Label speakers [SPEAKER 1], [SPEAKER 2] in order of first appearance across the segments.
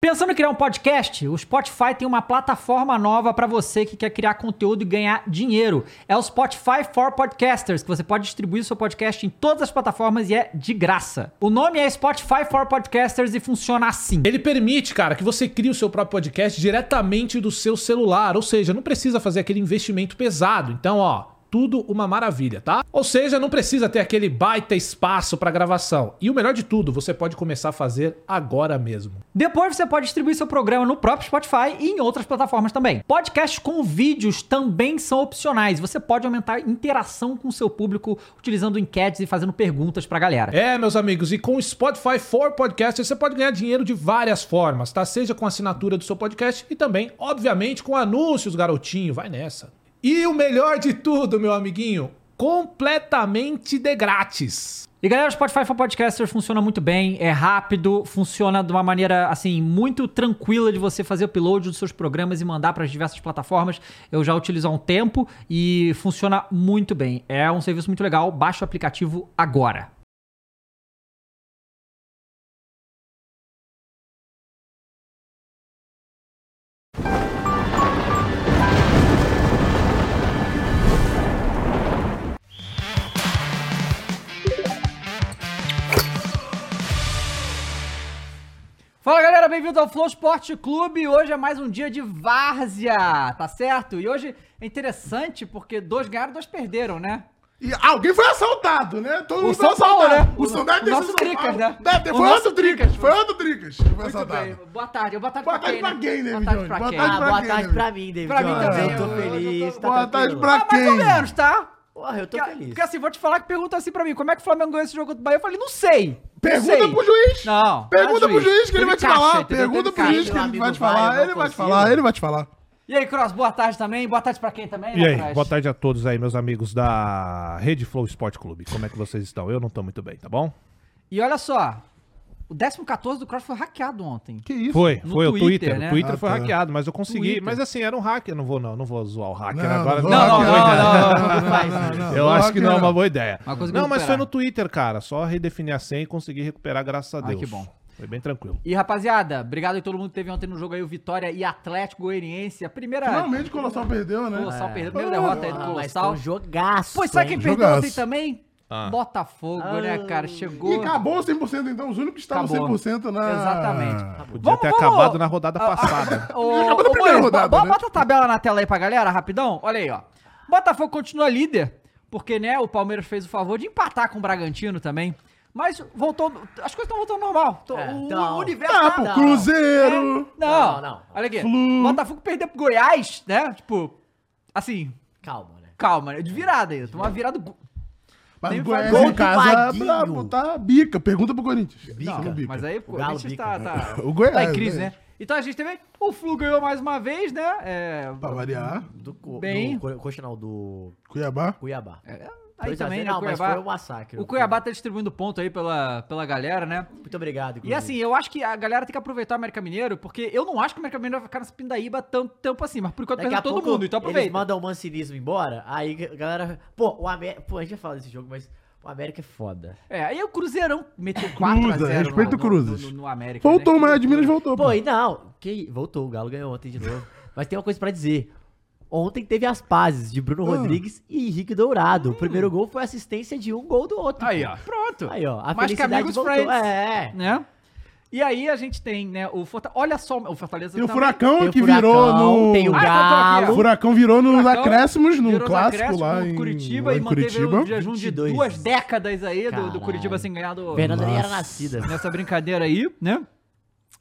[SPEAKER 1] Pensando em criar um podcast? O Spotify tem uma plataforma nova para você que quer criar conteúdo e ganhar dinheiro. É o Spotify for Podcasters, que você pode distribuir seu podcast em todas as plataformas e é de graça. O nome é Spotify for Podcasters e funciona assim.
[SPEAKER 2] Ele permite, cara, que você crie o seu próprio podcast diretamente do seu celular, ou seja, não precisa fazer aquele investimento pesado. Então, ó, tudo uma maravilha, tá? Ou seja, não precisa ter aquele baita espaço para gravação. E o melhor de tudo, você pode começar a fazer agora mesmo.
[SPEAKER 1] Depois você pode distribuir seu programa no próprio Spotify e em outras plataformas também. Podcasts com vídeos também são opcionais. Você pode aumentar a interação com seu público utilizando enquetes e fazendo perguntas pra galera.
[SPEAKER 2] É, meus amigos, e com o Spotify for Podcasters você pode ganhar dinheiro de várias formas, tá? Seja com a assinatura do seu podcast e também, obviamente, com anúncios, garotinho, vai nessa. E o melhor de tudo, meu amiguinho, completamente de grátis.
[SPEAKER 1] E galera, o Spotify for Podcasters funciona muito bem, é rápido, funciona de uma maneira assim muito tranquila de você fazer upload dos seus programas e mandar para as diversas plataformas. Eu já utilizo há um tempo e funciona muito bem. É um serviço muito legal, baixa o aplicativo agora. Fala galera, bem-vindo ao Flow Sport Clube. Hoje é mais um dia de várzea, tá certo? E hoje é interessante porque dois ganharam, dois perderam, né?
[SPEAKER 3] E alguém foi assaltado, né? Todo
[SPEAKER 1] O
[SPEAKER 3] mundo foi
[SPEAKER 1] São Paulo,
[SPEAKER 3] assaltado.
[SPEAKER 1] né?
[SPEAKER 3] O São Paulo,
[SPEAKER 1] O nosso Tricas, né?
[SPEAKER 3] Deve ter-
[SPEAKER 1] O
[SPEAKER 3] foi
[SPEAKER 1] nosso
[SPEAKER 3] outro Tricas.
[SPEAKER 1] Tricas.
[SPEAKER 3] Foi outro Tricas que foi
[SPEAKER 1] Muito bem.
[SPEAKER 3] assaltado.
[SPEAKER 1] Boa tarde, boa tarde
[SPEAKER 3] Boa tarde pra quem, né,
[SPEAKER 1] Boa tarde
[SPEAKER 3] Johnny?
[SPEAKER 1] pra
[SPEAKER 3] Boa
[SPEAKER 1] quem?
[SPEAKER 3] tarde
[SPEAKER 1] Ah,
[SPEAKER 4] Ah, boa
[SPEAKER 3] quem,
[SPEAKER 4] tarde
[SPEAKER 3] David?
[SPEAKER 4] pra mim, David.
[SPEAKER 1] Pra mim
[SPEAKER 4] Olha,
[SPEAKER 1] também, né,
[SPEAKER 4] Eu
[SPEAKER 1] eu-
[SPEAKER 4] tô
[SPEAKER 1] eu
[SPEAKER 4] feliz,
[SPEAKER 1] tô-
[SPEAKER 4] tá
[SPEAKER 3] Boa tarde
[SPEAKER 4] tranquilo.
[SPEAKER 3] pra
[SPEAKER 1] Ah, mais ou
[SPEAKER 3] quem?
[SPEAKER 1] menos, tá?
[SPEAKER 4] Porra, eu tô
[SPEAKER 1] Porque,
[SPEAKER 4] feliz.
[SPEAKER 1] porque assim, vou te falar que pergunta assim pra mim, como é que o Flamengo ganhou esse jogo do Bahia? Eu falei, não sei. não
[SPEAKER 3] Pergunta
[SPEAKER 1] sei.
[SPEAKER 3] pro juiz.
[SPEAKER 1] Não. não
[SPEAKER 3] Pergunta
[SPEAKER 1] é
[SPEAKER 3] pro juiz que
[SPEAKER 1] Teve
[SPEAKER 3] ele vai te
[SPEAKER 1] caixa,
[SPEAKER 3] falar.
[SPEAKER 1] entendeu? Teve
[SPEAKER 3] Pergunta pro
[SPEAKER 1] caixa.
[SPEAKER 3] juiz que
[SPEAKER 4] meu
[SPEAKER 3] ele vai
[SPEAKER 4] amigo,
[SPEAKER 3] te
[SPEAKER 4] vai,
[SPEAKER 3] falar. Ele
[SPEAKER 4] não
[SPEAKER 3] vai te
[SPEAKER 4] consigo.
[SPEAKER 3] falar. Ele vai te falar.
[SPEAKER 1] E aí, Cross, boa tarde também. Boa tarde pra quem também?
[SPEAKER 2] E
[SPEAKER 1] lá
[SPEAKER 2] aí,
[SPEAKER 1] atrás?
[SPEAKER 2] boa tarde a todos aí, meus amigos da Rede Flow Esporte Clube. Como é que vocês estão? Eu não tô muito bem, tá bom?
[SPEAKER 1] E olha só, o 14 do Cross foi hackeado ontem.
[SPEAKER 3] Que isso?
[SPEAKER 2] Foi,
[SPEAKER 1] No
[SPEAKER 2] foi o
[SPEAKER 1] Twitter,
[SPEAKER 2] Twitter.
[SPEAKER 1] né?
[SPEAKER 2] O Twitter
[SPEAKER 3] Ah,
[SPEAKER 2] foi
[SPEAKER 3] tá.
[SPEAKER 2] hackeado, mas eu consegui.
[SPEAKER 1] Twitter.
[SPEAKER 2] Mas assim, era um hacker. Não vou, não, não vou zoar o hacker
[SPEAKER 3] Não,
[SPEAKER 2] agora.
[SPEAKER 3] não
[SPEAKER 2] é
[SPEAKER 3] vou
[SPEAKER 2] uma
[SPEAKER 3] hackear.
[SPEAKER 2] boa ideia.
[SPEAKER 1] não, não,
[SPEAKER 4] faz isso.
[SPEAKER 2] Eu acho que não é uma boa ideia.
[SPEAKER 1] Mas conseguiu
[SPEAKER 2] Não, mas foi
[SPEAKER 1] recuperar.
[SPEAKER 2] no Twitter, cara. Só redefinir a senha e consegui recuperar, graças a
[SPEAKER 1] Ah,
[SPEAKER 2] Deus.
[SPEAKER 1] que bom.
[SPEAKER 2] Foi bem tranquilo.
[SPEAKER 1] E rapaziada, obrigado aí todo mundo que teve ontem no jogo aí o Vitória e Atlético Goianiense. A primeira
[SPEAKER 3] Finalmente o Colossal perdeu, né?
[SPEAKER 1] Colossal perdeu,
[SPEAKER 3] Pô,
[SPEAKER 1] primeira derrota aí do
[SPEAKER 4] Ah, mas
[SPEAKER 1] Colossal.
[SPEAKER 4] foi um jogaço.
[SPEAKER 1] Pois sabe quem
[SPEAKER 4] hein?
[SPEAKER 1] perdeu
[SPEAKER 3] Jogaço.
[SPEAKER 1] ontem também?
[SPEAKER 2] Ah.
[SPEAKER 1] Botafogo, né, cara?
[SPEAKER 3] E
[SPEAKER 1] Chegou.
[SPEAKER 3] acabou o 100%, então. Os únicos que estavam
[SPEAKER 1] Acabou.
[SPEAKER 3] 100% na... Ah,
[SPEAKER 1] Exatamente.
[SPEAKER 2] Podia
[SPEAKER 1] Vamos- Ah,
[SPEAKER 2] ter
[SPEAKER 1] vamos-
[SPEAKER 2] acabado na rodada passada.
[SPEAKER 1] Ô,
[SPEAKER 3] Acabou na
[SPEAKER 1] ô,
[SPEAKER 3] tá primeira
[SPEAKER 1] Moisés,
[SPEAKER 3] rodada,
[SPEAKER 1] bo-
[SPEAKER 3] né?
[SPEAKER 1] Bota a tabela na tela aí pra galera, rapidão. Olha aí, ó. Botafogo continua líder, porque, né, o Palmeiras fez o favor de empatar com o Bragantino também. Mas voltou. As coisas estão voltando ao normal. Tô-
[SPEAKER 4] É,
[SPEAKER 1] o,
[SPEAKER 4] então.
[SPEAKER 1] o universo.
[SPEAKER 3] Tá
[SPEAKER 1] tá-
[SPEAKER 3] pro
[SPEAKER 1] É,
[SPEAKER 3] Cruzeiro.
[SPEAKER 1] não,
[SPEAKER 4] Não, não.
[SPEAKER 1] Olha aqui.
[SPEAKER 3] Flu.
[SPEAKER 1] Botafogo perdeu pro Goiás, né? Tipo, assim,
[SPEAKER 4] Calma, né?
[SPEAKER 1] calma, né? De virada aí. Uma virada. go-
[SPEAKER 3] Mas
[SPEAKER 1] Nem
[SPEAKER 3] o Goiás
[SPEAKER 1] faz
[SPEAKER 3] em
[SPEAKER 4] gol.
[SPEAKER 3] casa
[SPEAKER 4] Vadinho.
[SPEAKER 3] brabo, tá? Bica. Pergunta pro Corinthians.
[SPEAKER 4] Bica.
[SPEAKER 3] Não,
[SPEAKER 1] Mas aí, pô,
[SPEAKER 4] O
[SPEAKER 1] o
[SPEAKER 4] Galo
[SPEAKER 1] Corinthians
[SPEAKER 4] bica. né?
[SPEAKER 1] tá, tá,
[SPEAKER 3] né, O Goiás,
[SPEAKER 1] tá em crise,
[SPEAKER 3] né?
[SPEAKER 1] né? Então a gente teve. O Flu ganhou mais uma vez, né? É,
[SPEAKER 3] Pra variar.
[SPEAKER 4] Do, co-
[SPEAKER 1] Bem.
[SPEAKER 4] do co- coxa não, do
[SPEAKER 3] Cuiabá.
[SPEAKER 4] Cuiabá.
[SPEAKER 1] é, aí
[SPEAKER 4] 2 a
[SPEAKER 1] também,
[SPEAKER 4] 0,
[SPEAKER 1] né?
[SPEAKER 4] não,
[SPEAKER 1] o
[SPEAKER 4] mas
[SPEAKER 1] Cuiabá-
[SPEAKER 4] foi um massacre.
[SPEAKER 1] O Cuiabá tá distribuindo ponto aí pela, pela galera, né?
[SPEAKER 4] Muito obrigado,
[SPEAKER 3] Uhum.
[SPEAKER 1] E assim, eu acho que a galera tem que aproveitar o América Mineiro, porque eu não acho que o América Mineiro vai ficar nessa pindaíba tanto tempo assim, mas por enquanto
[SPEAKER 4] Daqui a
[SPEAKER 1] perdeu todo
[SPEAKER 4] pouco
[SPEAKER 1] mundo, então
[SPEAKER 4] eles
[SPEAKER 1] aproveita.
[SPEAKER 4] mandam o Mancinismo embora, aí a galera... Pô, o América... Pô, a gente já fala desse jogo, mas o América é foda.
[SPEAKER 1] É, aí o Cruzeirão meteu 4
[SPEAKER 3] Cruza,
[SPEAKER 1] a 0
[SPEAKER 3] respeita o Cruzes.
[SPEAKER 1] No, no, no América,
[SPEAKER 3] Voltou,
[SPEAKER 1] né?
[SPEAKER 3] o Maia de Minas voltou.
[SPEAKER 4] Pô, e não, que... voltou, o Galo ganhou ontem de novo. Mas tem uma coisa pra dizer. Ontem teve as pazes de Bruno
[SPEAKER 3] Ah.
[SPEAKER 4] Rodrigues e Henrique Dourado. O primeiro gol foi assistência de um gol do outro.
[SPEAKER 1] Hum. Aí,
[SPEAKER 4] pô.
[SPEAKER 1] ó, pronto.
[SPEAKER 4] Aí, ó. A
[SPEAKER 1] Mais que
[SPEAKER 4] felicidade
[SPEAKER 1] amigos
[SPEAKER 4] voltou.
[SPEAKER 1] friends.
[SPEAKER 4] É, é.
[SPEAKER 1] Né? E aí a gente tem, né, o Fortaleza, olha só, o Fortaleza
[SPEAKER 3] Tem o
[SPEAKER 1] também
[SPEAKER 3] Furacão
[SPEAKER 4] Tem o
[SPEAKER 3] que virou
[SPEAKER 4] Furacão,
[SPEAKER 3] no.
[SPEAKER 4] Tem o
[SPEAKER 1] Ah, então tô
[SPEAKER 4] Galo.
[SPEAKER 1] aqui,
[SPEAKER 3] Furacão virou nos
[SPEAKER 1] Furacão
[SPEAKER 3] acréscimos, no
[SPEAKER 1] virou os
[SPEAKER 3] um clássico
[SPEAKER 1] acréscimos
[SPEAKER 3] lá
[SPEAKER 1] com
[SPEAKER 3] em
[SPEAKER 1] o Curitiba
[SPEAKER 3] lá
[SPEAKER 1] e
[SPEAKER 3] em
[SPEAKER 1] manteve
[SPEAKER 3] Curitiba.
[SPEAKER 1] um jejum de
[SPEAKER 4] 22
[SPEAKER 1] duas décadas aí do, do
[SPEAKER 4] Caralho.
[SPEAKER 1] Curitiba sem ganhar do,
[SPEAKER 4] Fernanda nem era né?
[SPEAKER 3] Nossa.
[SPEAKER 4] nascida.
[SPEAKER 1] nessa brincadeira aí, né?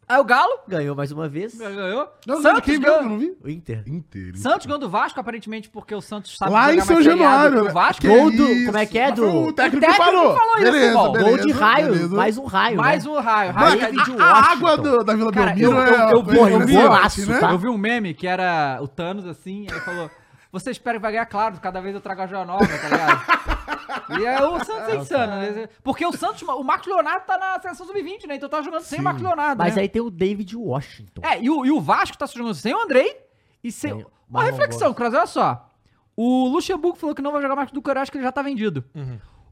[SPEAKER 1] Aí o Galo
[SPEAKER 4] Ganhou mais uma vez.
[SPEAKER 1] ganhou.
[SPEAKER 3] Não, não,
[SPEAKER 1] Santos
[SPEAKER 3] quem mesmo? Eu
[SPEAKER 1] ganhou.
[SPEAKER 3] Não vi.
[SPEAKER 4] O Inter.
[SPEAKER 3] Inteiro.
[SPEAKER 1] Santos ganhou do Vasco, aparentemente, porque o Santos sabe
[SPEAKER 3] Lá em
[SPEAKER 1] jogar
[SPEAKER 3] São
[SPEAKER 1] mais seriado
[SPEAKER 3] Januário.
[SPEAKER 1] que
[SPEAKER 3] né?
[SPEAKER 1] o Vasco.
[SPEAKER 3] Que
[SPEAKER 4] Gol do-
[SPEAKER 3] isso.
[SPEAKER 4] como é que é,
[SPEAKER 3] Mas foi
[SPEAKER 4] do-
[SPEAKER 3] O técnico,
[SPEAKER 1] O técnico
[SPEAKER 3] falou.
[SPEAKER 1] falou isso, Paulo.
[SPEAKER 3] beleza,
[SPEAKER 4] Gol de raio.
[SPEAKER 3] beleza.
[SPEAKER 4] Mais um raio.
[SPEAKER 1] Mais
[SPEAKER 4] né?
[SPEAKER 1] um raio.
[SPEAKER 3] Mas
[SPEAKER 1] raio
[SPEAKER 4] Raio
[SPEAKER 1] de
[SPEAKER 4] de
[SPEAKER 3] a, a
[SPEAKER 4] Washington.
[SPEAKER 3] água do- da Vila
[SPEAKER 1] Cara,
[SPEAKER 3] Belmiro
[SPEAKER 1] eu-
[SPEAKER 3] é
[SPEAKER 1] eu- eu-
[SPEAKER 3] coisa
[SPEAKER 4] eu- eu-
[SPEAKER 3] impressionante,
[SPEAKER 4] eu-
[SPEAKER 3] né?
[SPEAKER 4] tá?
[SPEAKER 1] Eu vi um meme que era o Thanos, assim, aí falou... Você espera que vai ganhar, claro, cada vez eu trago a joia nova, tá ligado? E é o Santos é
[SPEAKER 3] Ah,
[SPEAKER 1] insano,
[SPEAKER 3] tá.
[SPEAKER 1] né? Porque o Santos, o Marcos Leonardo tá na seleção sub-20, né? Então tá jogando sem o Marcos Leonardo,
[SPEAKER 4] Mas
[SPEAKER 1] né?
[SPEAKER 4] aí tem o David Washington.
[SPEAKER 1] É, e o, e o Vasco tá jogando sem o Andrei e sem...
[SPEAKER 4] Tem um o
[SPEAKER 1] Uma
[SPEAKER 4] Marlon
[SPEAKER 1] reflexão, Cross, olha
[SPEAKER 4] Uhum.
[SPEAKER 1] só. O Luxemburgo falou que não vai jogar mais do Duque, eu acho que ele já tá vendido.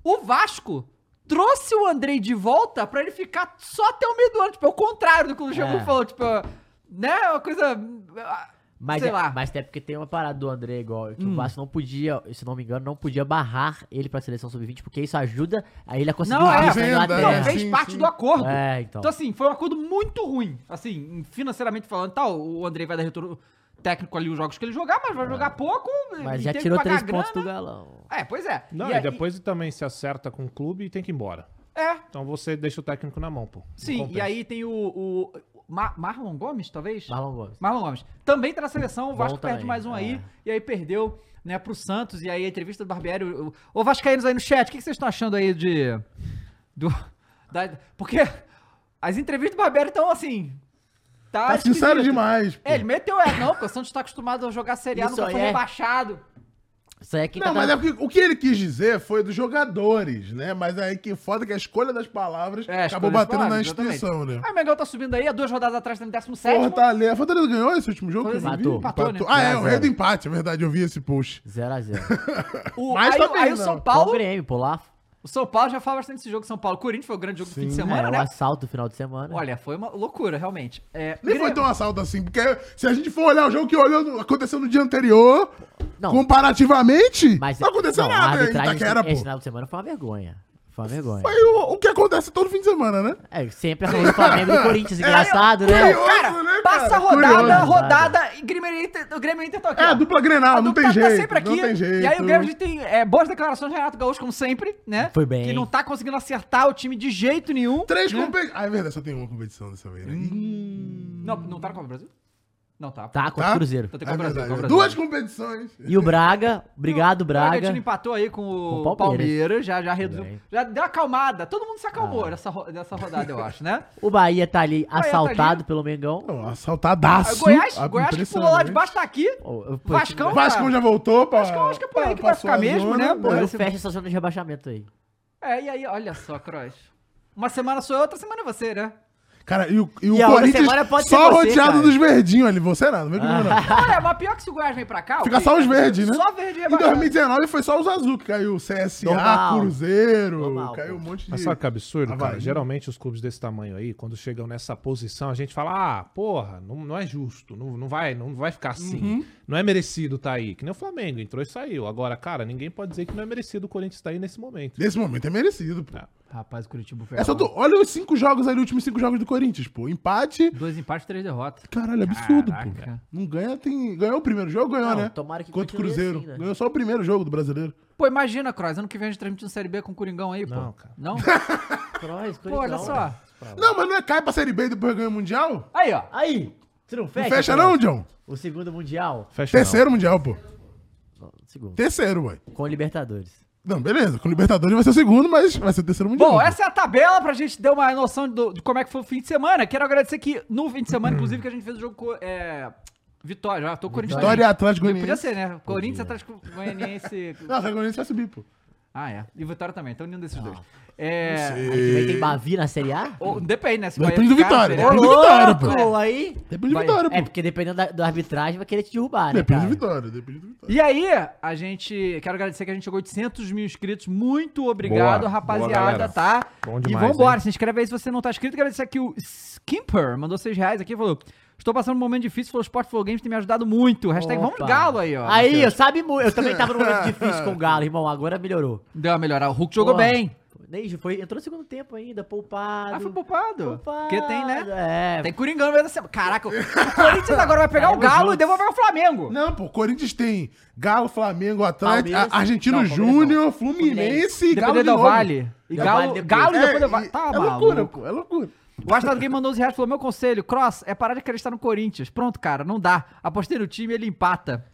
[SPEAKER 1] O Vasco trouxe o Andrei de volta pra ele ficar só até o meio do ano. Tipo, é o contrário do que o Luxemburgo
[SPEAKER 4] É.
[SPEAKER 1] falou. Tipo, né? Uma coisa. ah,
[SPEAKER 4] Mas,
[SPEAKER 1] sei
[SPEAKER 4] é,
[SPEAKER 1] lá. Hum.
[SPEAKER 4] mas até porque tem uma parada do André igual, que o Vasco não podia, se não me engano, não podia barrar ele pra seleção sub-20, porque isso ajuda a ele a conseguir
[SPEAKER 1] Não,
[SPEAKER 4] um
[SPEAKER 1] é,
[SPEAKER 4] visto na
[SPEAKER 3] venda,
[SPEAKER 1] Não,
[SPEAKER 3] É,
[SPEAKER 4] Inglaterra.
[SPEAKER 1] fez
[SPEAKER 3] sim,
[SPEAKER 1] parte
[SPEAKER 3] sim.
[SPEAKER 1] do acordo.
[SPEAKER 4] né? É, então.
[SPEAKER 1] Então, assim, foi um acordo muito ruim. Assim, financeiramente falando e tal, o Andrei vai dar retorno técnico ali os jogos que ele jogar, mas vai jogar pouco.
[SPEAKER 4] É. Mas
[SPEAKER 1] e
[SPEAKER 4] já
[SPEAKER 1] tem que
[SPEAKER 4] tirou
[SPEAKER 1] pagar
[SPEAKER 4] três
[SPEAKER 1] a grana.
[SPEAKER 4] pontos do galão.
[SPEAKER 1] É, pois é.
[SPEAKER 5] Não,
[SPEAKER 1] E
[SPEAKER 5] e,
[SPEAKER 1] aí-
[SPEAKER 5] depois também se acerta com o clube e tem que ir embora.
[SPEAKER 1] É,
[SPEAKER 5] Então você deixa o técnico na mão, pô. Não
[SPEAKER 1] sim. E
[SPEAKER 5] compensa.
[SPEAKER 1] aí tem o. o Ma- Marlon Gomes, talvez?
[SPEAKER 4] Marlon Gomes.
[SPEAKER 1] Marlon Gomes. Também tá na seleção, o Vasco
[SPEAKER 4] Volta
[SPEAKER 1] perde
[SPEAKER 4] aí,
[SPEAKER 1] mais um aí,
[SPEAKER 4] é.
[SPEAKER 1] e aí perdeu, né, pro Santos, e aí a entrevista do Barbieri, o- ô Vascaínos aí no chat, o que que vocês estão achando aí de... do- da- porque as entrevistas do Barbieri estão assim... Tá,
[SPEAKER 3] Tá
[SPEAKER 1] esquisito.
[SPEAKER 3] sincero demais. pô.
[SPEAKER 1] É, ele meteu é, não, porque o Santos tá acostumado a jogar Série A,
[SPEAKER 4] Isso
[SPEAKER 1] nunca foi
[SPEAKER 4] aí é.
[SPEAKER 1] rebaixado.
[SPEAKER 4] Isso aí é quem
[SPEAKER 3] Não,
[SPEAKER 4] tá
[SPEAKER 3] mas é porque, o que ele quis dizer foi dos jogadores, né? Mas aí que foda que a escolha das palavras
[SPEAKER 1] É, a
[SPEAKER 3] acabou
[SPEAKER 1] escolha das
[SPEAKER 3] batendo na
[SPEAKER 1] palavras,
[SPEAKER 3] instituição, né?
[SPEAKER 1] Aí o Mengão tá subindo aí, há duas rodadas atrás, tá em 17
[SPEAKER 3] Fortaleza. A Fortaleza ganhou esse último jogo? que eu não vi?
[SPEAKER 4] Empatou.
[SPEAKER 1] Empatou, né?
[SPEAKER 3] Ah, é,
[SPEAKER 4] Zero a
[SPEAKER 3] o
[SPEAKER 4] zero.
[SPEAKER 3] rei do empate, é verdade, eu vi esse post.
[SPEAKER 4] 0x0.
[SPEAKER 1] o,
[SPEAKER 3] Mas
[SPEAKER 1] aí, o-
[SPEAKER 3] também
[SPEAKER 1] aí o
[SPEAKER 3] não.
[SPEAKER 1] São
[SPEAKER 4] Qual o
[SPEAKER 1] Paulo,
[SPEAKER 4] Grêmio, pô, lá.
[SPEAKER 1] o São Paulo já fala bastante desse jogo, São Paulo. Corinthians foi o grande jogo do fim de semana,
[SPEAKER 4] é,
[SPEAKER 1] né?
[SPEAKER 4] O assalto no final de semana.
[SPEAKER 1] Olha, foi uma loucura, realmente. É,
[SPEAKER 3] Nem foi
[SPEAKER 1] Grêmio-
[SPEAKER 3] tão assalto assim, porque se a gente for olhar o jogo que olhou no- aconteceu no dia anterior,
[SPEAKER 4] Não.
[SPEAKER 3] comparativamente,
[SPEAKER 4] mas,
[SPEAKER 3] não aconteceu
[SPEAKER 4] não, A
[SPEAKER 3] nada em
[SPEAKER 4] arbitragem
[SPEAKER 3] Itaquera,
[SPEAKER 4] esse, esse
[SPEAKER 3] pô.
[SPEAKER 1] é
[SPEAKER 4] final de semana foi uma vergonha. Foi uma vergonha.
[SPEAKER 3] Foi o, o que acontece todo fim de semana, né?
[SPEAKER 4] É, sempre a favor do Flamengo e do
[SPEAKER 3] É,
[SPEAKER 4] Corinthians, engraçado, né?
[SPEAKER 3] curioso,
[SPEAKER 1] Cara,
[SPEAKER 3] né,
[SPEAKER 1] passa a
[SPEAKER 3] cara?
[SPEAKER 1] rodada,
[SPEAKER 4] Curioso.
[SPEAKER 1] rodada, e Grêmio e Inter, o Grêmio e Inter tô aqui.
[SPEAKER 3] É,
[SPEAKER 1] ó.
[SPEAKER 3] a dupla Grenal,
[SPEAKER 1] A
[SPEAKER 3] não
[SPEAKER 1] dupla
[SPEAKER 3] tem
[SPEAKER 1] tá
[SPEAKER 3] jeito.
[SPEAKER 1] sempre aqui.
[SPEAKER 3] Não tem jeito.
[SPEAKER 1] E aí o Grêmio a gente tem é, boas declarações do Renato Gaúcho, como sempre, né?
[SPEAKER 4] Foi bem.
[SPEAKER 1] Que não tá conseguindo acertar o time de jeito nenhum.
[SPEAKER 3] Três
[SPEAKER 1] né? Hum,
[SPEAKER 3] competições. Ah, é verdade, só tem uma competição dessa vez, né?
[SPEAKER 1] Não, não tá na Copa do Brasil? Não tá.
[SPEAKER 4] Tá, contra
[SPEAKER 3] Tá?
[SPEAKER 4] o Cruzeiro.
[SPEAKER 1] Então tem
[SPEAKER 3] É
[SPEAKER 1] Copa do Brasil,
[SPEAKER 3] verdade.
[SPEAKER 1] Copa do Brasil.
[SPEAKER 3] Duas competições.
[SPEAKER 4] E o Braga, obrigado,
[SPEAKER 1] O Bragantino
[SPEAKER 4] Braga.
[SPEAKER 1] empatou aí com o
[SPEAKER 4] Com o
[SPEAKER 1] Palmeiras,
[SPEAKER 4] Palmeiras,
[SPEAKER 1] já, já reduziu.
[SPEAKER 4] bem.
[SPEAKER 1] Já deu uma acalmada. Todo mundo se
[SPEAKER 4] Ah.
[SPEAKER 1] acalmou nessa, ro- nessa rodada, eu acho, né?
[SPEAKER 4] O Bahia tá ali
[SPEAKER 1] tá
[SPEAKER 4] assaltado pelo Mengão.
[SPEAKER 3] Não,
[SPEAKER 1] Ah,
[SPEAKER 3] assaltadaço.
[SPEAKER 1] Goiás, Goiás que pulou lá de
[SPEAKER 3] Impressionante.
[SPEAKER 1] baixo tá aqui.
[SPEAKER 4] Oh, eu- pô,
[SPEAKER 1] Vascão,
[SPEAKER 3] O Vasco já voltou pra.
[SPEAKER 1] Vascão, acho que é por aí
[SPEAKER 3] pra-
[SPEAKER 1] que vai
[SPEAKER 3] passou
[SPEAKER 1] ficar
[SPEAKER 3] a
[SPEAKER 1] mesmo,
[SPEAKER 3] zona,
[SPEAKER 1] né, pô?
[SPEAKER 4] Eu
[SPEAKER 1] esse-
[SPEAKER 4] fecho essa zona de rebaixamento aí.
[SPEAKER 1] É, e aí, olha só, Cross. Uma semana sou eu, outra semana é você, né?
[SPEAKER 3] Cara, e o, e o
[SPEAKER 4] E a outra
[SPEAKER 3] Corinthians
[SPEAKER 4] semana pode ser
[SPEAKER 3] só
[SPEAKER 4] você,
[SPEAKER 3] rodeado
[SPEAKER 4] cara.
[SPEAKER 3] dos verdinhos ali. Você não, não vem comigo não.
[SPEAKER 1] Olha, mas pior que se o Goiás vem pra cá...
[SPEAKER 3] Fica
[SPEAKER 1] ok,
[SPEAKER 3] só os verdes, né?
[SPEAKER 1] Só verde é
[SPEAKER 3] Em
[SPEAKER 1] bacana.
[SPEAKER 3] 2019 foi só os azul que caiu. CSA,
[SPEAKER 4] Normal.
[SPEAKER 3] Cruzeiro,
[SPEAKER 4] Normal, pô.
[SPEAKER 3] caiu um monte de...
[SPEAKER 5] Mas sabe que é absurdo,
[SPEAKER 3] Havaí.
[SPEAKER 5] cara? Geralmente os clubes desse tamanho aí, quando chegam nessa posição, a gente fala, ah, porra, não, não é justo, não, não, vai, não vai ficar assim, não é merecido tá aí. Que nem o Flamengo, entrou e saiu. Agora, cara, ninguém pode dizer que não é merecido o Corinthians tá aí nesse momento.
[SPEAKER 3] Nesse momento é merecido, pô.
[SPEAKER 1] Rapaz, o Curitiba foi...
[SPEAKER 3] É só tu- Olha os cinco jogos ali, os últimos cinco jogos do Corinthians, pô. Empate...
[SPEAKER 1] Dois empates, três derrotas.
[SPEAKER 3] Caralho, absurdo,
[SPEAKER 1] Caraca.
[SPEAKER 3] pô. Não ganha, tem... Ganhou o primeiro jogo, ganhou,
[SPEAKER 4] Não,
[SPEAKER 3] né?
[SPEAKER 4] tomara que
[SPEAKER 3] Contra o
[SPEAKER 4] continue
[SPEAKER 3] Cruzeiro.
[SPEAKER 4] assim, né?
[SPEAKER 3] Ganhou só o primeiro jogo do brasileiro.
[SPEAKER 1] Pô, imagina, Cross, ano que vem a gente transmitindo Série B com o Coringão aí, pô.
[SPEAKER 5] Não, cara.
[SPEAKER 1] Não?
[SPEAKER 4] Cross,
[SPEAKER 1] Pô, olha só.
[SPEAKER 3] Não, mas não é cai pra Série B e depois ganha o Mundial?
[SPEAKER 1] Aí, ó.
[SPEAKER 4] Aí, você não fecha?
[SPEAKER 3] Não fecha
[SPEAKER 4] Cross?
[SPEAKER 3] não, John?
[SPEAKER 4] O segundo mundial.
[SPEAKER 5] Fecha
[SPEAKER 3] Terceiro Mundial, pô.
[SPEAKER 4] Não, Segundo.
[SPEAKER 3] Terceiro, ué.
[SPEAKER 4] Com Libertadores.
[SPEAKER 3] Não, beleza. Com o Libertadores vai ser o segundo, mas vai ser o terceiro Mundial.
[SPEAKER 1] Bom,
[SPEAKER 3] pô.
[SPEAKER 1] essa é a tabela pra gente dar uma noção do- de como é que foi o fim de semana. Quero agradecer que no fim de semana, inclusive, que a gente fez o jogo com... É... Vitória, já tô Corinthians.
[SPEAKER 3] Vitória e Atlético
[SPEAKER 1] Goianiense. Podia
[SPEAKER 3] Goianiense.
[SPEAKER 1] ser, né? Corinthians, Atlético Goianiense...
[SPEAKER 3] Não, Atlético Goianiense vai subir, pô.
[SPEAKER 1] Ah, é. E Vitória também, então nenhum desses dois. É.
[SPEAKER 3] Sei.
[SPEAKER 4] Aí também tem Bavi na Série A?
[SPEAKER 1] Ou, depende, né? Se
[SPEAKER 3] Depende
[SPEAKER 1] Bahia
[SPEAKER 3] do
[SPEAKER 1] ficar,
[SPEAKER 3] Vitória,
[SPEAKER 1] seria-
[SPEAKER 3] né? Depende do Vitória, pô.
[SPEAKER 4] Pô, aí.
[SPEAKER 3] Depende do
[SPEAKER 1] Vai.
[SPEAKER 3] Vitória, pô.
[SPEAKER 4] É, porque dependendo da, da arbitragem, vai querer te derrubar, né?
[SPEAKER 3] Depende
[SPEAKER 4] cara?
[SPEAKER 3] do Vitória, depende do Vitória.
[SPEAKER 1] E aí, a gente. Quero agradecer que a gente chegou a 800 mil inscritos. Muito obrigado,
[SPEAKER 5] Boa, boa,
[SPEAKER 1] rapaziada,
[SPEAKER 5] galera.
[SPEAKER 1] tá?
[SPEAKER 5] Bom
[SPEAKER 1] e
[SPEAKER 5] demais,
[SPEAKER 1] vambora,
[SPEAKER 5] hein?
[SPEAKER 1] se inscreve aí se você não tá inscrito. Agradecer aqui o Skimper, mandou 6 reais aqui e falou: Estou passando um momento difícil, falou Sport Flow Games tem me ajudado muito. Hashtag
[SPEAKER 4] Opa.
[SPEAKER 1] vamos galo aí,
[SPEAKER 3] né,
[SPEAKER 1] ó.
[SPEAKER 4] Aí, eu sabe muito. Eu também tava num momento difícil com o Galo, irmão. Agora melhorou.
[SPEAKER 1] Deu uma melhorada. O Hulk jogou
[SPEAKER 4] Porra.
[SPEAKER 1] bem.
[SPEAKER 4] Nem foi, entrou no segundo tempo ainda, poupado.
[SPEAKER 1] Ah, foi poupado.
[SPEAKER 4] Poupado,
[SPEAKER 1] Porque tem, né?
[SPEAKER 4] É.
[SPEAKER 1] Tem Coringão no meio da semana. Caraca, o Corinthians agora vai pegar o
[SPEAKER 4] Tamo
[SPEAKER 1] Galo e
[SPEAKER 4] juntos.
[SPEAKER 1] devolver o Flamengo.
[SPEAKER 3] Não, pô, Corinthians tem Galo, Flamengo, Atlético,
[SPEAKER 4] Palmeiras.
[SPEAKER 3] a- Argentino
[SPEAKER 4] Não, Palmeiras
[SPEAKER 3] Júnior, Fluminense e Galo
[SPEAKER 1] Depender do
[SPEAKER 3] de novo.
[SPEAKER 1] Vale. E
[SPEAKER 4] Del
[SPEAKER 1] Galo,
[SPEAKER 4] Valle depois.
[SPEAKER 1] Galo e depois
[SPEAKER 3] É,
[SPEAKER 1] do Vale.
[SPEAKER 3] e-
[SPEAKER 1] Tá
[SPEAKER 3] é
[SPEAKER 1] maluco.
[SPEAKER 3] loucura, pô, é loucura.
[SPEAKER 1] O Astado Game mandou 11 reais e falou: Meu conselho, Cross, é parar de acreditar no Corinthians. Pronto, cara, não dá. Apostei no time, ele empata.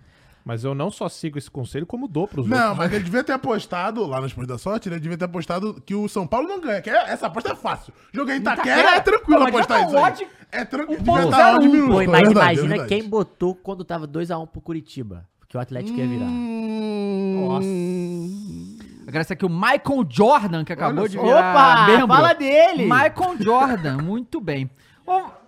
[SPEAKER 5] Mas eu não só sigo esse conselho, como dou pros
[SPEAKER 3] Não,
[SPEAKER 5] outros.
[SPEAKER 4] é.
[SPEAKER 3] mas ele devia ter apostado, lá nas Pôs da Sorte, ele devia ter apostado que o São Paulo não ganha. Que é- essa aposta é fácil. Joguei em
[SPEAKER 4] tá
[SPEAKER 3] Itaquera,
[SPEAKER 1] Itaquera?
[SPEAKER 3] é tranquilo
[SPEAKER 1] Não, mas já
[SPEAKER 3] apostar
[SPEAKER 1] tá
[SPEAKER 3] isso aí.
[SPEAKER 1] odd
[SPEAKER 4] Um
[SPEAKER 3] É tranquilo.
[SPEAKER 1] 1.01,
[SPEAKER 4] Pô,
[SPEAKER 3] É
[SPEAKER 4] mas imagina quem botou quando tava 2x1 pro Curitiba. Porque o Atlético ia virar.
[SPEAKER 3] Hum,
[SPEAKER 1] Agradecer aqui o Michael Jordan, que acabou
[SPEAKER 3] Olha
[SPEAKER 1] de
[SPEAKER 3] só.
[SPEAKER 1] virar.
[SPEAKER 3] Ah,
[SPEAKER 4] Opa,
[SPEAKER 1] membro.
[SPEAKER 4] fala dele!
[SPEAKER 1] Michael Jordan, muito bem. Bom,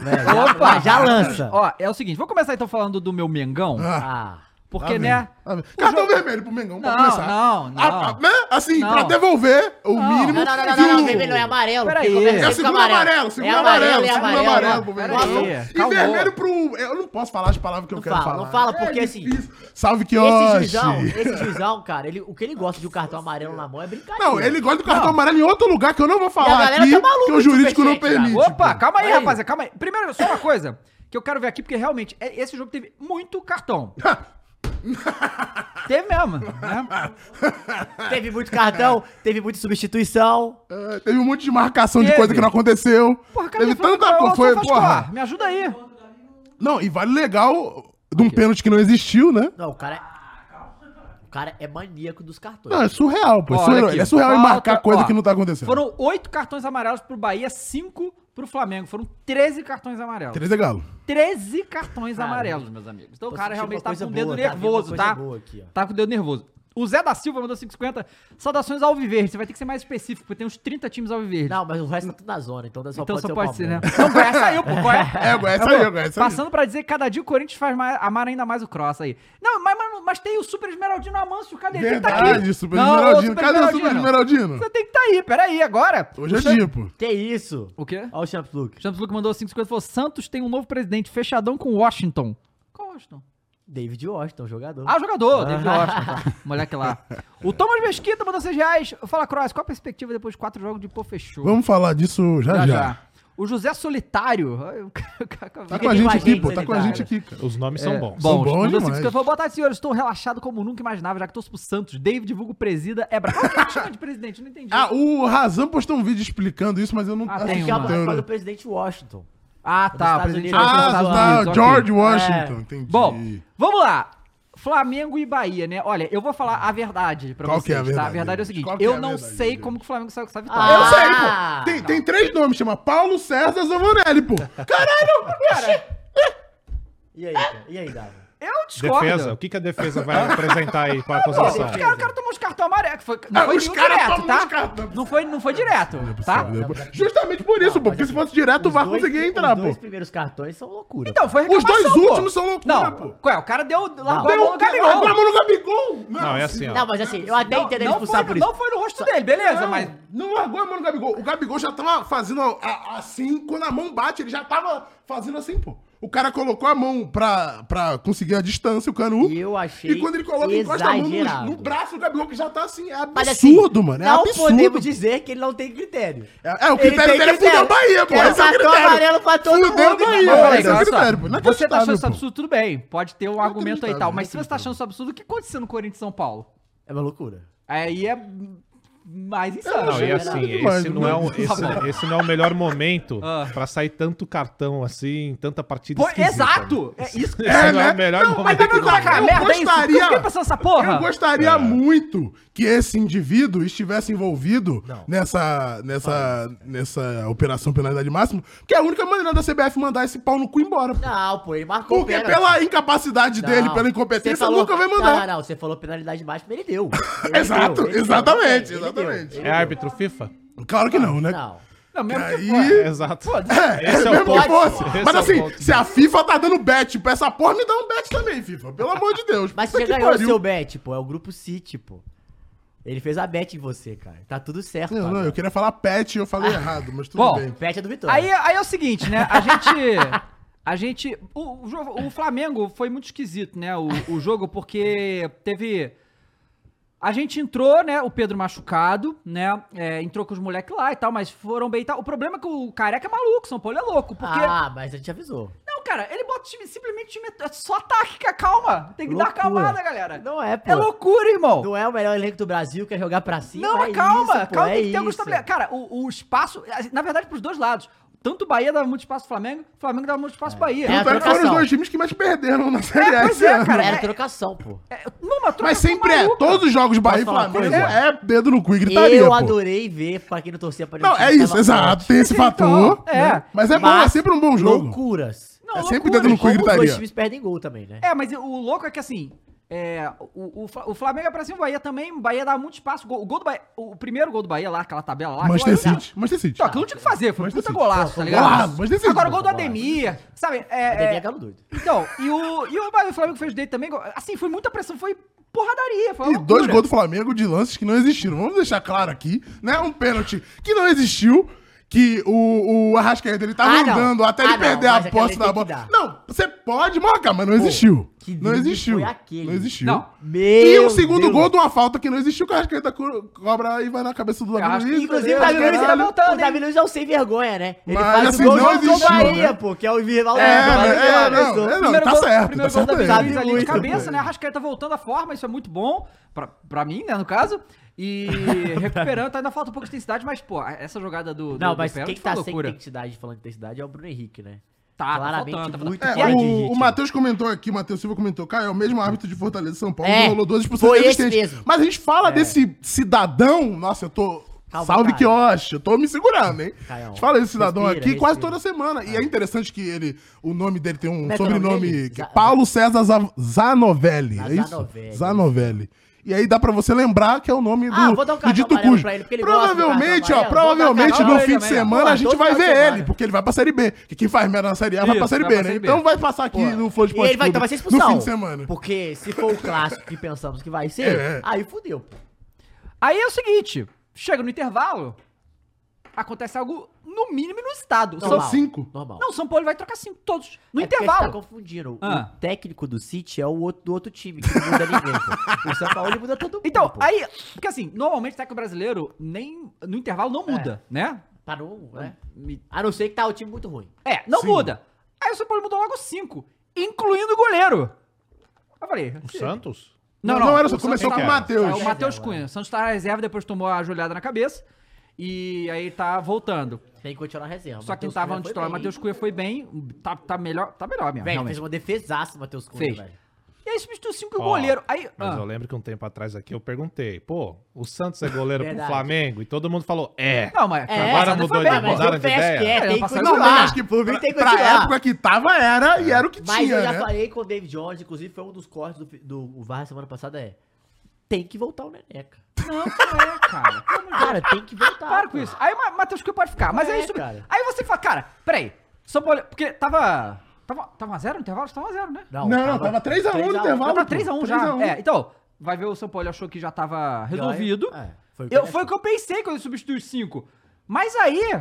[SPEAKER 4] Velho, já-
[SPEAKER 1] Opa!
[SPEAKER 4] Tá Já lança.
[SPEAKER 1] ó, é o seguinte, vou começar então falando do meu Mengão.
[SPEAKER 3] Ah,
[SPEAKER 4] Ah,
[SPEAKER 1] Porque,
[SPEAKER 3] Lá vem,
[SPEAKER 1] né?
[SPEAKER 3] lá vem. Cartão vermelho pro Mengão, pra
[SPEAKER 1] Não,
[SPEAKER 3] começar.
[SPEAKER 1] não, não.
[SPEAKER 3] Ah, ah, né? Assim,
[SPEAKER 1] Não.
[SPEAKER 3] pra devolver o
[SPEAKER 1] Não. Não,
[SPEAKER 3] mínimo.
[SPEAKER 4] Não, não, não, não,
[SPEAKER 3] que
[SPEAKER 4] não,
[SPEAKER 3] o-
[SPEAKER 4] não, vermelho é amarelo.
[SPEAKER 1] Peraí.
[SPEAKER 4] porque
[SPEAKER 1] É
[SPEAKER 4] começa
[SPEAKER 3] É o
[SPEAKER 4] com
[SPEAKER 3] segundo amarelo, segundo amarelo,
[SPEAKER 4] é
[SPEAKER 3] segundo
[SPEAKER 4] amarelo.
[SPEAKER 3] amarelo pro
[SPEAKER 1] Pera
[SPEAKER 3] Mengão.
[SPEAKER 1] aí,
[SPEAKER 3] E
[SPEAKER 1] calma.
[SPEAKER 3] vermelho pro. Eu não posso falar as palavras que eu
[SPEAKER 4] Não
[SPEAKER 3] quero
[SPEAKER 4] fala,
[SPEAKER 3] falar.
[SPEAKER 4] não fala, porque,
[SPEAKER 3] É
[SPEAKER 4] assim,
[SPEAKER 3] difícil. Salve que
[SPEAKER 4] Esse juizão, esse juizão, cara, ele, o que ele gosta de um cartão amarelo na mão é brincadeira.
[SPEAKER 3] Não, ele gosta do cartão amarelo em outro lugar que eu não vou
[SPEAKER 4] E a
[SPEAKER 3] falar
[SPEAKER 4] galera
[SPEAKER 3] aqui,
[SPEAKER 4] tá maluca
[SPEAKER 3] que o
[SPEAKER 4] de
[SPEAKER 3] jurídico não
[SPEAKER 4] superchat, cara.
[SPEAKER 3] permite.
[SPEAKER 1] Opa,
[SPEAKER 3] pô.
[SPEAKER 1] calma aí,
[SPEAKER 4] Aí.
[SPEAKER 1] rapaziada, calma aí. Primeiro, só uma coisa que eu quero ver aqui, porque realmente, é- esse jogo teve muito cartão. teve mesmo, né?
[SPEAKER 4] Teve muito cartão, teve muita substituição.
[SPEAKER 3] É, teve um monte de marcação de
[SPEAKER 1] Teve.
[SPEAKER 3] coisa que não aconteceu.
[SPEAKER 1] Porra, cadê
[SPEAKER 3] teve
[SPEAKER 1] Flávio
[SPEAKER 3] tanta
[SPEAKER 1] Coelho?
[SPEAKER 3] coisa.
[SPEAKER 1] Ô,
[SPEAKER 3] Foi,
[SPEAKER 1] Fafá
[SPEAKER 3] porra.
[SPEAKER 1] Escolar, Me ajuda aí.
[SPEAKER 3] Não, e vale legal de um pênalti que não existiu, né?
[SPEAKER 4] Não, o cara é... O cara é maníaco dos cartões.
[SPEAKER 3] Não, é surreal, pô. É
[SPEAKER 1] Olha
[SPEAKER 3] surreal,
[SPEAKER 1] aqui,
[SPEAKER 3] é surreal em
[SPEAKER 1] falta-
[SPEAKER 3] marcar coisa
[SPEAKER 1] ó,
[SPEAKER 3] que não tá acontecendo.
[SPEAKER 1] Foram oito cartões amarelos pro Bahia, cinco pro Flamengo. Foram 13 cartões amarelos.
[SPEAKER 3] Três é galo.
[SPEAKER 1] 13 cartões
[SPEAKER 4] Cara,
[SPEAKER 1] amarelos, meus amigos. Então o
[SPEAKER 4] tô
[SPEAKER 1] cara
[SPEAKER 4] sentindo
[SPEAKER 1] realmente
[SPEAKER 4] uma
[SPEAKER 1] tá com
[SPEAKER 4] coisa
[SPEAKER 1] o dedo
[SPEAKER 4] boa, tá vindo uma
[SPEAKER 1] nervoso,
[SPEAKER 4] coisa
[SPEAKER 1] tá?
[SPEAKER 4] boa aqui, ó.
[SPEAKER 1] tá com o dedo nervoso. O Zé da Silva mandou 550. Saudações ao Alviverde. Você vai ter que ser mais específico, porque tem uns 30 times Alviverde.
[SPEAKER 4] Não, mas o resto tá tudo na zona, então só
[SPEAKER 1] então
[SPEAKER 4] pode
[SPEAKER 1] só
[SPEAKER 4] ser o
[SPEAKER 1] pode ser, né?
[SPEAKER 4] Palmeiras.
[SPEAKER 1] Não, Goiás saiu, pô. Goiás.
[SPEAKER 3] É, Goiás saiu, Goiás saiu.
[SPEAKER 1] Passando pra dizer que cada dia o Corinthians faz mais, amar ainda mais o Cross aí. Não, mas, mas, mas tem o Super Esmeraldino Amâncio, cadê ele? Tá aqui.
[SPEAKER 3] Verdade, Super
[SPEAKER 1] Não, ô,
[SPEAKER 3] Esmeraldino. Cadê o Super Esmeraldino?
[SPEAKER 1] Você tem que tá aí, peraí, agora.
[SPEAKER 3] Hoje
[SPEAKER 1] O
[SPEAKER 3] é
[SPEAKER 1] Sam-
[SPEAKER 3] dia, pô.
[SPEAKER 4] Que isso?
[SPEAKER 1] O quê?
[SPEAKER 4] Olha o Champs Luke.
[SPEAKER 1] Champs Luke mandou 550 e falou: Santos tem um novo presidente, fechadão com Washington. Qual Washington?
[SPEAKER 4] David Washington, jogador.
[SPEAKER 1] Ah, jogador, David Washington. tá. Moleque lá. O Thomas Mesquita mandou 6 reais. Fala, Cross, qual a perspectiva depois de quatro jogos de pô fechou?
[SPEAKER 3] Vamos falar disso já já.
[SPEAKER 1] O José Solitário. Ai, o cara- o cara-
[SPEAKER 3] Tá
[SPEAKER 4] Fica
[SPEAKER 3] com a
[SPEAKER 4] aqui
[SPEAKER 3] gente
[SPEAKER 4] com a
[SPEAKER 3] aqui,
[SPEAKER 4] gente,
[SPEAKER 3] pô. Tá com a
[SPEAKER 4] solidário.
[SPEAKER 3] gente aqui, cara.
[SPEAKER 5] Os nomes são bons.
[SPEAKER 3] São
[SPEAKER 1] Bom,
[SPEAKER 3] bons
[SPEAKER 1] mandou
[SPEAKER 3] demais.
[SPEAKER 1] 550, falou, boa tarde, senhores. Estou relaxado como nunca imaginava, já que torço pro Santos. David Vulgo Presida é brabo. Por que que chama de presidente? Eu Não entendi.
[SPEAKER 3] Ah, o Razan postou um vídeo explicando isso, mas eu não
[SPEAKER 1] Ah,
[SPEAKER 3] assisti,
[SPEAKER 1] tem
[SPEAKER 4] Porque é
[SPEAKER 1] uma.
[SPEAKER 4] a
[SPEAKER 3] então eu
[SPEAKER 4] marca
[SPEAKER 3] não-
[SPEAKER 4] do presidente Washington.
[SPEAKER 1] Ah,
[SPEAKER 4] dos
[SPEAKER 1] tá.
[SPEAKER 4] Estados
[SPEAKER 1] presidente
[SPEAKER 4] Unidos.
[SPEAKER 1] dos
[SPEAKER 3] Ah,
[SPEAKER 1] Estados
[SPEAKER 3] tá.
[SPEAKER 1] Unidos, ok.
[SPEAKER 3] George
[SPEAKER 4] É.
[SPEAKER 3] Washington, entendi.
[SPEAKER 1] Bom, vamos lá. Flamengo e Bahia, né? Olha, eu vou falar a verdade pra
[SPEAKER 3] Qual
[SPEAKER 1] vocês,
[SPEAKER 3] que é a
[SPEAKER 1] tá?
[SPEAKER 3] verdade,
[SPEAKER 1] A verdade é o
[SPEAKER 3] David?
[SPEAKER 1] seguinte,
[SPEAKER 3] Qual que é
[SPEAKER 1] eu
[SPEAKER 3] a
[SPEAKER 1] não
[SPEAKER 3] verdade,
[SPEAKER 1] sei
[SPEAKER 3] David?
[SPEAKER 1] como que o Flamengo saiu com essa vitória.
[SPEAKER 3] Eu
[SPEAKER 1] Eu sei.
[SPEAKER 3] sei,
[SPEAKER 4] Ah,
[SPEAKER 3] pô. Tem, tem três nomes, chama Paulo, César, Zanvanelli, pô. Caralho, cara.
[SPEAKER 4] E aí, cara? E aí, Dava?
[SPEAKER 1] Eu discordo.
[SPEAKER 5] Defesa, o que, que a defesa vai apresentar aí para a
[SPEAKER 1] Pô, os
[SPEAKER 5] acusação?
[SPEAKER 1] caras- o cara tomou os cartão amarelo. que Foi, não
[SPEAKER 3] Ah,
[SPEAKER 1] foi
[SPEAKER 3] os
[SPEAKER 1] nenhum
[SPEAKER 3] caras
[SPEAKER 1] direto,
[SPEAKER 3] tomam os
[SPEAKER 1] tá?
[SPEAKER 3] cartão. é
[SPEAKER 1] Não foi, não foi direto, tá?
[SPEAKER 3] Justamente por isso, pô. Porque se fosse direto, o
[SPEAKER 4] Os
[SPEAKER 3] VAR
[SPEAKER 4] dois-
[SPEAKER 3] conseguia entrar,
[SPEAKER 4] Os
[SPEAKER 3] pô.
[SPEAKER 4] dois primeiros cartões são loucura.
[SPEAKER 1] Então, foi
[SPEAKER 3] Os dois
[SPEAKER 1] reclamação, pô.
[SPEAKER 3] últimos são loucura,
[SPEAKER 1] Não,
[SPEAKER 3] pô.
[SPEAKER 1] qual é? O cara deu... Largou a
[SPEAKER 3] Deu
[SPEAKER 1] mão no Gabigol.
[SPEAKER 3] a mão no um Gabigol.
[SPEAKER 5] Não, é assim,
[SPEAKER 4] Não,
[SPEAKER 5] ó.
[SPEAKER 4] mas assim, eu até entendo ele
[SPEAKER 1] Não
[SPEAKER 4] expulsar
[SPEAKER 1] foi,
[SPEAKER 4] por
[SPEAKER 1] não
[SPEAKER 4] isso.
[SPEAKER 1] foi no rosto dele, beleza,
[SPEAKER 3] Não,
[SPEAKER 1] mas...
[SPEAKER 3] não largou a mão no Gabigol. O Gabigol já tava fazendo a- a- assim, quando a mão bate, ele já tava fazendo assim, pô. O cara colocou a mão pra, pra conseguir a distância, o Canu.
[SPEAKER 4] Eu achei
[SPEAKER 3] E quando ele coloca, encosta a mão no,
[SPEAKER 4] exagerado.
[SPEAKER 3] no braço do Gabigol, que já tá assim. É
[SPEAKER 4] Mas, assim,
[SPEAKER 3] absurdo, mano. É
[SPEAKER 4] não
[SPEAKER 3] absurdo.
[SPEAKER 4] podemos dizer que ele não tem critério.
[SPEAKER 3] É, é, o
[SPEAKER 4] Ele
[SPEAKER 3] critério
[SPEAKER 4] tem
[SPEAKER 3] dele é fuder
[SPEAKER 4] critério.
[SPEAKER 3] o Bahia, pô. Esse
[SPEAKER 4] Quero
[SPEAKER 3] é o
[SPEAKER 4] cartão
[SPEAKER 3] critério.
[SPEAKER 4] amarelo pra todo
[SPEAKER 3] Fudeu o Bahia,
[SPEAKER 4] mundo,
[SPEAKER 1] Mas
[SPEAKER 4] irmão.
[SPEAKER 3] pô.
[SPEAKER 1] peraí,
[SPEAKER 3] Esse é o
[SPEAKER 1] olha só.
[SPEAKER 3] critério, pô.
[SPEAKER 1] Você tá achando
[SPEAKER 3] Inacreditável,
[SPEAKER 1] isso
[SPEAKER 3] pô.
[SPEAKER 1] absurdo, tudo bem. Pode ter um argumento aí e tal.
[SPEAKER 3] Inacreditável,
[SPEAKER 1] Mas se você tá achando isso absurdo, o que aconteceu no Corinthians e São Paulo?
[SPEAKER 4] É uma loucura.
[SPEAKER 1] Aí é hum, mais insano.
[SPEAKER 5] Não, e
[SPEAKER 1] né?
[SPEAKER 5] assim,
[SPEAKER 3] demais,
[SPEAKER 5] esse não, é um,
[SPEAKER 3] né?
[SPEAKER 5] esse, esse não é o melhor momento
[SPEAKER 1] Ah.
[SPEAKER 5] pra sair tanto cartão assim, tanta partida
[SPEAKER 1] Pô,
[SPEAKER 5] esquisita,
[SPEAKER 1] exato! É isso que
[SPEAKER 5] Esse
[SPEAKER 3] É,
[SPEAKER 5] não é
[SPEAKER 3] né?
[SPEAKER 5] o melhor
[SPEAKER 3] Não,
[SPEAKER 1] Mas
[SPEAKER 5] momento.
[SPEAKER 1] tá vendo como é que é
[SPEAKER 3] Eu
[SPEAKER 1] merda isso? Por que
[SPEAKER 3] gostaria-
[SPEAKER 1] eu fiquei pensando nessa porra?
[SPEAKER 3] Eu gostaria
[SPEAKER 5] É.
[SPEAKER 3] muito que esse indivíduo estivesse envolvido
[SPEAKER 4] Não.
[SPEAKER 3] nessa, nessa, nessa operação penalidade máxima, porque é a única maneira da CBF mandar esse pau no cu embora. pô.
[SPEAKER 4] Não, pô, ele marcou
[SPEAKER 3] Porque
[SPEAKER 4] pênalti.
[SPEAKER 3] pela incapacidade
[SPEAKER 4] Não.
[SPEAKER 3] dele, pela
[SPEAKER 4] Você
[SPEAKER 3] incompetência,
[SPEAKER 4] falou-
[SPEAKER 3] nunca vai
[SPEAKER 4] Não,
[SPEAKER 3] mandar.
[SPEAKER 4] não, não, você falou penalidade máxima, ele deu. Ele
[SPEAKER 3] Exato,
[SPEAKER 4] deu, ele deu.
[SPEAKER 3] exatamente,
[SPEAKER 4] Ele deu,
[SPEAKER 3] exatamente.
[SPEAKER 4] ele
[SPEAKER 5] É árbitro FIFA?
[SPEAKER 3] Claro que não,
[SPEAKER 4] deu.
[SPEAKER 3] né?
[SPEAKER 4] Não. É
[SPEAKER 1] Não, mesmo
[SPEAKER 3] Aí-
[SPEAKER 1] que pô,
[SPEAKER 5] Exato.
[SPEAKER 3] É,
[SPEAKER 5] Esse é o
[SPEAKER 3] mesmo
[SPEAKER 5] ponto.
[SPEAKER 3] que fosse.
[SPEAKER 5] Esse
[SPEAKER 3] Mas
[SPEAKER 5] é o
[SPEAKER 3] assim,
[SPEAKER 5] ponto.
[SPEAKER 3] se a FIFA tá dando bet pra essa porra, me dá um bet também, FIFA. Pelo amor de Deus.
[SPEAKER 4] Mas
[SPEAKER 3] Puta
[SPEAKER 4] você
[SPEAKER 3] que
[SPEAKER 4] ganhou o
[SPEAKER 3] pariu.
[SPEAKER 4] seu bet, pô. É o grupo City, pô. Ele fez a bet em você, cara. Tá tudo certo.
[SPEAKER 3] Não, não,
[SPEAKER 4] agora.
[SPEAKER 3] eu queria falar pet e eu
[SPEAKER 4] Ah.
[SPEAKER 3] falei errado, mas tudo
[SPEAKER 1] Bom,
[SPEAKER 3] bem.
[SPEAKER 4] Bet é do
[SPEAKER 3] então.
[SPEAKER 4] Vitória.
[SPEAKER 1] Aí, aí é o seguinte, né? A gente. A gente. O, o jogo- o Flamengo foi muito esquisito, né? O, o jogo, porque teve. A gente entrou, né? O Pedro machucado, né? é, entrou com os moleques lá e tal, mas foram bem e tal. O problema é que o careca é maluco, São Paulo é louco, porque.
[SPEAKER 4] Ah, mas a gente avisou.
[SPEAKER 1] Não, cara, ele bota o time, simplesmente o time. É só ataque, ca- calma. Tem que dar
[SPEAKER 4] Loucura.
[SPEAKER 1] calmada, galera.
[SPEAKER 4] Não é, pô.
[SPEAKER 1] é loucura, irmão.
[SPEAKER 4] Não é o melhor elenco do Brasil, quer jogar pra cima.
[SPEAKER 1] Não,
[SPEAKER 4] é
[SPEAKER 1] mas calma,
[SPEAKER 4] isso, pô,
[SPEAKER 1] calma,
[SPEAKER 4] é
[SPEAKER 1] tem que ter
[SPEAKER 4] isso.
[SPEAKER 1] alguma estabilidade. Cara, o, o espaço, na verdade, pros dois lados. Tanto o Bahia dava muito espaço pro Flamengo, o Flamengo dava muito espaço pro Bahia.
[SPEAKER 4] É, a
[SPEAKER 3] Tanto é que foram os
[SPEAKER 4] trocação.
[SPEAKER 3] dois times que mais perderam na Série
[SPEAKER 1] É,
[SPEAKER 3] A
[SPEAKER 1] pois
[SPEAKER 3] esse
[SPEAKER 1] é,
[SPEAKER 3] ano.
[SPEAKER 1] cara.
[SPEAKER 4] Era trocação, pô.
[SPEAKER 1] É, não, mas,
[SPEAKER 3] Mas sempre é. Todos os jogos Bahia e
[SPEAKER 4] falar uma
[SPEAKER 3] Flamengo
[SPEAKER 4] coisa?
[SPEAKER 3] é dedo no cu e gritaria,
[SPEAKER 4] eu
[SPEAKER 3] pô.
[SPEAKER 4] adorei ver, pra quem não torcia pra
[SPEAKER 3] Não,
[SPEAKER 4] Argentina,
[SPEAKER 3] é isso,
[SPEAKER 4] tava
[SPEAKER 3] exato. Tem esse
[SPEAKER 1] Então,
[SPEAKER 3] fator.
[SPEAKER 1] é.
[SPEAKER 3] né? Mas é bom,
[SPEAKER 4] Mas
[SPEAKER 3] é sempre um bom jogo.
[SPEAKER 4] Loucuras.
[SPEAKER 1] Não,
[SPEAKER 3] É sempre
[SPEAKER 1] loucura.
[SPEAKER 3] dentro no cu e
[SPEAKER 4] Como os dois
[SPEAKER 3] gritaria.
[SPEAKER 4] times perdem gol também, né?
[SPEAKER 1] É, mas o louco é que assim, É, o, o, Fla- o Flamengo é pra cima, o Bahia também. O Bahia dava muito espaço. O, gol- o gol do Bahia, o primeiro gol do Bahia lá, aquela tabela lá.
[SPEAKER 3] Manchester
[SPEAKER 1] aquilo era-
[SPEAKER 3] City. Manchester City.
[SPEAKER 1] Então, aquilo não tinha o que fazer. Foi um
[SPEAKER 3] Manchester
[SPEAKER 1] puta
[SPEAKER 3] City.
[SPEAKER 1] golaço, tá ligado?
[SPEAKER 3] Golaço, Manchester City.
[SPEAKER 1] Agora o gol do
[SPEAKER 4] Golaço.
[SPEAKER 1] Ademir. Sabe? é-
[SPEAKER 4] Ademir
[SPEAKER 1] é-
[SPEAKER 4] é galo doido.
[SPEAKER 1] então, e o, e o, mas o Flamengo fez o dele também. Assim, foi muita pressão, foi porradaria. Foi uma
[SPEAKER 3] E dois
[SPEAKER 1] loucura.
[SPEAKER 3] gols do Flamengo de lances que não existiram. Vamos deixar claro aqui, né? Um pênalti que não existiu, que o, o Arrascaeta ele tava
[SPEAKER 4] Ah, não.
[SPEAKER 3] andando até
[SPEAKER 4] Ah,
[SPEAKER 3] ele
[SPEAKER 4] não,
[SPEAKER 3] perder
[SPEAKER 4] mas
[SPEAKER 3] a
[SPEAKER 4] aquele
[SPEAKER 3] posse da
[SPEAKER 4] tem que
[SPEAKER 3] bola.
[SPEAKER 4] dar.
[SPEAKER 3] Não, você pode marcar, mas não existiu.
[SPEAKER 4] que
[SPEAKER 3] não
[SPEAKER 4] drible
[SPEAKER 3] existiu.
[SPEAKER 4] foi aquele?
[SPEAKER 3] Não existiu.
[SPEAKER 1] Não.
[SPEAKER 4] Meu
[SPEAKER 3] E o segundo
[SPEAKER 4] Deus.
[SPEAKER 3] gol de uma falta que não existiu, que o Arrascaeta co- cobra e vai na cabeça do Davi
[SPEAKER 1] Arrascaeta,
[SPEAKER 3] Luiz. né?
[SPEAKER 4] Inclusive, o
[SPEAKER 3] entendeu?
[SPEAKER 4] Davi
[SPEAKER 1] tá
[SPEAKER 4] Luiz
[SPEAKER 3] Caralho.
[SPEAKER 1] voltando,
[SPEAKER 4] O Davi
[SPEAKER 1] hein?
[SPEAKER 4] Luiz é um sem vergonha, né? Ele
[SPEAKER 3] Mas,
[SPEAKER 4] faz
[SPEAKER 3] assim,
[SPEAKER 4] o gol
[SPEAKER 3] não
[SPEAKER 4] contra o
[SPEAKER 3] existiu,
[SPEAKER 4] Bahia,
[SPEAKER 3] né?
[SPEAKER 4] pô, que é o rival
[SPEAKER 3] É,
[SPEAKER 4] do Bahia,
[SPEAKER 3] é,
[SPEAKER 4] lá,
[SPEAKER 3] não,
[SPEAKER 4] pessoal.
[SPEAKER 3] é, não. tá certo, tá
[SPEAKER 1] primeiro gol
[SPEAKER 3] certo
[SPEAKER 1] da
[SPEAKER 3] ele.
[SPEAKER 1] Davi Luiz ali de
[SPEAKER 4] Muito
[SPEAKER 1] cabeça,
[SPEAKER 4] bem.
[SPEAKER 1] né? Arrascaeta voltando à forma, isso é muito bom. Pra, pra mim, né, no caso. E recuperando, tá, ainda falta um pouco de intensidade, mas, pô, essa jogada do, do,
[SPEAKER 4] Não,
[SPEAKER 1] do
[SPEAKER 4] mas
[SPEAKER 1] pênalti foi
[SPEAKER 4] quem tá
[SPEAKER 1] uma
[SPEAKER 4] sem
[SPEAKER 1] loucura.
[SPEAKER 4] intensidade, falando de intensidade, é o Bruno Henrique, né?
[SPEAKER 1] Tá, tá
[SPEAKER 4] claramente
[SPEAKER 1] faltando, tá
[SPEAKER 4] muito
[SPEAKER 1] faltando.
[SPEAKER 3] É,
[SPEAKER 1] E aí,
[SPEAKER 3] o,
[SPEAKER 4] gente?
[SPEAKER 3] o Matheus comentou aqui, o Matheus Silva comentou, cara, é o mesmo árbitro de Fortaleza e São Paulo,
[SPEAKER 4] É,
[SPEAKER 3] que rolou duas expulsões
[SPEAKER 4] foi esse
[SPEAKER 3] existentes.
[SPEAKER 4] mesmo.
[SPEAKER 3] Mas a gente fala desse cidadão, nossa, eu tô...
[SPEAKER 4] Calma,
[SPEAKER 3] Salve
[SPEAKER 4] cara.
[SPEAKER 3] quiosque, eu tô me segurando, hein?
[SPEAKER 4] Calma.
[SPEAKER 3] a gente fala desse cidadão
[SPEAKER 4] Respira,
[SPEAKER 3] aqui quase
[SPEAKER 4] respira.
[SPEAKER 3] toda semana. E é interessante que ele, o nome dele tem um
[SPEAKER 4] Como é que é o nome
[SPEAKER 3] sobrenome,
[SPEAKER 4] dele?
[SPEAKER 3] que é
[SPEAKER 4] Za-
[SPEAKER 3] Paulo César Za- Zanovelli,
[SPEAKER 4] Ah,
[SPEAKER 3] é isso?
[SPEAKER 4] Zanovelli.
[SPEAKER 3] Zanovelli. E aí dá pra você lembrar que é o nome do,
[SPEAKER 4] Ah, vou dar um
[SPEAKER 3] do
[SPEAKER 4] cartão
[SPEAKER 3] dito
[SPEAKER 4] amarelo
[SPEAKER 3] cujo.
[SPEAKER 4] pra ele, porque ele gosta do cartão
[SPEAKER 3] provavelmente, ó,
[SPEAKER 4] amarelo. um
[SPEAKER 3] provavelmente
[SPEAKER 1] Vou dar
[SPEAKER 3] no
[SPEAKER 1] cartão
[SPEAKER 3] fim de
[SPEAKER 1] amarelo.
[SPEAKER 3] semana
[SPEAKER 4] Pô,
[SPEAKER 3] a gente
[SPEAKER 4] todo
[SPEAKER 3] vai
[SPEAKER 4] final
[SPEAKER 3] ver
[SPEAKER 4] de semana.
[SPEAKER 3] ele, porque ele vai pra Série B. Que quem faz merda na Série A vai
[SPEAKER 1] Isso,
[SPEAKER 3] pra Série
[SPEAKER 1] vai
[SPEAKER 3] B,
[SPEAKER 1] pra
[SPEAKER 3] né?
[SPEAKER 1] Série B.
[SPEAKER 3] Então vai passar aqui no Flow de
[SPEAKER 4] E ele vai, então vai ser expulsão.
[SPEAKER 3] No fim de semana.
[SPEAKER 4] Porque se for o clássico que pensamos que vai ser,
[SPEAKER 3] É.
[SPEAKER 4] aí fudeu. pô.
[SPEAKER 1] Aí é o seguinte: chega no intervalo, acontece algo, no mínimo, inusitado.
[SPEAKER 3] São
[SPEAKER 1] São...
[SPEAKER 4] Normal,
[SPEAKER 3] cinco.
[SPEAKER 4] Normal.
[SPEAKER 1] Não, São Paulo vai trocar cinco, todos. No
[SPEAKER 4] É porque a gente
[SPEAKER 1] intervalo.
[SPEAKER 4] tá confundindo.
[SPEAKER 1] Ah.
[SPEAKER 4] O técnico do City é o outro, do outro time, que não muda ninguém, pô. O São Paulo ele muda todo mundo.
[SPEAKER 1] Então,
[SPEAKER 4] pô.
[SPEAKER 1] aí, porque assim, normalmente o técnico brasileiro nem no intervalo
[SPEAKER 4] É.
[SPEAKER 1] não muda, né?
[SPEAKER 4] Tá no, né?
[SPEAKER 1] Me-
[SPEAKER 4] A não ser que tá o time muito ruim.
[SPEAKER 1] É, não
[SPEAKER 3] Sim.
[SPEAKER 1] muda. Aí o São Paulo mudou logo cinco, incluindo o goleiro. Eu falei. assim,
[SPEAKER 5] O Santos?
[SPEAKER 3] Não, não, era só-
[SPEAKER 1] o
[SPEAKER 3] começou
[SPEAKER 1] Santos
[SPEAKER 3] com o
[SPEAKER 1] tá-
[SPEAKER 3] Matheus.
[SPEAKER 1] tá, o Matheus
[SPEAKER 4] Reserva,
[SPEAKER 1] Cunha. O Santos tá na reserva, depois tomou a joelhada na cabeça. E aí tá voltando.
[SPEAKER 4] Tem que continuar na reserva.
[SPEAKER 1] Só quem
[SPEAKER 4] Então, Matheus
[SPEAKER 1] tava
[SPEAKER 4] Cunha
[SPEAKER 1] no
[SPEAKER 4] foi
[SPEAKER 1] titular,
[SPEAKER 4] bem,
[SPEAKER 1] Matheus
[SPEAKER 4] hein?
[SPEAKER 1] Cunha foi bem. Tá, tá melhor, tá melhor mesmo.
[SPEAKER 4] Velho,
[SPEAKER 1] realmente.
[SPEAKER 4] fez um- uma defesaça o Matheus Cunha,
[SPEAKER 1] Fez.
[SPEAKER 4] velho.
[SPEAKER 1] E aí substituiu cinco
[SPEAKER 5] Ó,
[SPEAKER 1] goleiro. Aí.
[SPEAKER 5] Mas
[SPEAKER 1] ah.
[SPEAKER 5] eu lembro que um tempo atrás aqui eu perguntei, pô, o Santos é goleiro pro
[SPEAKER 4] Verdade.
[SPEAKER 5] Flamengo? E todo mundo falou, é.
[SPEAKER 1] Não, mas.
[SPEAKER 4] É,
[SPEAKER 5] Agora
[SPEAKER 1] mas
[SPEAKER 5] mudou
[SPEAKER 1] foi
[SPEAKER 5] de
[SPEAKER 1] bem,
[SPEAKER 5] mudaram
[SPEAKER 4] eu fecho
[SPEAKER 5] ideia?
[SPEAKER 4] que
[SPEAKER 1] É,
[SPEAKER 4] é, tem que
[SPEAKER 1] passou-
[SPEAKER 3] Não, mas
[SPEAKER 4] continuar.
[SPEAKER 3] acho que
[SPEAKER 4] Por mim
[SPEAKER 3] pra,
[SPEAKER 4] tem que
[SPEAKER 3] pra
[SPEAKER 4] continuar.
[SPEAKER 3] época que tava era e era o que
[SPEAKER 4] Mas
[SPEAKER 3] tinha,
[SPEAKER 4] eu já
[SPEAKER 3] né?
[SPEAKER 4] falei com o David Jones, inclusive foi um dos cortes do, do VAR semana passada, é. Tem que voltar o Neneca.
[SPEAKER 1] Não, não é, cara.
[SPEAKER 4] Cara, tem que voltar.
[SPEAKER 1] Para com
[SPEAKER 4] pô.
[SPEAKER 1] isso. Aí Ma- Matheus Cunha pode ficar. Mas
[SPEAKER 4] Tá É,
[SPEAKER 1] aí subiu.
[SPEAKER 4] cara.
[SPEAKER 1] Aí você fala, cara, peraí. São Paulo. Porque tava. Tava, tava 1x0 no intervalo? Tava 1x0, né?
[SPEAKER 3] Não, não, tava 3x1 no
[SPEAKER 4] 3 a 1.
[SPEAKER 3] intervalo.
[SPEAKER 1] Tava
[SPEAKER 3] pô.
[SPEAKER 1] 3x1 já.
[SPEAKER 3] 3x1.
[SPEAKER 1] É, então, vai ver o São Paulo achou que já tava resolvido.
[SPEAKER 4] É, foi o que
[SPEAKER 1] Eu,
[SPEAKER 4] ele
[SPEAKER 1] foi o que eu pensei quando eu substituí os 5. Mas aí.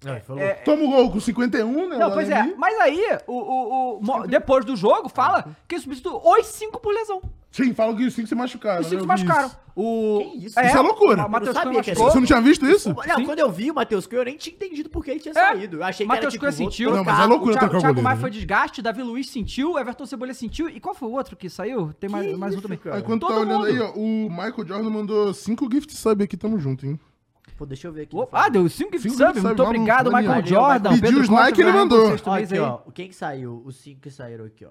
[SPEAKER 4] achou. É, falou.
[SPEAKER 3] Toma o gol com 51, né?
[SPEAKER 1] Não,
[SPEAKER 3] o
[SPEAKER 1] pois é.
[SPEAKER 3] Guarani.
[SPEAKER 1] Mas aí, o, o, o- mo- depois do jogo,
[SPEAKER 4] Uhum.
[SPEAKER 1] fala que substituiu os 5 por lesão.
[SPEAKER 3] Sim, falam que os cinco se machucaram.
[SPEAKER 1] Os
[SPEAKER 3] né?
[SPEAKER 1] 5
[SPEAKER 3] Eu vi
[SPEAKER 1] machucaram.
[SPEAKER 3] isso.
[SPEAKER 1] O...
[SPEAKER 4] Que
[SPEAKER 3] Isso
[SPEAKER 4] isso?
[SPEAKER 3] é loucura.
[SPEAKER 1] O Matheus
[SPEAKER 4] Eu não
[SPEAKER 1] Cunha
[SPEAKER 4] sabia que
[SPEAKER 1] machucou.
[SPEAKER 4] era
[SPEAKER 3] Você não tinha visto isso?
[SPEAKER 4] Não, quando eu vi o Matheus Cunha, eu nem tinha entendido por que ele tinha
[SPEAKER 1] É.
[SPEAKER 4] saído. Eu achei que
[SPEAKER 1] Matheus Cunha
[SPEAKER 4] era tipo, vou
[SPEAKER 1] sentiu.
[SPEAKER 3] Não, mas é
[SPEAKER 4] trocar.
[SPEAKER 1] O
[SPEAKER 3] loucura
[SPEAKER 1] Thiago,
[SPEAKER 3] trocar
[SPEAKER 1] o
[SPEAKER 3] o
[SPEAKER 1] Thiago
[SPEAKER 3] goleiro,
[SPEAKER 1] Maia
[SPEAKER 3] né?
[SPEAKER 1] foi desgaste, Davi Luiz sentiu, Everton Cebolinha sentiu. E qual foi o outro que saiu? Tem mais,
[SPEAKER 4] Que
[SPEAKER 1] mais um
[SPEAKER 4] isso,
[SPEAKER 1] também.
[SPEAKER 4] cara?
[SPEAKER 3] Enquanto tá
[SPEAKER 1] Todo mundo.
[SPEAKER 3] olhando aí, ó, o Michael Jordan mandou cinco gift sub aqui, tamo junto, hein?
[SPEAKER 4] Pô, deixa eu ver aqui.
[SPEAKER 1] Opa, ah, deu 5
[SPEAKER 3] Cinco
[SPEAKER 1] sub.
[SPEAKER 3] subs,
[SPEAKER 1] Muito
[SPEAKER 3] vamos,
[SPEAKER 1] obrigado,
[SPEAKER 3] vamos
[SPEAKER 1] Michael
[SPEAKER 4] lá.
[SPEAKER 1] Jordan.
[SPEAKER 3] Pediu
[SPEAKER 1] Pedro
[SPEAKER 3] os like,
[SPEAKER 1] Costa,
[SPEAKER 3] ele
[SPEAKER 1] Brian,
[SPEAKER 3] mandou.
[SPEAKER 1] vocês
[SPEAKER 4] Ó,
[SPEAKER 1] também
[SPEAKER 4] aqui,
[SPEAKER 1] um aí.
[SPEAKER 4] ó. Quem que saiu? Os cinco que saíram aqui, ó.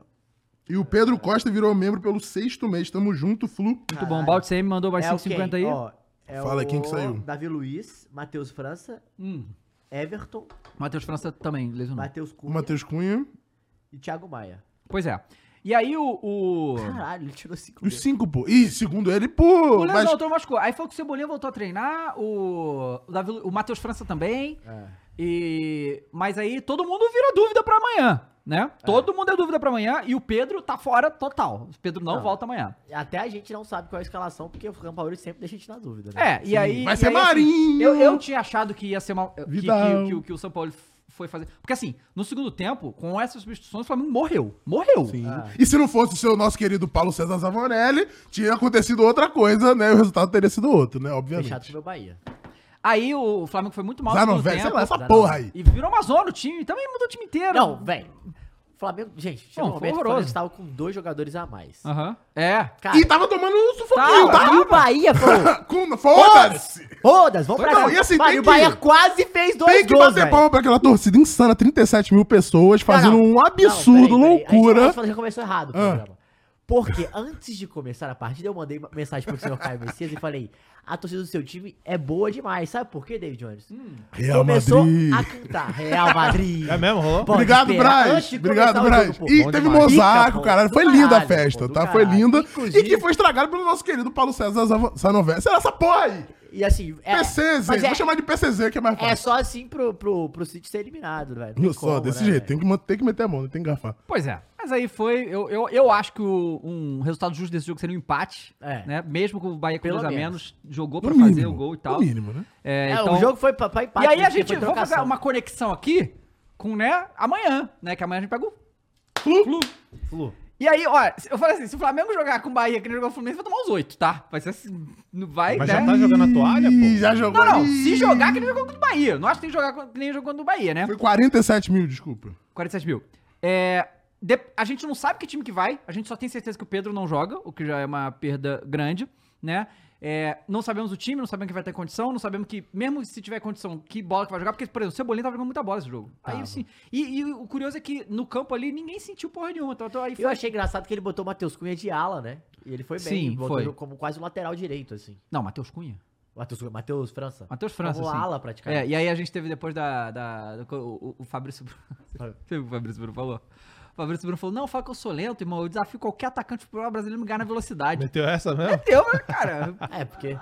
[SPEAKER 3] E o Pedro Costa virou membro pelo sexto mês. Tamo junto, Flu.
[SPEAKER 1] Muito bom. O Balde CM mandou mais
[SPEAKER 4] É o
[SPEAKER 1] 5,50 aí.
[SPEAKER 4] quem? Ó, é
[SPEAKER 3] Fala
[SPEAKER 4] o
[SPEAKER 3] quem que saiu.
[SPEAKER 4] Davi Luiz, Matheus França,
[SPEAKER 1] Hum.
[SPEAKER 4] Everton,
[SPEAKER 1] Matheus França também lesionou.
[SPEAKER 4] Matheus
[SPEAKER 3] O
[SPEAKER 4] Cunha
[SPEAKER 3] Matheus Cunha.
[SPEAKER 4] e Thiago Maia.
[SPEAKER 1] Pois é. E aí o. o...
[SPEAKER 4] Caralho, ele tirou cinco.
[SPEAKER 3] Os
[SPEAKER 4] dedos.
[SPEAKER 3] cinco, pô. Ih, segundo ele, pô.
[SPEAKER 1] O
[SPEAKER 3] mas-
[SPEAKER 1] Leandro Altão machucou. Aí foi que o Cebolinha voltou a treinar, o, o, Davi Lu- o Matheus França também.
[SPEAKER 4] É.
[SPEAKER 1] E mas aí todo mundo vira dúvida pra amanhã, né? Todo mundo é dúvida pra amanhã e o Pedro tá fora total. O Pedro não,
[SPEAKER 4] Não.
[SPEAKER 1] volta amanhã.
[SPEAKER 4] Até a gente não sabe qual é a escalação, porque o Campaoli sempre deixa a gente na dúvida. né?
[SPEAKER 1] É, e aí
[SPEAKER 3] Vai
[SPEAKER 1] e
[SPEAKER 3] ser
[SPEAKER 1] aí, assim,
[SPEAKER 3] Marinho.
[SPEAKER 1] eu, eu tinha achado que ia ser uma que, que,
[SPEAKER 3] Vidal.
[SPEAKER 1] que o- que o São Paulo f- foi fazer. Porque assim, no segundo tempo, com essas substituições, o Flamengo morreu. Morreu.
[SPEAKER 3] Sim.
[SPEAKER 4] Ah.
[SPEAKER 3] E se não fosse o seu nosso querido Paulo César Zavanelli, tinha acontecido outra coisa, né? O resultado teria sido outro, né?
[SPEAKER 4] Fechado
[SPEAKER 3] Obviamente.
[SPEAKER 4] pro meu Bahia.
[SPEAKER 1] Aí o Flamengo foi muito mal no segundo
[SPEAKER 3] Zanovelli, sei
[SPEAKER 1] tempo.
[SPEAKER 3] lá, essa
[SPEAKER 4] Zanovelli.
[SPEAKER 3] porra aí.
[SPEAKER 1] E virou uma zona o time, também mudou o time inteiro.
[SPEAKER 4] Não, velho. Flamengo, gente, chegou
[SPEAKER 1] Não,
[SPEAKER 4] um
[SPEAKER 1] foi
[SPEAKER 4] momento que o
[SPEAKER 1] horroroso.
[SPEAKER 4] Flamengo estava com dois jogadores a mais.
[SPEAKER 1] Aham. É.
[SPEAKER 4] Cara,
[SPEAKER 3] E tava tomando um sufoquinho,
[SPEAKER 1] Tava,
[SPEAKER 3] tá?
[SPEAKER 4] e o Bahia falou,
[SPEAKER 3] Com- Foda-se!
[SPEAKER 4] foda-se, vamos pra
[SPEAKER 3] Não,
[SPEAKER 4] cima.
[SPEAKER 3] e assim,
[SPEAKER 4] Vai,
[SPEAKER 3] tem
[SPEAKER 4] o Bahia
[SPEAKER 3] que-
[SPEAKER 4] quase fez dois
[SPEAKER 3] Tem que
[SPEAKER 4] gols,
[SPEAKER 3] bater
[SPEAKER 4] velho.
[SPEAKER 3] palma é um pra aquela torcida insana, 37 mil pessoas, fazendo
[SPEAKER 4] Não, não.
[SPEAKER 3] um absurdo,
[SPEAKER 4] Não, peraí, peraí. A gente
[SPEAKER 3] loucura.
[SPEAKER 4] começou- Já começou errado o
[SPEAKER 3] Ah.
[SPEAKER 4] programa. Porque antes de começar a partida, eu mandei uma mensagem pro senhor Caio Messias e falei: a torcida do seu time é boa demais. Sabe por quê, David Jones?
[SPEAKER 3] Hum. Real
[SPEAKER 4] Começou
[SPEAKER 3] Madrid.
[SPEAKER 4] a cantar Real Madrid.
[SPEAKER 5] É mesmo, rolou?
[SPEAKER 4] Pode
[SPEAKER 3] Obrigado,
[SPEAKER 4] esperar.
[SPEAKER 3] Braz.
[SPEAKER 4] Antes de
[SPEAKER 3] Obrigado,
[SPEAKER 4] começar o
[SPEAKER 3] Braz.
[SPEAKER 4] jogo, pô,
[SPEAKER 3] Ih,
[SPEAKER 4] bom
[SPEAKER 3] teve
[SPEAKER 4] demais.
[SPEAKER 3] mosaico,
[SPEAKER 4] Fica, pô,
[SPEAKER 3] caralho.
[SPEAKER 4] do
[SPEAKER 3] Foi linda a
[SPEAKER 4] caralho,
[SPEAKER 3] festa,
[SPEAKER 4] pô, do
[SPEAKER 3] tá? Foi
[SPEAKER 4] caralho.
[SPEAKER 3] linda. E
[SPEAKER 4] Inclusive-
[SPEAKER 3] que foi estragada pelo nosso querido Paulo César Zava- Sanové. Será essa porra aí?
[SPEAKER 4] E assim, é,
[SPEAKER 3] PCZ.
[SPEAKER 4] mas
[SPEAKER 3] Vou
[SPEAKER 4] é,
[SPEAKER 3] chamar de PCZ, que é mais
[SPEAKER 4] é
[SPEAKER 3] fácil.
[SPEAKER 4] só assim pro, pro, pro City ser eliminado, velho. Não
[SPEAKER 3] Não
[SPEAKER 4] tem
[SPEAKER 3] só,
[SPEAKER 4] como,
[SPEAKER 3] desse
[SPEAKER 4] né,
[SPEAKER 3] jeito.
[SPEAKER 4] velho?
[SPEAKER 3] Tem que, man- tem que meter a mão, tem que garfar.
[SPEAKER 1] Pois é. Mas aí foi. Eu, eu, eu acho que o- um resultado justo desse jogo seria um empate.
[SPEAKER 4] É.
[SPEAKER 1] Né? Mesmo com o Bahia com
[SPEAKER 4] Pelo
[SPEAKER 1] dois a
[SPEAKER 4] menos.
[SPEAKER 1] menos, jogou
[SPEAKER 3] No
[SPEAKER 1] pra fazer o gol e tal.
[SPEAKER 3] No mínimo, né?
[SPEAKER 1] É,
[SPEAKER 4] É,
[SPEAKER 1] então-
[SPEAKER 4] o jogo foi pra, pra
[SPEAKER 1] E
[SPEAKER 4] empate. né,
[SPEAKER 1] aí a
[SPEAKER 4] porque
[SPEAKER 1] gente
[SPEAKER 4] foi
[SPEAKER 1] vai fazer
[SPEAKER 4] trocação.
[SPEAKER 1] uma conexão aqui com, né, amanhã, né? Que amanhã a gente pega o
[SPEAKER 3] Flu.
[SPEAKER 1] Flu.
[SPEAKER 4] Flu.
[SPEAKER 1] E aí, olha, eu falei assim, se o Flamengo jogar com o Bahia que nem jogou o Fluminense, vai tomar os oito, tá? Vai ser assim, não vai,
[SPEAKER 5] Mas
[SPEAKER 1] né?
[SPEAKER 5] já tá jogando a toalha,
[SPEAKER 3] Ih,
[SPEAKER 5] pô?
[SPEAKER 3] já jogou.
[SPEAKER 1] Não, não,
[SPEAKER 3] Ih,
[SPEAKER 1] se jogar que nem jogou contra o Bahia. Nós tem que jogar com- que nem jogou contra o Bahia, né?
[SPEAKER 3] Foi 47 mil, desculpa.
[SPEAKER 1] 47 mil. É, de- a gente não sabe que time que vai, a gente só tem certeza que o Pedro não joga, o que já é uma perda grande, né? É, não sabemos o time, não sabemos que vai ter condição, não sabemos que, mesmo se tiver condição, que bola que vai jogar, porque, por exemplo, o Cebolinha tava jogando muita bola esse jogo. Aí,
[SPEAKER 4] Tava.
[SPEAKER 1] sim. E, e o curioso é que no campo ali ninguém sentiu porra nenhuma. Então, então aí foi-
[SPEAKER 4] Eu achei engraçado que ele botou o Matheus Cunha de ala, né? E ele foi bem,
[SPEAKER 1] Sim,
[SPEAKER 4] botou
[SPEAKER 1] foi.
[SPEAKER 4] ele como quase um lateral direito, assim.
[SPEAKER 1] Não, Matheus Cunha.
[SPEAKER 4] Matheus, Cunha- Matheus França.
[SPEAKER 1] Matheus França,
[SPEAKER 4] Como
[SPEAKER 1] sim.
[SPEAKER 4] ala,
[SPEAKER 1] É,
[SPEAKER 4] praticamente.
[SPEAKER 1] e aí a gente teve depois da. da- do- o, o- o Fabrício Bruno. Teve o Fabrício Bruno falou. O Fabrício Bruno falou: não, fala que eu sou lento, irmão. Eu desafio qualquer atacante pro futebol brasileiro me ganhar na velocidade.
[SPEAKER 5] Meteu essa mesmo?
[SPEAKER 1] Meteu, né, cara?
[SPEAKER 4] É, porque...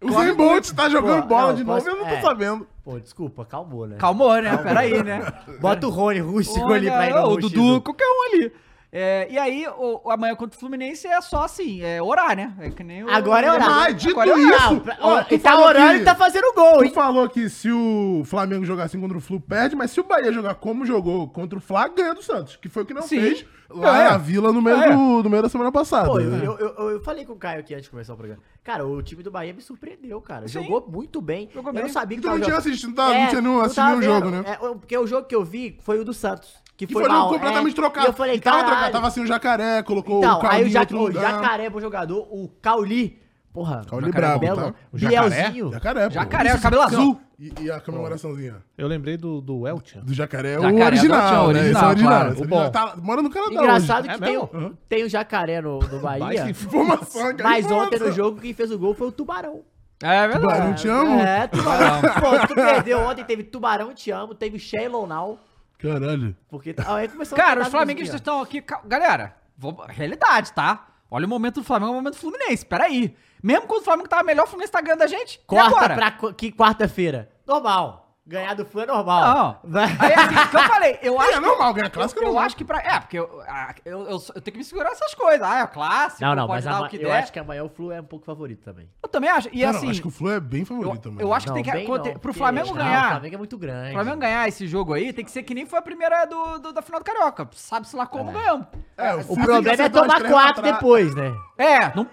[SPEAKER 3] O Zen Bolt tá jogando
[SPEAKER 4] Pô,
[SPEAKER 3] bola
[SPEAKER 4] não,
[SPEAKER 3] de
[SPEAKER 4] posso-
[SPEAKER 3] novo, eu não tô
[SPEAKER 4] é.
[SPEAKER 3] sabendo.
[SPEAKER 4] Pô, desculpa, calmou, né?
[SPEAKER 1] Calmou, né? Peraí, né?
[SPEAKER 4] Bota o Rony Rústico
[SPEAKER 1] Olha,
[SPEAKER 4] ali pra ir no
[SPEAKER 1] O
[SPEAKER 4] rústico.
[SPEAKER 1] Dudu, qualquer um ali. É, e aí, o, o amanhã contra o Fluminense é só assim, é orar, né? É que nem o-
[SPEAKER 4] Agora é orar.
[SPEAKER 1] Agora
[SPEAKER 3] Mas, dito
[SPEAKER 1] é orar.
[SPEAKER 3] isso,
[SPEAKER 4] Não, pra-
[SPEAKER 3] ó,
[SPEAKER 4] ó,
[SPEAKER 3] tu
[SPEAKER 4] ele tá
[SPEAKER 3] falou
[SPEAKER 4] orando
[SPEAKER 3] que-
[SPEAKER 4] e tá fazendo gol,
[SPEAKER 3] Tu
[SPEAKER 4] hein?
[SPEAKER 3] falou que se o Flamengo jogar assim contra o Flu, perde, mas se o Bahia jogar como jogou contra o Flá, ganha do Santos, que foi o que não
[SPEAKER 1] Sim.
[SPEAKER 3] fez lá
[SPEAKER 1] É.
[SPEAKER 3] na Vila no meio,
[SPEAKER 1] É.
[SPEAKER 3] do, no meio da semana passada.
[SPEAKER 4] Pô, eu,
[SPEAKER 3] né?
[SPEAKER 4] eu, eu, eu falei com o Caio aqui antes de começar o programa. Cara, o time do Bahia me surpreendeu, cara.
[SPEAKER 1] Sim.
[SPEAKER 4] Jogou muito bem.
[SPEAKER 1] Jogou
[SPEAKER 4] eu
[SPEAKER 1] bem.
[SPEAKER 4] não sabia que
[SPEAKER 3] Tu não
[SPEAKER 4] tava
[SPEAKER 3] tinha
[SPEAKER 4] jogando. É,
[SPEAKER 3] assistido, não tava- não tinha nenhum- assistido
[SPEAKER 4] tava
[SPEAKER 3] nenhum jogo,
[SPEAKER 4] vendo.
[SPEAKER 3] né?
[SPEAKER 4] É, eu- porque o jogo que eu vi foi o do Santos. Que,
[SPEAKER 3] Que
[SPEAKER 4] foi,
[SPEAKER 3] foi um
[SPEAKER 4] mal,
[SPEAKER 3] jogo completamente
[SPEAKER 4] é.
[SPEAKER 3] trocado.
[SPEAKER 4] E eu falei,
[SPEAKER 3] que tava
[SPEAKER 4] caralho.
[SPEAKER 3] trocado, tava assim o jacaré, colocou o
[SPEAKER 4] Então,
[SPEAKER 3] Claudinho
[SPEAKER 4] aí o,
[SPEAKER 3] em
[SPEAKER 4] ja
[SPEAKER 3] outro
[SPEAKER 4] o
[SPEAKER 3] lugar.
[SPEAKER 4] Jacaré é bom jogador, o Cauli, porra.
[SPEAKER 3] Cauli
[SPEAKER 4] Jacaré
[SPEAKER 3] brabo,
[SPEAKER 4] belo,
[SPEAKER 3] tá?
[SPEAKER 4] mano.
[SPEAKER 5] O Jacaré?
[SPEAKER 4] Bielzinho.
[SPEAKER 3] Jacaré, pô.
[SPEAKER 1] Jacaré, é o cabelo azul.
[SPEAKER 3] E, e a comemoraçãozinha
[SPEAKER 5] Eu lembrei do, do Elton.
[SPEAKER 3] do jacaré, é o
[SPEAKER 1] Jacaré,
[SPEAKER 3] original,
[SPEAKER 1] é o
[SPEAKER 3] né? Esse é
[SPEAKER 1] original,
[SPEAKER 3] o original.
[SPEAKER 1] claro,
[SPEAKER 3] esse
[SPEAKER 5] o
[SPEAKER 3] é
[SPEAKER 5] bom.
[SPEAKER 3] Tá, mora no Canadá
[SPEAKER 4] Engraçado
[SPEAKER 5] hoje.
[SPEAKER 4] que
[SPEAKER 5] É
[SPEAKER 4] tem,
[SPEAKER 5] mesmo?
[SPEAKER 4] o, tem o Jacaré no, no Bahia,
[SPEAKER 5] Vai se
[SPEAKER 3] hoje. Informação, cara,
[SPEAKER 4] mas
[SPEAKER 3] informação.
[SPEAKER 4] ontem no jogo quem fez o gol foi o Tubarão.
[SPEAKER 1] É verdade.
[SPEAKER 3] Tubarão, te amo.
[SPEAKER 4] É, Tubarão. Pô, tu perdeu ontem, teve Tubarão Te Amo, teve Shailon Now,
[SPEAKER 3] Caralho.
[SPEAKER 4] porque... Ah, aí começou a
[SPEAKER 1] Cara, os
[SPEAKER 4] cantar
[SPEAKER 1] flamenguistas
[SPEAKER 4] musiquinha.
[SPEAKER 1] estão aqui. cal- Galera, vou- realidade, tá? Olha o momento do Flamengo, é o momento do Fluminense. Peraí. Mesmo quando o Flamengo tava melhor, o Fluminense tá ganhando da gente. e
[SPEAKER 4] Corta
[SPEAKER 1] agora?
[SPEAKER 4] pra qu- que quarta-feira. Normal. Ganhar do fã é normal.
[SPEAKER 1] Não.
[SPEAKER 4] Vai.
[SPEAKER 1] Aí assim, o que eu falei, eu acho
[SPEAKER 3] É normal, ganhar
[SPEAKER 1] Eu,
[SPEAKER 3] clássico é
[SPEAKER 1] eu
[SPEAKER 3] normal.
[SPEAKER 1] acho que pra. É, porque eu, ah, eu, eu sou- eu tenho que me segurar essas coisas. Ah, é clássico,
[SPEAKER 4] Não, não,
[SPEAKER 1] pode
[SPEAKER 4] mas
[SPEAKER 1] dar
[SPEAKER 4] ama-
[SPEAKER 1] o que
[SPEAKER 4] eu
[SPEAKER 1] der.
[SPEAKER 4] acho que amanhã o Flu é um pouco favorito também.
[SPEAKER 1] Eu também acho. E
[SPEAKER 3] Não, não,
[SPEAKER 1] assim,
[SPEAKER 3] acho que o Flu é bem
[SPEAKER 1] eu,
[SPEAKER 3] favorito, mano.
[SPEAKER 1] eu acho que
[SPEAKER 4] Não,
[SPEAKER 1] tem que
[SPEAKER 4] bem
[SPEAKER 1] acontecer. pro
[SPEAKER 4] não, porque-
[SPEAKER 1] Flamengo
[SPEAKER 4] não, O
[SPEAKER 1] ganhar.
[SPEAKER 4] Flamengo é muito
[SPEAKER 1] O
[SPEAKER 4] grande.
[SPEAKER 1] Flamengo ganhar esse jogo aí tem que ser que nem foi a primeira do, do- da final do Carioca. Sabe-se lá como ganhamos.
[SPEAKER 3] É,
[SPEAKER 4] O
[SPEAKER 3] Fluminense
[SPEAKER 4] problema é
[SPEAKER 3] acertou as
[SPEAKER 4] tomar
[SPEAKER 3] três
[SPEAKER 4] quatro
[SPEAKER 3] atrás.
[SPEAKER 4] depois, né?
[SPEAKER 1] É, não.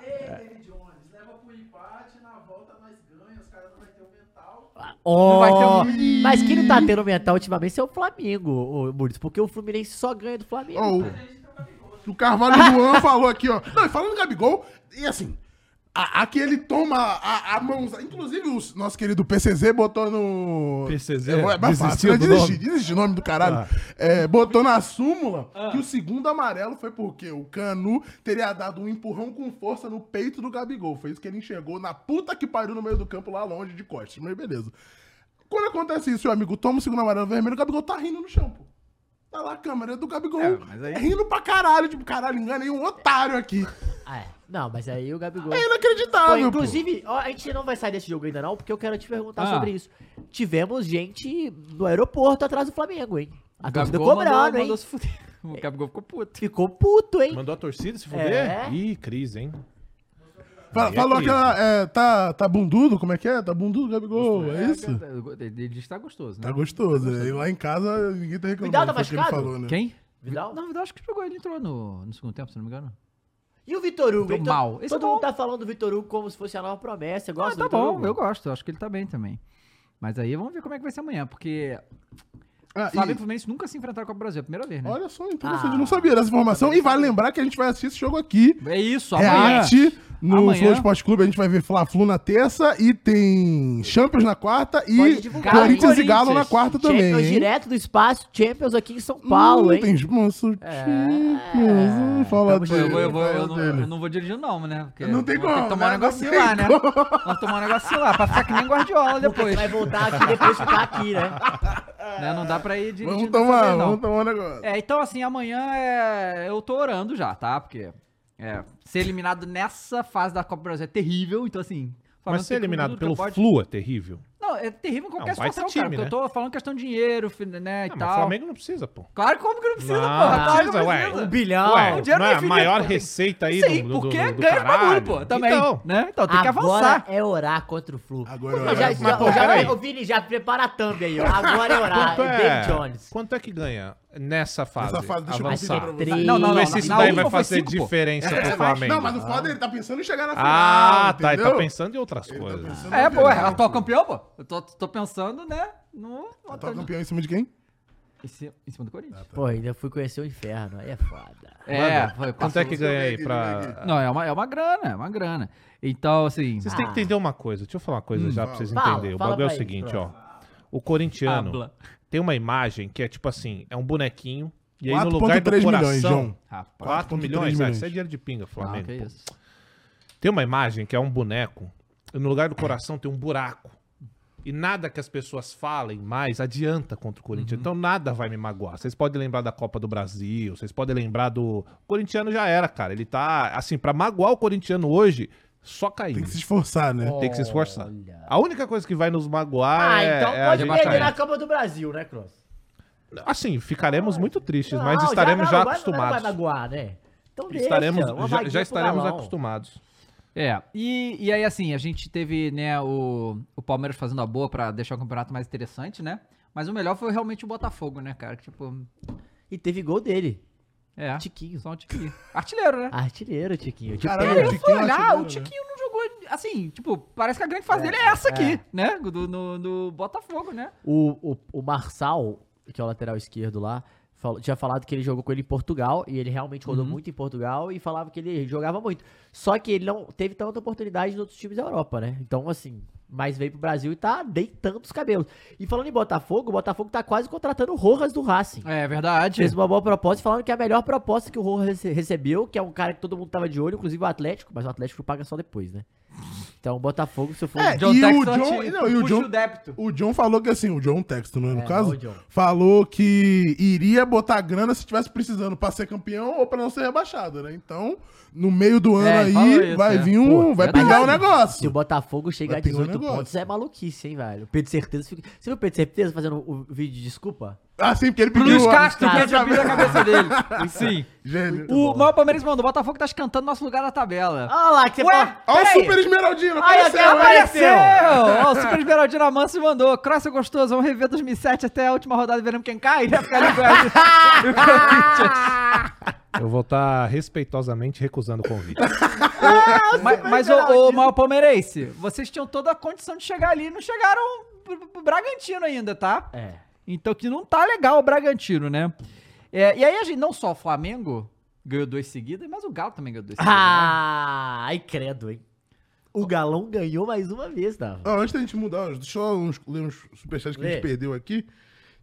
[SPEAKER 4] Oh,
[SPEAKER 1] vai ter um-
[SPEAKER 4] Mas quem não tá tendo mental ultimamente é o Flamengo, ô, Muris, porque o Fluminense só ganha do Flamengo.
[SPEAKER 3] Ó,
[SPEAKER 4] pô.
[SPEAKER 3] o, o Carvalho Luan falou aqui, ó. Não, e falando do Gabigol, e assim, a, a que ele toma a, a mão. Inclusive, o nosso querido PCZ botou no.
[SPEAKER 5] PCZ?
[SPEAKER 3] É, é mais fácil,
[SPEAKER 5] Desistiu
[SPEAKER 3] né?
[SPEAKER 5] do
[SPEAKER 3] Desistir,
[SPEAKER 5] nome?
[SPEAKER 3] desistir o nome do caralho.
[SPEAKER 5] Ah.
[SPEAKER 3] É, botou na súmula que o segundo amarelo foi porque o Canu teria dado um empurrão com força no peito do Gabigol. Foi isso que ele enxergou na puta que pariu no meio do campo, lá longe de costas. Mas beleza. Quando acontece isso, o amigo toma o segundo amarelo vermelho, o Gabigol tá rindo no chão, pô. Tá lá a câmera do Gabigol.
[SPEAKER 1] É, mas aí-
[SPEAKER 3] Rindo pra caralho, tipo, caralho, enganei um otário aqui.
[SPEAKER 4] Ah, é. Não, mas aí o Gabigol...
[SPEAKER 3] É
[SPEAKER 4] Pô,
[SPEAKER 3] inacreditável, pô.
[SPEAKER 4] inclusive, ó, a gente não vai sair desse jogo ainda não, porque eu quero te perguntar
[SPEAKER 1] Ah.
[SPEAKER 4] sobre isso. Tivemos gente no aeroporto atrás do Flamengo, hein? A
[SPEAKER 1] O
[SPEAKER 4] torcida
[SPEAKER 1] Gabigol
[SPEAKER 4] cobrando,
[SPEAKER 1] mandou,
[SPEAKER 4] hein?
[SPEAKER 1] mandou se fuder. O Gabigol ficou puto.
[SPEAKER 4] Ficou puto, hein?
[SPEAKER 5] Mandou a torcida se
[SPEAKER 4] É.
[SPEAKER 5] fuder? Ih, crise, hein?
[SPEAKER 3] Fa-
[SPEAKER 5] Aí é
[SPEAKER 3] falou
[SPEAKER 5] crise.
[SPEAKER 3] aquela. É, tá, tá bundudo? Como é que é? Tá bundudo, Gabigol? É isso?
[SPEAKER 1] Ele diz que tá gostoso, né?
[SPEAKER 3] Tá gostoso. né? E lá em casa ninguém tá reclamando.
[SPEAKER 4] Vidal tá
[SPEAKER 3] foi o que ele
[SPEAKER 4] machucado?
[SPEAKER 3] falou, né?
[SPEAKER 1] Quem?
[SPEAKER 4] Vidal?
[SPEAKER 1] Não, Vidal acho que jogou. Ele entrou no, no segundo tempo, se não me engano.
[SPEAKER 4] E o Vitor Hugo?
[SPEAKER 1] Tô
[SPEAKER 4] hein?
[SPEAKER 1] mal. Esse
[SPEAKER 4] Todo
[SPEAKER 1] é bom.
[SPEAKER 4] mundo tá falando do Vitor Hugo como se fosse a nova promessa. Eu
[SPEAKER 1] Ah,
[SPEAKER 4] gosto
[SPEAKER 1] tá
[SPEAKER 4] do Vitor
[SPEAKER 1] bom,
[SPEAKER 4] Hugo.
[SPEAKER 1] eu gosto. eu Acho que ele tá bem também. Mas aí vamos ver como é que vai ser amanhã, porque
[SPEAKER 3] Ah,
[SPEAKER 1] Flamengo e
[SPEAKER 3] e-
[SPEAKER 1] Fluminense nunca se enfrentaram com o Brasil, é a primeira vez, né?
[SPEAKER 3] Olha só, então, interessante.
[SPEAKER 4] Ah.
[SPEAKER 3] eu não sabia dessa informação. E vale lembrar que a gente vai assistir esse jogo aqui.
[SPEAKER 1] É isso, amanhã.
[SPEAKER 3] React No
[SPEAKER 1] Amanhã-
[SPEAKER 3] Flow Esporte Clube a gente vai ver Fla-Flu na terça e tem Champions na quarta
[SPEAKER 4] Pode
[SPEAKER 3] e
[SPEAKER 4] divulgar,
[SPEAKER 3] Corinthians e
[SPEAKER 1] Corinthians.
[SPEAKER 3] Galo na quarta também,
[SPEAKER 4] Champions
[SPEAKER 3] hein?
[SPEAKER 4] direto do espaço, Champions aqui em São Paulo,
[SPEAKER 3] Hum,
[SPEAKER 4] hein? É.
[SPEAKER 3] Tem moço Champions, hum, fala
[SPEAKER 4] Tamo junto,
[SPEAKER 3] dele.
[SPEAKER 1] Eu, vou, eu, vou,
[SPEAKER 3] fala
[SPEAKER 1] eu, não,
[SPEAKER 3] dele.
[SPEAKER 1] eu não vou dirigindo, não, né? Porque
[SPEAKER 3] Não tem
[SPEAKER 1] vou ter
[SPEAKER 3] como,
[SPEAKER 1] que tomar um
[SPEAKER 3] né?
[SPEAKER 1] negocinho
[SPEAKER 3] Não tem
[SPEAKER 1] lá, né? Vamos tomar um negocinho lá, pra ficar que nem Guardiola depois.
[SPEAKER 4] Vai voltar aqui depois ficar aqui, né?
[SPEAKER 1] né? Não dá pra ir dirigindo.
[SPEAKER 3] Vamos
[SPEAKER 1] dessa
[SPEAKER 3] tomar,
[SPEAKER 1] vez, não.
[SPEAKER 3] vamos tomar um negócio.
[SPEAKER 1] É, então assim, amanhã é... eu tô orando já, tá? Porque é, ser eliminado nessa fase da Copa do Brasil é terrível, então assim... o Flamengo
[SPEAKER 2] Mas ser
[SPEAKER 1] tem que
[SPEAKER 2] eliminado
[SPEAKER 1] tudo
[SPEAKER 2] pelo
[SPEAKER 1] que pode-
[SPEAKER 2] Flu é terrível.
[SPEAKER 1] Não, é terrível em qualquer
[SPEAKER 2] Não, baita
[SPEAKER 1] situação, cara.
[SPEAKER 2] time,
[SPEAKER 1] porque eu tô falando questão de dinheiro, fi- né, e
[SPEAKER 2] Ah, mas o
[SPEAKER 1] tal.
[SPEAKER 2] Flamengo não precisa, pô.
[SPEAKER 1] Claro, como que não precisa,
[SPEAKER 2] Não,
[SPEAKER 1] porra? Claro que
[SPEAKER 2] precisa,
[SPEAKER 1] não
[SPEAKER 2] ué.
[SPEAKER 1] precisa.
[SPEAKER 2] Um
[SPEAKER 4] bilhão.
[SPEAKER 2] Ué,
[SPEAKER 1] dinheiro
[SPEAKER 2] não é
[SPEAKER 1] é
[SPEAKER 2] a
[SPEAKER 1] infinito,
[SPEAKER 2] maior
[SPEAKER 1] pô.
[SPEAKER 2] receita aí
[SPEAKER 1] Sim,
[SPEAKER 2] do, do,
[SPEAKER 1] porque
[SPEAKER 2] do, do
[SPEAKER 1] ganha os bagulho,
[SPEAKER 2] caralho.
[SPEAKER 1] pô, também.
[SPEAKER 2] Então,
[SPEAKER 1] né? Então tem que
[SPEAKER 4] Agora
[SPEAKER 1] avançar.
[SPEAKER 4] é orar contra o Flu.
[SPEAKER 3] Agora
[SPEAKER 4] Mas
[SPEAKER 3] é
[SPEAKER 4] já,
[SPEAKER 3] orar
[SPEAKER 4] já,
[SPEAKER 2] contra o Flu.
[SPEAKER 4] já,
[SPEAKER 2] Mas, pô,
[SPEAKER 4] ô, Vini, já prepara a thumb aí, ó. Agora é orar.
[SPEAKER 2] quanto,
[SPEAKER 4] o
[SPEAKER 2] é,
[SPEAKER 4] David Jones.
[SPEAKER 2] quanto é que ganha nessa fase?
[SPEAKER 3] Nessa fase, deixa eu
[SPEAKER 2] avançar.
[SPEAKER 3] precisar pra você.
[SPEAKER 4] Três.
[SPEAKER 1] Não, não, não,
[SPEAKER 2] Vamos ver se isso
[SPEAKER 1] na
[SPEAKER 2] daí
[SPEAKER 1] última
[SPEAKER 2] vai
[SPEAKER 1] foi
[SPEAKER 2] fazer
[SPEAKER 1] cinco, pô.
[SPEAKER 2] diferença
[SPEAKER 3] É,
[SPEAKER 2] pro
[SPEAKER 3] mas-
[SPEAKER 2] Flamengo.
[SPEAKER 3] Não, mas o foda ele tá pensando em chegar na final.
[SPEAKER 2] Ah, tá. Ele tá
[SPEAKER 3] entendeu?
[SPEAKER 2] pensando em outras
[SPEAKER 3] Ele tá
[SPEAKER 2] coisas.
[SPEAKER 3] pensando
[SPEAKER 1] É,
[SPEAKER 3] no
[SPEAKER 1] pô, é
[SPEAKER 3] final.
[SPEAKER 1] atual campeão, pô. Eu tô, tô pensando, né? No.
[SPEAKER 3] Atual Tá campeão em cima de quem?
[SPEAKER 1] Em cima, em cima do Corinthians.
[SPEAKER 4] Pô, ainda fui conhecer o inferno. Aí é foda.
[SPEAKER 1] É, foi.
[SPEAKER 2] Quanto
[SPEAKER 1] passou-
[SPEAKER 2] é que ganha aí
[SPEAKER 3] né,
[SPEAKER 2] pra.
[SPEAKER 1] Não, é uma, é uma grana, é uma grana. Então, assim.
[SPEAKER 2] Vocês têm que entender uma coisa. Deixa eu falar uma
[SPEAKER 3] Hum,
[SPEAKER 2] coisa já pra vocês
[SPEAKER 4] Fala,
[SPEAKER 2] entenderem. O
[SPEAKER 4] fala
[SPEAKER 2] bagulho é o
[SPEAKER 4] pra ele,
[SPEAKER 2] seguinte, ó.
[SPEAKER 4] pronto.
[SPEAKER 2] O corintiano
[SPEAKER 1] Habla.
[SPEAKER 2] tem uma imagem que é tipo assim, é um bonequinho e aí no lugar do
[SPEAKER 3] 4,3 milhões,
[SPEAKER 2] coração...
[SPEAKER 3] João.
[SPEAKER 1] Rapaz.
[SPEAKER 2] 4
[SPEAKER 3] 4,3
[SPEAKER 2] milhões? Ah,
[SPEAKER 3] milhões.
[SPEAKER 2] isso é dinheiro de pinga,
[SPEAKER 1] Ah,
[SPEAKER 2] Flamengo.
[SPEAKER 1] que
[SPEAKER 2] pô.
[SPEAKER 1] isso.
[SPEAKER 2] Tem uma imagem que é um boneco, e no lugar do coração tem um buraco. E nada que as pessoas falem mais adianta contra o
[SPEAKER 4] Uhum.
[SPEAKER 2] Corinthians. Então nada vai me magoar. Vocês podem lembrar da Copa do Brasil, vocês podem lembrar do. O corintiano já era, cara. Ele tá. Assim, pra magoar o corintiano hoje, só cair.
[SPEAKER 3] Tem que se esforçar, né?
[SPEAKER 2] Tem que se esforçar. A única coisa que vai nos magoar
[SPEAKER 4] Ah,
[SPEAKER 2] é.
[SPEAKER 4] então
[SPEAKER 2] é a
[SPEAKER 4] pode
[SPEAKER 2] gente
[SPEAKER 4] perder
[SPEAKER 2] cair.
[SPEAKER 4] na Copa do Brasil, né, Cross?
[SPEAKER 2] Assim, ficaremos muito tristes, mas
[SPEAKER 4] Não,
[SPEAKER 2] estaremos já,
[SPEAKER 4] não, agora não
[SPEAKER 2] acostumados.
[SPEAKER 4] Vai magoar, né? Então deixa,
[SPEAKER 2] estaremos,
[SPEAKER 4] uma
[SPEAKER 2] já,
[SPEAKER 4] vaguinha
[SPEAKER 2] já
[SPEAKER 4] pro
[SPEAKER 2] estaremos
[SPEAKER 4] Galão.
[SPEAKER 2] acostumados.
[SPEAKER 1] É, e, e aí assim, a gente teve, né, o, o Palmeiras fazendo a boa pra deixar o campeonato mais interessante, né? Mas o melhor foi realmente o Botafogo, né, cara? Que, tipo,
[SPEAKER 4] E teve gol dele.
[SPEAKER 2] Ah.
[SPEAKER 1] é,
[SPEAKER 4] Tiquinho.
[SPEAKER 1] só um tiquinho. Artilheiro, né?
[SPEAKER 4] Artilheiro, Tiquinho. Tipo,
[SPEAKER 3] Caralho,
[SPEAKER 1] Cara, eu fui
[SPEAKER 3] Tiquinho é
[SPEAKER 1] olhar,
[SPEAKER 3] artilheiro,
[SPEAKER 1] o Ah, Tiquinho não jogou, assim, tipo, parece que a grande fase dele é essa aqui, né? Do, no, do Botafogo, né?
[SPEAKER 4] O, o, o Marçal, que é o lateral esquerdo lá, falou- tinha falado que ele jogou com ele em Portugal, e ele realmente
[SPEAKER 3] Uhum.
[SPEAKER 4] rodou muito em Portugal, e falava que ele jogava muito. Só que ele não teve tanta oportunidade nos outros times da Europa, né? Então, assim, mas veio pro Brasil e tá deitando os cabelos. E falando em Botafogo, o Botafogo tá quase contratando o Rojas do Racing.
[SPEAKER 1] É verdade.
[SPEAKER 4] Fez uma boa proposta, falando que é a melhor proposta que o Rojas rece- recebeu, que é um cara que todo mundo tava de olho, inclusive o Atlético, mas o Atlético paga só depois, né? Então, o Botafogo, se eu for...
[SPEAKER 3] É,
[SPEAKER 1] John
[SPEAKER 3] E o
[SPEAKER 1] Texton
[SPEAKER 3] John-
[SPEAKER 1] te-
[SPEAKER 3] não, e o
[SPEAKER 1] puxa
[SPEAKER 3] John-
[SPEAKER 1] o débito.
[SPEAKER 3] O John falou que assim, o John Texto, não é, no
[SPEAKER 4] É,
[SPEAKER 3] caso?
[SPEAKER 4] não, John.
[SPEAKER 3] Falou que iria botar grana se tivesse precisando pra ser campeão ou pra não ser rebaixado, né? Então, no meio do ano
[SPEAKER 1] É, ele falou
[SPEAKER 3] aí,
[SPEAKER 1] isso,
[SPEAKER 3] vai
[SPEAKER 1] né?
[SPEAKER 3] vir um.
[SPEAKER 1] Pô,
[SPEAKER 3] vai
[SPEAKER 1] verdade.
[SPEAKER 3] pingar o
[SPEAKER 4] Se o
[SPEAKER 3] negócio.
[SPEAKER 4] Botafogo chegar a
[SPEAKER 3] Vai pegar o
[SPEAKER 4] 18
[SPEAKER 3] negócio.
[SPEAKER 4] pontos, é maluquice, hein, velho? O Pedro Certeza fica... Você viu o Pedro Certeza fazendo o vídeo de desculpa?
[SPEAKER 3] Assim, porque ele pediu.
[SPEAKER 1] Luiz
[SPEAKER 3] a-
[SPEAKER 1] Castro, que é de
[SPEAKER 3] a-
[SPEAKER 1] abrir a cabeça dele. Sim.
[SPEAKER 3] Gênio.
[SPEAKER 1] O maior Palmeiras mandou, o Botafogo tá escantando nosso lugar na tabela.
[SPEAKER 3] Ah,
[SPEAKER 4] Olha lá, que você
[SPEAKER 1] Ué,
[SPEAKER 4] fala...
[SPEAKER 3] Olha o
[SPEAKER 4] Peraí.
[SPEAKER 3] Super Esmeraldino,
[SPEAKER 4] Ai,
[SPEAKER 3] apareceu,
[SPEAKER 4] acaba-
[SPEAKER 3] hein?
[SPEAKER 1] Apareceu! Ó, o Super Esmeraldino Amanso mandou. Cross é gostoso, vamos rever 2007 até a última rodada e veremos quem cai. Né? Ficar ali com a- com a Corinthians.
[SPEAKER 2] Eu vou estar respeitosamente recusando o convite.
[SPEAKER 1] mas mas o, o maior palmeirense, vocês tinham toda a condição de chegar ali e não chegaram pro, pro Bragantino ainda, tá?
[SPEAKER 4] É.
[SPEAKER 1] Então que não tá legal o Bragantino, né? É, e aí a gente, não só o Flamengo ganhou duas seguidas, mas o Galo também ganhou duas seguidas. né?
[SPEAKER 4] Ah, ai, credo, hein? O Galão ganhou mais uma vez, Dava.
[SPEAKER 3] Ó, Ah, antes da gente mudar, deixa eu uns- ler uns superchats que a
[SPEAKER 4] Lê.
[SPEAKER 3] gente perdeu aqui.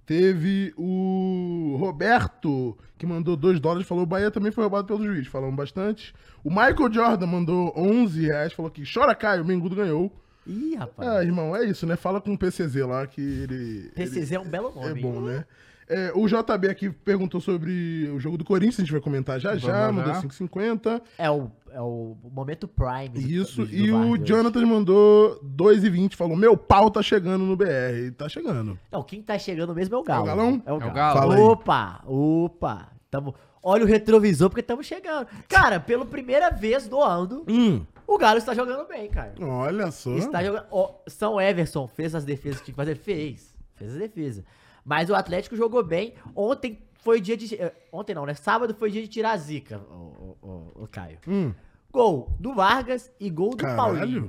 [SPEAKER 3] Teve o Roberto, que mandou 2 dólares, falou o Bahia também foi roubado pelo juiz, falamos bastante. O Michael Jordan mandou 11 reais, falou que chora Caio, o Mengudo ganhou.
[SPEAKER 4] Ih, rapaz.
[SPEAKER 3] Ah, irmão, é isso, né? Fala com o PCZ lá que ele... ele-
[SPEAKER 4] PCZ é um belo nome.
[SPEAKER 3] é
[SPEAKER 4] hein?
[SPEAKER 3] bom, né? É, o JB aqui perguntou sobre o jogo do Corinthians, a gente vai comentar já já,
[SPEAKER 1] Vamos
[SPEAKER 3] mandou
[SPEAKER 1] lá.
[SPEAKER 3] 5,50.
[SPEAKER 4] É o, é o momento prime. do-
[SPEAKER 3] Isso,
[SPEAKER 4] do- do
[SPEAKER 3] e
[SPEAKER 4] VAR
[SPEAKER 3] o
[SPEAKER 4] de hoje.
[SPEAKER 3] Jonathan mandou 2,20, falou, meu pau tá chegando no BR, e tá chegando.
[SPEAKER 4] Não, quem tá chegando mesmo é o Galo.
[SPEAKER 3] É o Galão?
[SPEAKER 4] É o
[SPEAKER 1] É o
[SPEAKER 4] Galo.
[SPEAKER 1] Galo.
[SPEAKER 3] Fala aí.
[SPEAKER 4] Opa, opa. Tamo... Olha o retrovisor, porque estamos chegando. Cara, pela primeira vez do ano,
[SPEAKER 3] Hum,
[SPEAKER 4] o Galo está jogando bem, cara.
[SPEAKER 3] olha só.
[SPEAKER 4] Está jogando... Ó, São Everson fez as defesas que tinha que fazer? Fez. Fez as defesas. Mas o Atlético jogou bem. Ontem foi dia de... eh, Ontem não, né? Sábado foi dia de tirar a zica, o, Caio.
[SPEAKER 3] Hum,
[SPEAKER 4] Gol do Vargas e gol do Paulinho.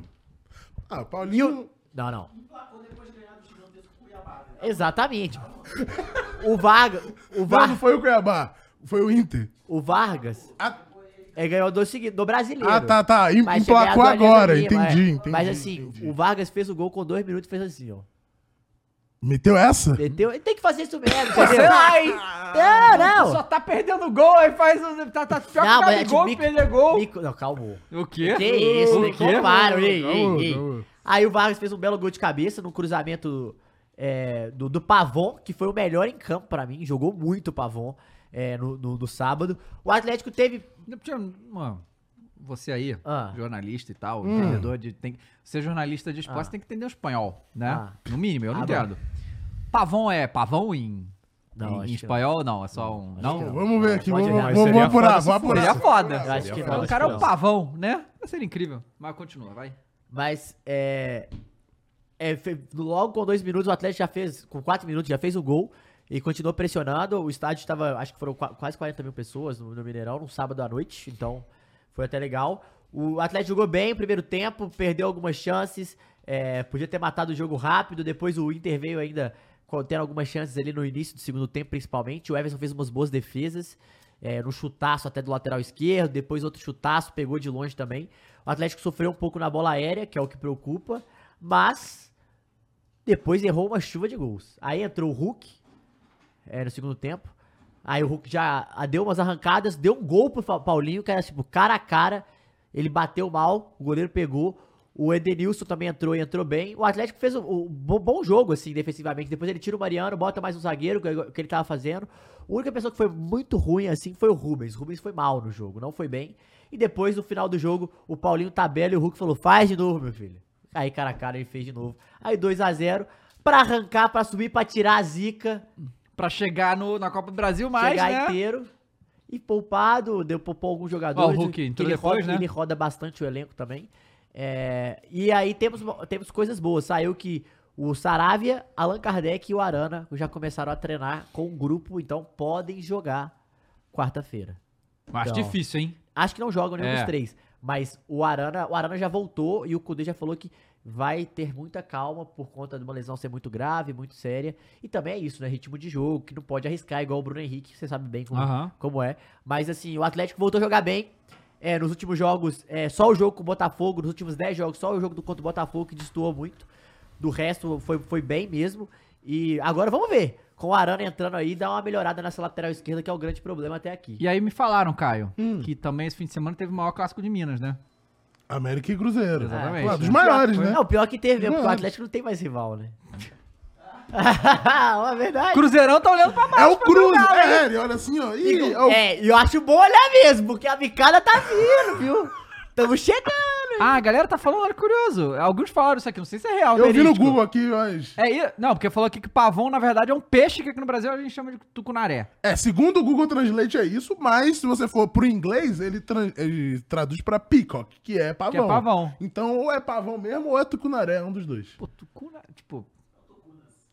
[SPEAKER 3] caralho. Ah, Paulinho...
[SPEAKER 4] Não, não. Exatamente. O Vargas, o,
[SPEAKER 3] Não, não
[SPEAKER 4] Var,
[SPEAKER 3] foi o Cuiabá, foi o Inter.
[SPEAKER 4] o Vargas,
[SPEAKER 3] Ah,
[SPEAKER 4] Ele ganhou dois seguidos, do brasileiro.
[SPEAKER 3] Ah, tá, tá. Em,
[SPEAKER 4] Mas
[SPEAKER 3] emplacou
[SPEAKER 4] chegado ali
[SPEAKER 3] agora,
[SPEAKER 4] ali,
[SPEAKER 3] entendi,
[SPEAKER 4] mas-
[SPEAKER 3] entendi.
[SPEAKER 4] Mas assim,
[SPEAKER 3] entendi.
[SPEAKER 4] o Vargas fez o gol com dois minutos e fez assim, ó.
[SPEAKER 3] Meteu essa?
[SPEAKER 4] Entendeu? Ele tem que fazer isso mesmo, entendeu? Não, não.
[SPEAKER 1] Só tá perdendo gol, aí faz. o- Tá, tá pior
[SPEAKER 4] Não,
[SPEAKER 1] que o
[SPEAKER 4] mas é
[SPEAKER 1] Gabigol
[SPEAKER 4] tipo,
[SPEAKER 1] perder gol.
[SPEAKER 4] Mico- Não, calma.
[SPEAKER 1] O quê?
[SPEAKER 4] Que isso, nem
[SPEAKER 1] quê?
[SPEAKER 4] compara, ei,
[SPEAKER 3] Calma,
[SPEAKER 4] ei, ei.
[SPEAKER 3] calma.
[SPEAKER 4] Aí o Vargas fez um belo gol de cabeça num cruzamento é, do, do Pavon, que foi o melhor em campo pra mim. Jogou muito o Pavon é, no, no- no sábado. O Atlético teve.
[SPEAKER 1] Mano, você aí,
[SPEAKER 4] Ah. Hum.
[SPEAKER 1] jornalista e tal, entendedor de. Tem, ser jornalista de esporte
[SPEAKER 4] Ah.
[SPEAKER 1] tem que entender o espanhol, né?
[SPEAKER 4] Ah.
[SPEAKER 1] No mínimo, eu não
[SPEAKER 4] Ah, bom.
[SPEAKER 1] entendo. Pavão é pavão em,
[SPEAKER 4] Não,
[SPEAKER 1] em,
[SPEAKER 4] acho
[SPEAKER 1] em
[SPEAKER 4] que
[SPEAKER 1] espanhol? Não, é só um. Não?
[SPEAKER 4] que não.
[SPEAKER 3] Vamos ver aqui,
[SPEAKER 4] Pode
[SPEAKER 3] vamos, vamos,
[SPEAKER 4] olhar.
[SPEAKER 5] Mas
[SPEAKER 3] vamos
[SPEAKER 5] seria
[SPEAKER 3] apurar,
[SPEAKER 5] foda se
[SPEAKER 3] vamos apurar.
[SPEAKER 1] Seria foda.
[SPEAKER 4] Eu acho que
[SPEAKER 1] Não,
[SPEAKER 4] não.
[SPEAKER 1] o cara é
[SPEAKER 4] Não.
[SPEAKER 1] um pavão, né? Vai ser incrível. Mas continua, vai.
[SPEAKER 4] Mas é, é, fe- logo com dois minutos o Atlético já fez, com quatro minutos já fez o gol e continuou pressionando. O estádio estava, acho que foram qua- quase 40 mil pessoas no, no Mineirão num sábado à noite, então foi até legal. O Atlético jogou bem no primeiro tempo, perdeu algumas chances, é, podia ter matado o jogo rápido. Depois o Inter veio ainda co- tendo algumas chances ali no início do segundo tempo, principalmente. O Everson fez umas boas defesas, é, no chutaço até do lateral esquerdo, depois outro chutaço, pegou de longe também. O Atlético sofreu um pouco na bola aérea, que é o que preocupa, mas depois errou uma chuva de gols. Aí entrou o Hulk é, no segundo tempo. Aí o Hulk já ah, deu umas arrancadas, deu um gol pro Fa- Paulinho, que era tipo cara a cara. Ele bateu mal, o goleiro pegou. O Edenilson também entrou e entrou bem. O Atlético fez um, um bo- bom jogo, assim, defensivamente. Depois ele tira o Mariano, bota mais um zagueiro, que, que ele tava fazendo. A única pessoa que foi muito ruim, assim, foi o Rubens. O Rubens foi mal no jogo, não foi bem. E depois, no final do jogo, o Paulinho tabela e o Hulk falou: faz de novo, meu filho. Aí, cara a cara, ele fez de novo. Aí, 2 a 0 Pra arrancar, pra subir, pra tirar a zica
[SPEAKER 1] Pra chegar no, na Copa do Brasil, mais,
[SPEAKER 4] chegar
[SPEAKER 1] né?
[SPEAKER 4] inteiro e poupado, deu poupou alguns jogadores.
[SPEAKER 1] Ó, o Hulk entrou
[SPEAKER 4] ele
[SPEAKER 1] depois,
[SPEAKER 4] roda,
[SPEAKER 1] né?
[SPEAKER 4] Ele roda bastante o elenco também. É, e aí temos, temos coisas boas. Saiu que o Saravia, Allan Kardec e o Arana já começaram a treinar com o grupo, então podem jogar quarta-feira.
[SPEAKER 1] Acho
[SPEAKER 4] Então.
[SPEAKER 1] difícil, hein?
[SPEAKER 4] Acho que não jogam nenhum
[SPEAKER 1] É.
[SPEAKER 4] dos três. Mas o Arana, o Arana já voltou e o Kudê já falou que vai ter muita calma por conta de uma lesão ser muito grave, muito séria. E também é isso, né? Ritmo de jogo, que não pode arriscar, igual o Bruno Henrique, você sabe bem como,
[SPEAKER 1] Aham.
[SPEAKER 4] como é. Mas assim, o Atlético voltou a jogar bem. É, nos últimos jogos, é, só o jogo com o Botafogo, nos últimos 10 jogos, só o jogo do contra o Botafogo que destoou muito. Do resto, foi, foi bem mesmo. E agora vamos ver. Com o Arana entrando aí, dá uma melhorada nessa lateral esquerda, que é o grande problema até aqui.
[SPEAKER 1] E aí me falaram, Caio,
[SPEAKER 4] Hum.
[SPEAKER 1] que também esse fim de semana teve o maior clássico de Minas, né?
[SPEAKER 3] América e Cruzeiro.
[SPEAKER 1] Exatamente.
[SPEAKER 3] Ah, dos maiores, né?
[SPEAKER 4] Não, o pior que teve mesmo, porque o
[SPEAKER 3] Não.
[SPEAKER 4] Atlético não tem mais rival, né? é verdade.
[SPEAKER 1] Cruzeirão tá olhando pra baixo.
[SPEAKER 3] É o Cruz, é ele, olha assim, ó. Ih, é o-
[SPEAKER 4] É, e eu acho bom olhar mesmo, porque a bicada tá vindo, viu? Tamo chegando.
[SPEAKER 1] Ah, a galera tá falando, olha, curioso. Alguns falaram isso aqui, não sei se é real.
[SPEAKER 3] eu vi no
[SPEAKER 1] verídico.
[SPEAKER 3] Google aqui, mas...
[SPEAKER 1] É, e- não, porque falou aqui que pavão, na verdade, é um peixe que aqui no Brasil a gente chama de tucunaré.
[SPEAKER 3] É, segundo o Google Translate é isso, mas se você for pro inglês, ele, tran- ele traduz pra peacock, que é
[SPEAKER 4] Tá
[SPEAKER 3] pavão.
[SPEAKER 1] Que é pavão.
[SPEAKER 3] Então, ou é pavão mesmo, ou é tucunaré, é um dos dois.
[SPEAKER 1] Pô, tucunaré, tipo,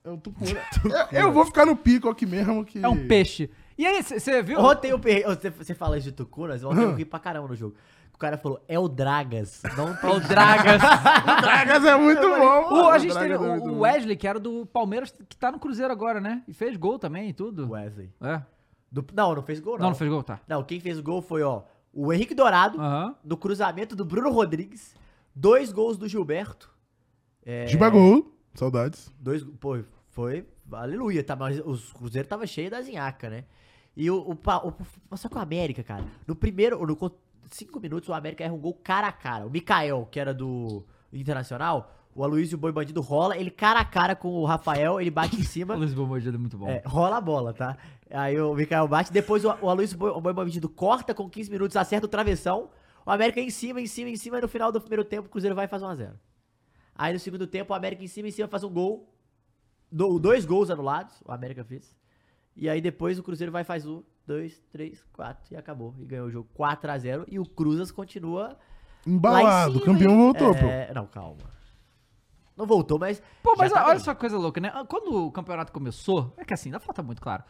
[SPEAKER 3] É o tucunaré. eu, eu vou ficar no peacock mesmo, que...
[SPEAKER 1] é um peixe. E aí, você viu?
[SPEAKER 4] Ontem eu perdi. Você, você fala isso de Tucunas, ontem eu ri pra caramba no jogo. O cara falou, é o Dragas. Não tá tem.
[SPEAKER 1] O Dragas.
[SPEAKER 3] O Dragas é muito bom,
[SPEAKER 1] o,
[SPEAKER 3] mano.
[SPEAKER 1] a gente teve
[SPEAKER 3] Dragas é muito
[SPEAKER 1] o, o
[SPEAKER 3] bom.
[SPEAKER 1] Wesley, que era do Palmeiras, que tá no Cruzeiro agora, né? E fez gol também e tudo.
[SPEAKER 4] Wesley.
[SPEAKER 1] É.
[SPEAKER 4] Do- não, não fez gol, não.
[SPEAKER 1] Não, não fez Ah. gol, tá.
[SPEAKER 4] Não, quem fez o gol foi, ó, o Henrique Dourado,
[SPEAKER 1] Aham.
[SPEAKER 4] no cruzamento do Bruno Rodrigues, dois gols do Gilberto.
[SPEAKER 1] É.
[SPEAKER 3] Gibagol, saudades.
[SPEAKER 4] Dois, pô, foi. Aleluia, tá, mas os Cruzeiro tava cheio da zinhaca, né? E o, o, pa- o- mas Só que o América, cara, no primeiro. No co- cinco minutos, o América erra um gol cara a cara. O Mikael, que era do Internacional, o Aloysio Boi Bandido rola, ele cara a cara com o Rafael, ele bate em
[SPEAKER 1] O
[SPEAKER 4] cima.
[SPEAKER 1] Luiz Bombardier é muito bom.
[SPEAKER 4] É, rola a bola, tá? Aí o Mikael bate, depois o, o Aloysio Boi Boi Bandido corta com 15 minutos, acerta o travessão. O América em cima, em cima, em cima, e no final do primeiro tempo o Cruzeiro vai e faz 1x0. Aí no segundo tempo o América em cima, em cima faz um gol. Do- dois gols anulados, o América fez. E aí depois o Cruzeiro vai e faz um, dois, três, quatro, e acabou. E ganhou o jogo 4x0. E o Cruzas continua. lá em
[SPEAKER 3] Embalado,
[SPEAKER 4] cima,
[SPEAKER 3] campeão
[SPEAKER 4] hein?
[SPEAKER 3] voltou, pô.
[SPEAKER 4] é, Não, calma. Não voltou, mas.
[SPEAKER 1] Pô, mas
[SPEAKER 4] já tá
[SPEAKER 1] olha
[SPEAKER 4] bem.
[SPEAKER 1] só que coisa louca, né? Quando o campeonato começou, é que assim, ainda falta muito, claro.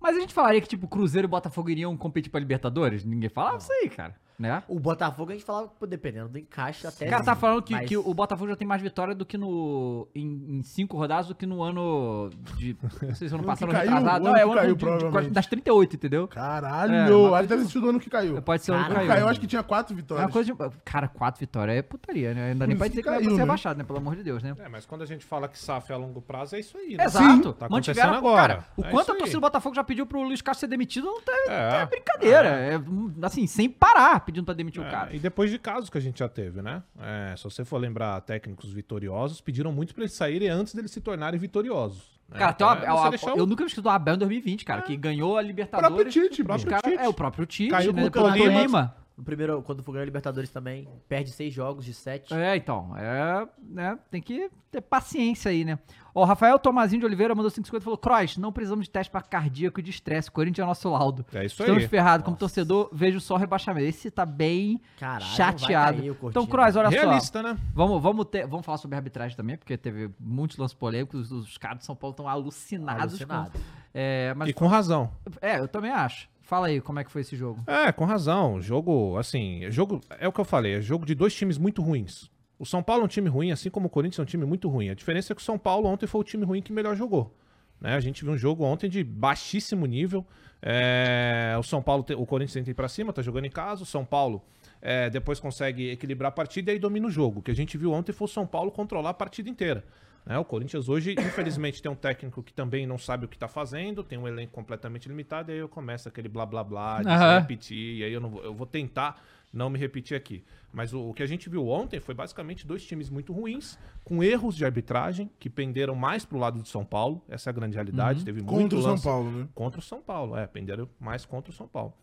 [SPEAKER 1] Mas a gente falaria que, tipo, Cruzeiro e Botafogo iriam competir pra Libertadores? Ninguém falava isso aí, cara. né?
[SPEAKER 4] O Botafogo a gente falava, pô, dependendo do encaixe, até.
[SPEAKER 1] O cara tá
[SPEAKER 4] sim,
[SPEAKER 1] falando que,
[SPEAKER 4] mas-
[SPEAKER 1] que o Botafogo já tem mais vitória do que no. Em, em cinco rodadas do que no ano de. Não sei se é ano
[SPEAKER 3] que
[SPEAKER 1] passado ano
[SPEAKER 3] caiu,
[SPEAKER 1] retrasado.
[SPEAKER 3] o
[SPEAKER 1] Não,
[SPEAKER 3] ano
[SPEAKER 1] é
[SPEAKER 3] que
[SPEAKER 1] o ano
[SPEAKER 3] caiu,
[SPEAKER 1] de- de-
[SPEAKER 3] provavelmente.
[SPEAKER 1] das 38, entendeu? É,
[SPEAKER 3] Caralho!
[SPEAKER 1] uma-
[SPEAKER 3] Aí deve ser do ano que caiu.
[SPEAKER 1] Pode ser o ano que
[SPEAKER 4] Caralho.
[SPEAKER 1] caiu.
[SPEAKER 3] Caiu, eu acho que tinha quatro
[SPEAKER 1] É
[SPEAKER 3] vitórias.
[SPEAKER 1] uma coisa de. Cara, quatro vitórias é putaria, né? Ainda nem
[SPEAKER 3] Por
[SPEAKER 1] pra
[SPEAKER 3] isso
[SPEAKER 1] dizer que
[SPEAKER 3] que
[SPEAKER 1] vai
[SPEAKER 3] caiu,
[SPEAKER 1] ser
[SPEAKER 3] né?
[SPEAKER 1] abaixado, né? Pelo amor de Deus, né?
[SPEAKER 2] É, mas quando a gente fala que SAF é a longo prazo, é isso aí, né?
[SPEAKER 1] Exato.
[SPEAKER 2] Tá acontecendo
[SPEAKER 1] Mantiveram
[SPEAKER 2] agora.
[SPEAKER 1] Cara, o
[SPEAKER 2] É
[SPEAKER 1] quanto
[SPEAKER 2] isso
[SPEAKER 1] a
[SPEAKER 2] aí.
[SPEAKER 1] torcida do Botafogo já pediu pro Luiz Castro ser demitido não tá,
[SPEAKER 2] É.
[SPEAKER 1] é brincadeira. É, um, assim, sem parar pedindo pra demitir
[SPEAKER 2] É,
[SPEAKER 1] o cara.
[SPEAKER 2] E depois de casos que a gente já teve, né? É, se você for lembrar, técnicos vitoriosos pediram muito pra eles saírem antes deles se tornarem vitoriosos. né?
[SPEAKER 1] Cara, tem
[SPEAKER 2] Então,
[SPEAKER 1] o
[SPEAKER 2] é
[SPEAKER 1] Abel,
[SPEAKER 2] você
[SPEAKER 1] a-
[SPEAKER 2] deixar o-
[SPEAKER 1] eu nunca me esqueci do Abel em 2020, cara, que ganhou a
[SPEAKER 3] O próprio
[SPEAKER 1] Libertadores.
[SPEAKER 3] Tite,
[SPEAKER 1] Os
[SPEAKER 3] mano.
[SPEAKER 2] próprio
[SPEAKER 1] cara-
[SPEAKER 2] Tite.
[SPEAKER 1] É, o próprio Tite,
[SPEAKER 2] Caiu
[SPEAKER 1] né?
[SPEAKER 2] com o
[SPEAKER 1] Depois do
[SPEAKER 2] Tolima.
[SPEAKER 1] Tolima.
[SPEAKER 4] O primeiro, quando for ganhar a Libertadores também, perde seis jogos de sete.
[SPEAKER 1] É, então, é, né, tem que ter paciência aí, né? Ó, O Rafael Tomazinho de Oliveira mandou 550 e falou, Cross, não precisamos de teste para cardíaco e de estresse, Corinthians é nosso laudo.
[SPEAKER 2] É isso
[SPEAKER 1] Estamos
[SPEAKER 2] aí.
[SPEAKER 1] ferrados, como torcedor, vejo só o rebaixamento. Esse tá bem
[SPEAKER 4] Caralho, não vai
[SPEAKER 1] chateado.
[SPEAKER 4] cair o Cortina.
[SPEAKER 1] então, Cross, olha só.
[SPEAKER 2] Realista, né?
[SPEAKER 1] Vamos, vamos, ter, vamos falar sobre arbitragem também, porque teve muitos lances polêmicos. Os caras de São Paulo estão alucinados.
[SPEAKER 4] Alucinado.
[SPEAKER 1] Com, é, mas,
[SPEAKER 2] E com razão.
[SPEAKER 1] é, eu também acho. Fala aí como é que foi esse jogo.
[SPEAKER 2] É, com razão. Jogo, assim, é jogo é o que eu falei, é jogo de dois times muito ruins. O São Paulo é um time ruim, assim como o Corinthians é um time muito ruim. A diferença é que o São Paulo ontem foi o time ruim que melhor jogou. Né? A gente viu um jogo ontem de baixíssimo nível. É, o São Paulo, te- o Corinthians tenta ir pra cima, tá jogando em casa. O São Paulo é, depois consegue equilibrar a partida e aí domina o jogo. O que a gente viu ontem foi o São Paulo controlar a partida inteira. né? O Corinthians hoje, infelizmente, tem um técnico que também não sabe o que tá fazendo, tem um elenco completamente limitado, e aí eu começo aquele blá blá blá de
[SPEAKER 1] Aham.
[SPEAKER 2] se repetir, e aí eu, não vou, eu vou tentar não me repetir aqui. Mas o, o que a gente viu ontem foi basicamente dois times muito ruins, com erros de arbitragem, que penderam mais pro lado de São Paulo, essa é a grande realidade, teve muito
[SPEAKER 3] Contra o São
[SPEAKER 2] lance
[SPEAKER 3] Paulo, né?
[SPEAKER 2] contra o São Paulo. É, penderam mais contra o São Paulo.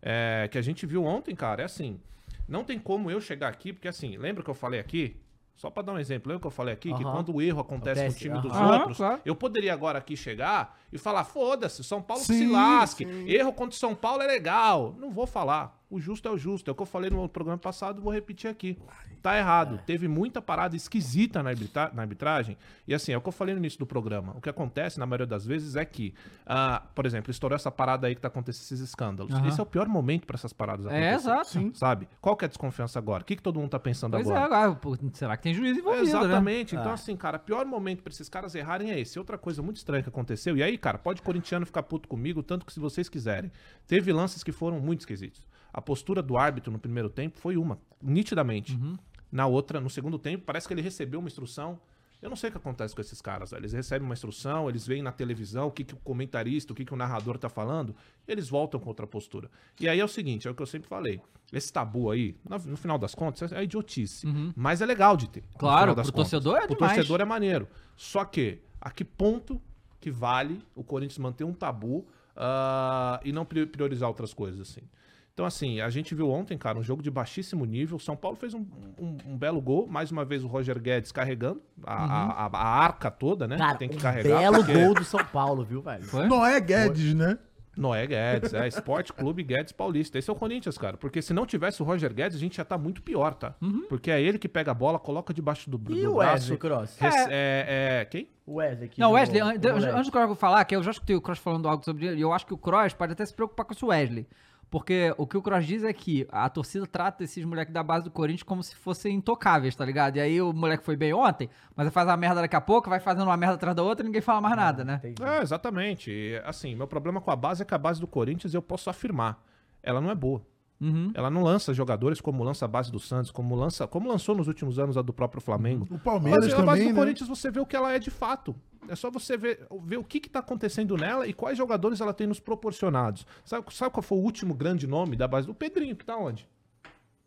[SPEAKER 2] É, que a gente viu ontem, cara, é assim. Não tem como eu chegar aqui, porque assim, lembra que eu falei aqui? Só pra dar um exemplo, lembra que eu falei aqui? Que
[SPEAKER 4] Aham.
[SPEAKER 2] quando o erro acontece,
[SPEAKER 4] Acontece,
[SPEAKER 2] com o time dos
[SPEAKER 1] aham. Aham,
[SPEAKER 2] outros,
[SPEAKER 1] claro.
[SPEAKER 2] eu poderia agora aqui chegar e falar: foda-se, São Paulo que se
[SPEAKER 3] Sim,
[SPEAKER 2] lasque,
[SPEAKER 3] sim.
[SPEAKER 2] erro contra o São Paulo é legal. Não vou falar. O justo é o justo. É o que eu falei no programa passado, vou repetir aqui. Tá
[SPEAKER 1] É.
[SPEAKER 2] errado. Teve muita parada esquisita na, arbitra- na arbitragem. E assim, é o que eu falei no início do programa. O que acontece, na maioria das vezes, é que, ah, por exemplo, estourou essa parada aí que tá acontecendo esses escândalos.
[SPEAKER 1] Aham.
[SPEAKER 2] Esse é o pior momento pra essas paradas acontecerem.
[SPEAKER 1] É, exato.
[SPEAKER 2] Sabe? Qual que é a desconfiança agora? O que, que todo mundo tá pensando
[SPEAKER 1] Pois é,
[SPEAKER 2] agora?
[SPEAKER 1] agora, pô, será que tem juiz envolvido, né?
[SPEAKER 2] Exatamente. Então, assim, cara, pior momento pra esses caras errarem é esse. Outra coisa muito estranha que aconteceu. E aí, cara, pode corintiano ficar puto comigo, tanto que se vocês quiserem. Teve lances que foram muito esquisitos. A postura do árbitro no primeiro tempo foi uma, nitidamente.
[SPEAKER 1] Uhum.
[SPEAKER 2] Na outra, no segundo tempo, parece que ele recebeu uma instrução. Eu não sei o que acontece com esses caras, velho. Eles recebem uma instrução, eles veem na televisão o que, que o comentarista, o que, que o narrador tá falando, e eles voltam com outra postura. E aí é o seguinte, é o que eu sempre falei. Esse tabu aí, na- no final das contas, é idiotice. Mas é legal de ter. no
[SPEAKER 1] Uhum. Claro,
[SPEAKER 2] final das
[SPEAKER 1] pro torcedor é
[SPEAKER 2] Pro
[SPEAKER 1] demais.
[SPEAKER 2] torcedor é maneiro. Só que, a que ponto que vale o Corinthians manter um tabu ah, e não pri- priorizar outras coisas, assim? Então, assim, a gente viu ontem, cara, um jogo de baixíssimo nível. São Paulo fez um, um- um belo gol. Mais uma vez o Roger Guedes carregando a, a- a- a arca toda, né?
[SPEAKER 4] Uhum. Cara,
[SPEAKER 2] que tem que
[SPEAKER 4] um
[SPEAKER 2] carregar.
[SPEAKER 4] belo
[SPEAKER 2] porque-
[SPEAKER 4] gol do São Paulo, viu,
[SPEAKER 2] é
[SPEAKER 4] velho?
[SPEAKER 1] Foi?
[SPEAKER 3] Noé Guedes, né?
[SPEAKER 2] Noé Guedes, é Esporte Clube Guedes Paulista. Esse é o Corinthians, cara. Porque se não tivesse o Roger Guedes, a gente já tá muito pior, tá? Porque é ele que pega a bola, coloca debaixo do, do
[SPEAKER 4] Uhum. E o
[SPEAKER 2] braço.
[SPEAKER 4] Wesley Cross?
[SPEAKER 2] rece- é, é, quem?
[SPEAKER 4] O Wesley que
[SPEAKER 1] Não,
[SPEAKER 4] jogou-
[SPEAKER 1] Wesley, an-
[SPEAKER 4] o
[SPEAKER 1] de- antes,
[SPEAKER 4] moleque.
[SPEAKER 1] do Cross falar, que eu já escutei o Cross falando algo sobre ele, e eu acho que o Cross pode até se preocupar com esse Wesley. Porque o que o Cross diz é que a torcida trata esses moleques da base do Corinthians como se fossem intocáveis, tá ligado? E aí o moleque foi bem ontem, mas faz uma merda daqui a pouco, vai fazendo uma merda atrás da outra e ninguém fala mais nada, né?
[SPEAKER 4] Entendi.
[SPEAKER 2] É, exatamente. E, Assim, meu problema com a base é que a base do Corinthians, eu posso afirmar, ela não é boa.
[SPEAKER 1] Uhum.
[SPEAKER 2] Ela não lança jogadores como lança a base do Santos, como, lança, como lançou nos últimos anos a do próprio Flamengo.
[SPEAKER 3] O
[SPEAKER 2] Mas
[SPEAKER 3] Palmeiras
[SPEAKER 2] a base
[SPEAKER 3] também,
[SPEAKER 2] do
[SPEAKER 3] né?
[SPEAKER 2] Corinthians você vê o que ela é de fato. É só você ver, ver o que está acontecendo nela e quais jogadores ela tem nos proporcionados. Sabe, sabe qual foi o último grande nome da base? O Pedrinho, que tá onde?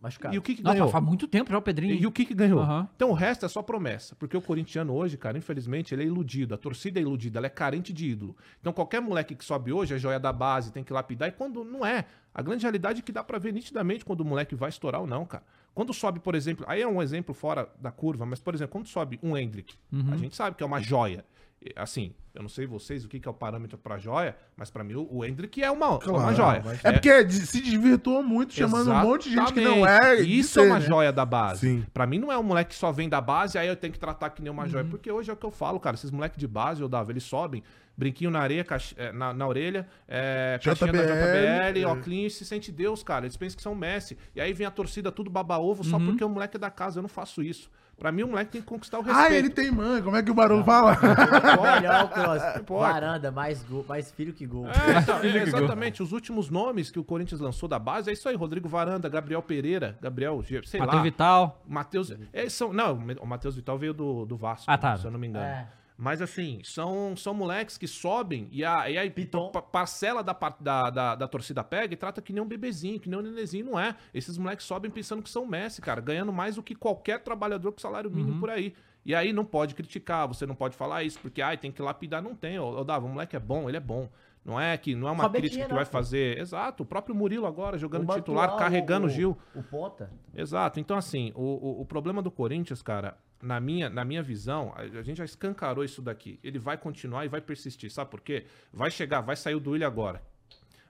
[SPEAKER 4] Machucado.
[SPEAKER 2] E o que, que
[SPEAKER 1] Nossa,
[SPEAKER 2] ganhou?
[SPEAKER 1] mas faz muito tempo já o Pedrinho.
[SPEAKER 2] E o que que ganhou?
[SPEAKER 1] Aham.
[SPEAKER 2] Então o resto é só promessa. Porque o corintiano hoje, cara, infelizmente, ele é iludido. A torcida é iludida, ela é carente de ídolo. Então qualquer moleque que sobe hoje é joia da base, tem que lapidar. E quando não é, a grande realidade é que dá pra ver nitidamente quando o moleque vai estourar ou não, cara. Quando sobe, por exemplo, aí é um exemplo fora da curva, mas, por exemplo, quando sobe um Hendrick, a gente sabe que é uma joia. E, Assim, eu não sei vocês o que, que é o parâmetro pra joia, mas pra mim o, o Hendrick é uma, uma joia.
[SPEAKER 3] É porque de- se desvirtuou muito, chamando um monte de gente que não é.
[SPEAKER 2] Exatamente.
[SPEAKER 3] de
[SPEAKER 2] Isso
[SPEAKER 3] ser,
[SPEAKER 2] é uma
[SPEAKER 3] né?
[SPEAKER 2] joia da base.
[SPEAKER 3] Sim.
[SPEAKER 2] Pra mim não é um moleque que só vem da base, aí eu tenho que tratar que nem uma
[SPEAKER 3] Uhum.
[SPEAKER 2] joia. Porque hoje é o que eu falo, cara. Esses moleques de base, eu dava, eles sobem, brinquinho na areia, caixa- eh, na, na orelha, é, caixinha da
[SPEAKER 3] JBL,
[SPEAKER 2] JBL,
[SPEAKER 3] é.
[SPEAKER 2] óculos, se sente Deus, cara. Eles pensam que são o Messi. E aí vem a torcida tudo baba-ovo só
[SPEAKER 3] Uhum.
[SPEAKER 2] porque o moleque é da casa. Eu não faço isso. Pra mim o moleque tem que conquistar o respeito.
[SPEAKER 3] Ah, ele tem mãe, como é que o barulho fala?
[SPEAKER 4] Melhor cross.
[SPEAKER 2] Importa.
[SPEAKER 4] Varanda, mais, gol, mais filho que gol.
[SPEAKER 2] É, então, é, exatamente. Os últimos nomes que o Corinthians lançou da base é isso aí. Rodrigo Varanda, Gabriel Pereira, Gabriel, G- sei
[SPEAKER 1] Matheus
[SPEAKER 2] lá.
[SPEAKER 1] Vital.
[SPEAKER 2] Matheus. é, são, não, o Matheus Vital veio do, do Vasco,
[SPEAKER 1] Ah, tá.
[SPEAKER 2] se eu não me engano.
[SPEAKER 4] É.
[SPEAKER 2] Mas assim, são, são moleques que sobem e a, e a pa- parcela da, par- da, da, da torcida pega e trata que nem um bebezinho, que nem um nenenzinho, não é. Esses moleques sobem pensando que são o Messi, cara, ganhando mais do que qualquer trabalhador com salário
[SPEAKER 1] Uhum.
[SPEAKER 2] mínimo por aí. E aí não pode criticar, você não pode falar isso, porque ai, tem que lapidar, não tem. Ô, ô Dava, o moleque é bom, ele é bom. Não é que não é uma
[SPEAKER 4] Só bequinha,
[SPEAKER 2] crítica que
[SPEAKER 4] não,
[SPEAKER 2] vai
[SPEAKER 4] pô.
[SPEAKER 2] fazer. Exato, o próprio Murilo agora jogando
[SPEAKER 4] Vamos
[SPEAKER 2] titular,
[SPEAKER 4] atuar
[SPEAKER 2] carregando o Gil.
[SPEAKER 4] O ponta.
[SPEAKER 2] Exato. Então, assim, o, o, o problema do Corinthians, cara, na minha, na minha visão, a, a gente já escancarou isso daqui. Ele vai continuar e vai persistir. Sabe por quê? Vai chegar, vai sair o Duílio agora.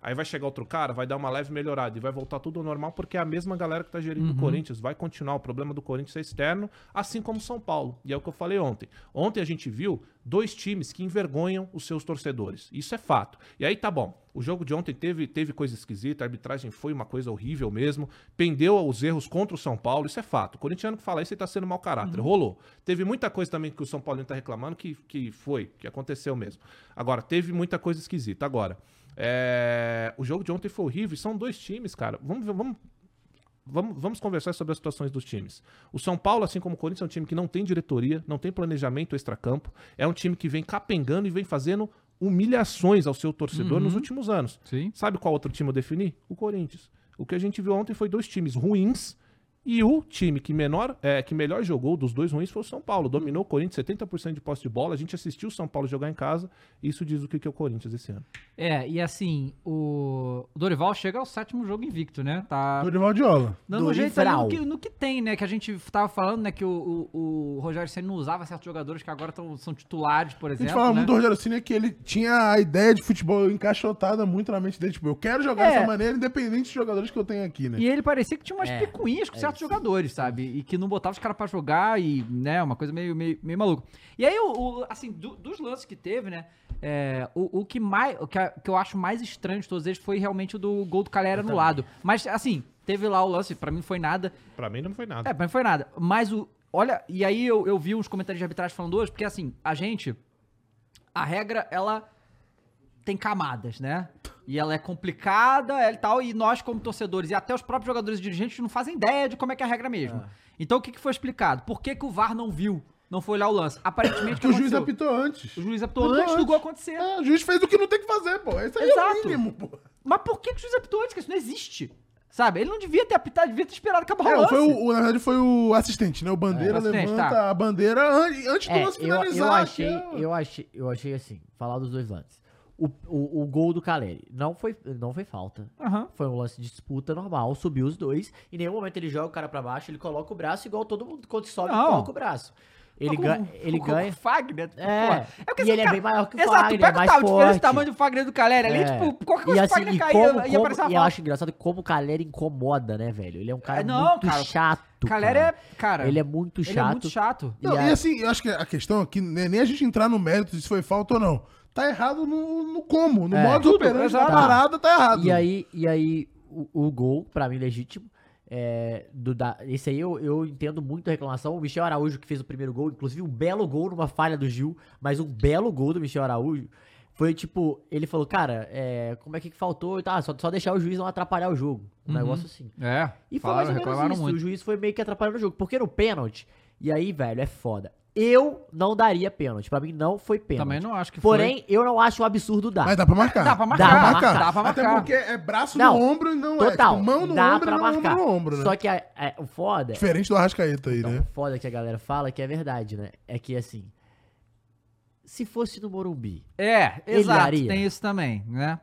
[SPEAKER 2] Aí vai chegar outro cara, vai dar uma leve melhorada e vai voltar tudo ao normal, porque é a mesma galera que tá gerindo o Corinthians vai continuar. O problema do Corinthians é externo, assim como São Paulo. E é o que eu falei ontem. Ontem a gente viu dois times que envergonham os seus torcedores. Isso é fato. E aí tá bom. O jogo de ontem teve, teve coisa esquisita, a arbitragem foi uma coisa horrível mesmo, pendeu aos erros contra o São Paulo, isso é fato. O corintiano que fala isso, ele tá sendo mau caráter. Rolou. Teve muita coisa também que o São Paulino tá reclamando que, que foi, que aconteceu mesmo. Agora, teve muita coisa esquisita. Agora, é, o jogo de ontem foi horrível. e São dois times, cara. Vamos, ver- vamos, vamos, vamos conversar sobre as situações dos times. O São Paulo, assim como o Corinthians, é um time que não tem diretoria, não tem planejamento extracampo. É um time que vem capengando e vem fazendo humilhações ao seu torcedor nos últimos anos.
[SPEAKER 1] Sim.
[SPEAKER 2] Sabe qual outro time eu defini? O Corinthians. O que a gente viu ontem foi dois times ruins. E o time que, menor, é, que melhor jogou dos dois ruins foi o São Paulo. Dominou o Corinthians 70% de posse de bola. A gente assistiu o São Paulo jogar em casa. E isso diz o que que é o Corinthians esse ano.
[SPEAKER 1] É, e assim, o o Dorival chega ao sétimo jogo invicto, né? Tá
[SPEAKER 3] Dorival Diola.
[SPEAKER 1] dando um jeito ali no
[SPEAKER 4] Dorival.
[SPEAKER 1] que, no que tem, né? Que a gente tava falando, né? Que o, o, o Rogério Senna não usava certos jogadores que agora tão, são titulares, por
[SPEAKER 3] A gente
[SPEAKER 1] exemplo.
[SPEAKER 3] fala
[SPEAKER 1] né?
[SPEAKER 3] muito do Rogério Cine que ele tinha a ideia de futebol encaixotada muito na mente dele. Tipo, eu quero jogar
[SPEAKER 1] É.
[SPEAKER 3] dessa maneira, independente dos jogadores que eu tenho aqui, né?
[SPEAKER 1] E ele parecia que tinha umas
[SPEAKER 4] É,
[SPEAKER 1] picuinhas com certos jogadores, sabe? E que não botava os caras pra jogar e, né, uma coisa meio, meio, meio maluca. E aí, o, o- assim, do- dos lances que teve, né, é, o, o que mais, o que, a- que eu acho mais estranho de todos eles foi realmente o do gol do Calera anulado. Mas, assim, teve lá o lance, pra mim não foi nada.
[SPEAKER 2] Pra mim não foi nada.
[SPEAKER 1] É, mas não foi nada. Mas o. Olha, e aí eu, eu vi uns comentários de arbitragem falando hoje, porque assim, a gente. A regra, ela tem camadas, né? E ela é complicada ela e tal, e nós, como torcedores, e até os próprios jogadores e dirigentes não fazem ideia de como é que é a regra mesmo. Então o que, que foi explicado? Por que, que o VAR não viu, não foi olhar o lance? Aparentemente o
[SPEAKER 3] Porque o juiz
[SPEAKER 1] aconteceu?
[SPEAKER 3] apitou antes.
[SPEAKER 1] O juiz apitou
[SPEAKER 3] apitou
[SPEAKER 1] antes do gol acontecer.
[SPEAKER 3] É, o juiz fez o que não tem que fazer, pô. Esse aí é
[SPEAKER 1] Exato.
[SPEAKER 3] o mínimo, pô.
[SPEAKER 1] Mas por que, que o juiz apitou antes? Que isso não existe. Sabe? Ele não devia ter apitado, devia ter esperado acabar o
[SPEAKER 3] É,
[SPEAKER 1] lance.
[SPEAKER 3] foi o, o- na verdade, foi o assistente, né? O Bandeira
[SPEAKER 1] assim. É, o assistente,
[SPEAKER 3] levanta
[SPEAKER 1] tá.
[SPEAKER 3] a bandeira an- antes do
[SPEAKER 4] É,
[SPEAKER 3] lance
[SPEAKER 4] eu,
[SPEAKER 3] finalizar.
[SPEAKER 4] eu, achei,
[SPEAKER 3] que é-
[SPEAKER 4] eu, achei, eu achei assim, falar dos dois lances. O, o, o gol do Caleri não foi, não foi falta.
[SPEAKER 1] Aham.
[SPEAKER 4] Foi um lance de disputa normal, subiu os dois. Em nenhum momento ele joga o cara pra baixo, ele coloca o braço igual todo mundo quando sobe,
[SPEAKER 1] Não.
[SPEAKER 4] coloca o braço. Ele,
[SPEAKER 1] Mas como-
[SPEAKER 4] ganha, ele
[SPEAKER 1] como
[SPEAKER 4] ganha.
[SPEAKER 1] Tá O né? Fagner. pô,
[SPEAKER 4] É.
[SPEAKER 1] porque, assim,
[SPEAKER 4] E ele é bem maior que o
[SPEAKER 1] Exato,
[SPEAKER 4] Fagner,
[SPEAKER 1] pega
[SPEAKER 4] é mais
[SPEAKER 1] tá, a diferença
[SPEAKER 4] forte.
[SPEAKER 1] do tamanho do Fagner e do Caleri ali,
[SPEAKER 4] É.
[SPEAKER 1] tipo, qualquer
[SPEAKER 4] e
[SPEAKER 1] coisa que o
[SPEAKER 4] assim,
[SPEAKER 1] Fagner
[SPEAKER 4] e,
[SPEAKER 1] cair,
[SPEAKER 4] como,
[SPEAKER 1] ia
[SPEAKER 4] como-
[SPEAKER 1] aparecer uma
[SPEAKER 4] e eu
[SPEAKER 1] falta.
[SPEAKER 4] acho engraçado como o Caleri incomoda, né, velho? Ele é um cara
[SPEAKER 1] É, não,
[SPEAKER 4] muito
[SPEAKER 1] cara.
[SPEAKER 4] chato.
[SPEAKER 1] Caleri é, cara,
[SPEAKER 4] Ele é muito
[SPEAKER 1] ele é
[SPEAKER 4] chato.
[SPEAKER 1] muito chato.
[SPEAKER 4] E
[SPEAKER 3] Não,
[SPEAKER 4] a-
[SPEAKER 3] e assim, eu acho que a questão aqui não é nem a gente entrar no mérito se foi falta ou não. Tá errado no, no como, no
[SPEAKER 4] É.
[SPEAKER 3] modo
[SPEAKER 1] Tudo,
[SPEAKER 3] operante da
[SPEAKER 1] exato.
[SPEAKER 3] parada, tá errado.
[SPEAKER 4] E aí, e aí o, o gol, pra mim, legítimo. É, do, da, esse aí eu, eu entendo muito a reclamação. O Michel Araújo que fez o primeiro gol, inclusive um belo gol numa falha do Gil, mas um belo gol do Michel Araújo. Foi tipo, ele falou, cara, é, como é que faltou? Tá, só, só deixar o juiz não atrapalhar o jogo. Um negócio assim.
[SPEAKER 1] É,
[SPEAKER 4] E foi mais ou menos isso. O juiz foi meio que atrapalhando o jogo. Porque no pênalti, e aí, velho, é foda. Eu não daria pênalti. Pra mim, não foi pênalti.
[SPEAKER 1] Também não acho que foi.
[SPEAKER 4] Porém, eu não acho um absurdo dar.
[SPEAKER 3] Mas dá pra marcar.
[SPEAKER 1] Dá pra marcar,
[SPEAKER 4] pra
[SPEAKER 3] marcar.
[SPEAKER 1] dá pra
[SPEAKER 3] Até
[SPEAKER 1] marcar.
[SPEAKER 3] porque é braço
[SPEAKER 4] Não,
[SPEAKER 3] no ombro e não
[SPEAKER 4] Total.
[SPEAKER 3] é. Tipo, mão no
[SPEAKER 4] dá
[SPEAKER 3] ombro e
[SPEAKER 4] pra
[SPEAKER 3] não ombro
[SPEAKER 4] marcar.
[SPEAKER 3] no ombro, né?
[SPEAKER 4] Só que a- a- o foda.
[SPEAKER 3] Diferente do Arrascaeta aí,
[SPEAKER 4] Então,
[SPEAKER 3] né?
[SPEAKER 4] o foda que a galera fala que é verdade, né? É que assim. Se fosse no Morumbi.
[SPEAKER 1] É,
[SPEAKER 4] Ele
[SPEAKER 1] exato,
[SPEAKER 4] daria.
[SPEAKER 1] tem isso também, né?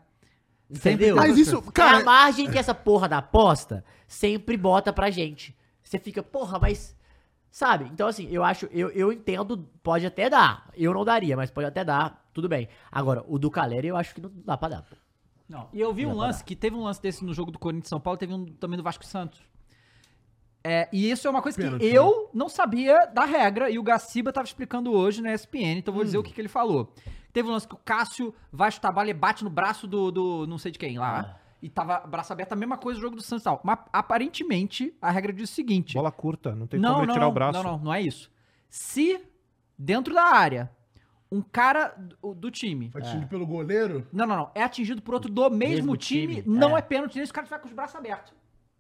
[SPEAKER 4] Entendeu?
[SPEAKER 3] Mas isso,
[SPEAKER 4] é a
[SPEAKER 3] cara,
[SPEAKER 4] margem que essa porra da aposta sempre bota pra gente. Você fica, porra, mas. Sabe? Então, assim, eu acho, eu, eu entendo, pode até dar. Eu não daria, mas pode até dar, tudo bem. Agora, o do Caleri eu acho que não dá pra dar. pô.
[SPEAKER 1] Não. E eu vi um lance, que teve um lance desse no jogo do Corinthians e São Paulo, teve um também do Vasco e Santos. É, e isso é uma coisa
[SPEAKER 3] Pênalti,
[SPEAKER 1] que eu não sabia da regra e o Gaciba tava explicando hoje na ESPN, então eu vou dizer o que, que ele falou. Teve um lance que o Cássio vai chutar a bola e bate no braço do, do não sei de quem lá. E tava braço aberto, a mesma coisa do jogo do Santos e tal. Mas aparentemente a regra diz o seguinte:
[SPEAKER 2] Bola curta, não tem como ele tirar o braço.
[SPEAKER 1] não, não, não é isso. Se dentro da área um cara do, do time
[SPEAKER 4] É.
[SPEAKER 3] Batido pelo goleiro.
[SPEAKER 1] não, não, não. É atingido por outro do mesmo,
[SPEAKER 4] Mesmo
[SPEAKER 1] time,
[SPEAKER 4] time,
[SPEAKER 1] não
[SPEAKER 4] é.
[SPEAKER 1] é, pênalti nem se o cara tiver com os braços abertos.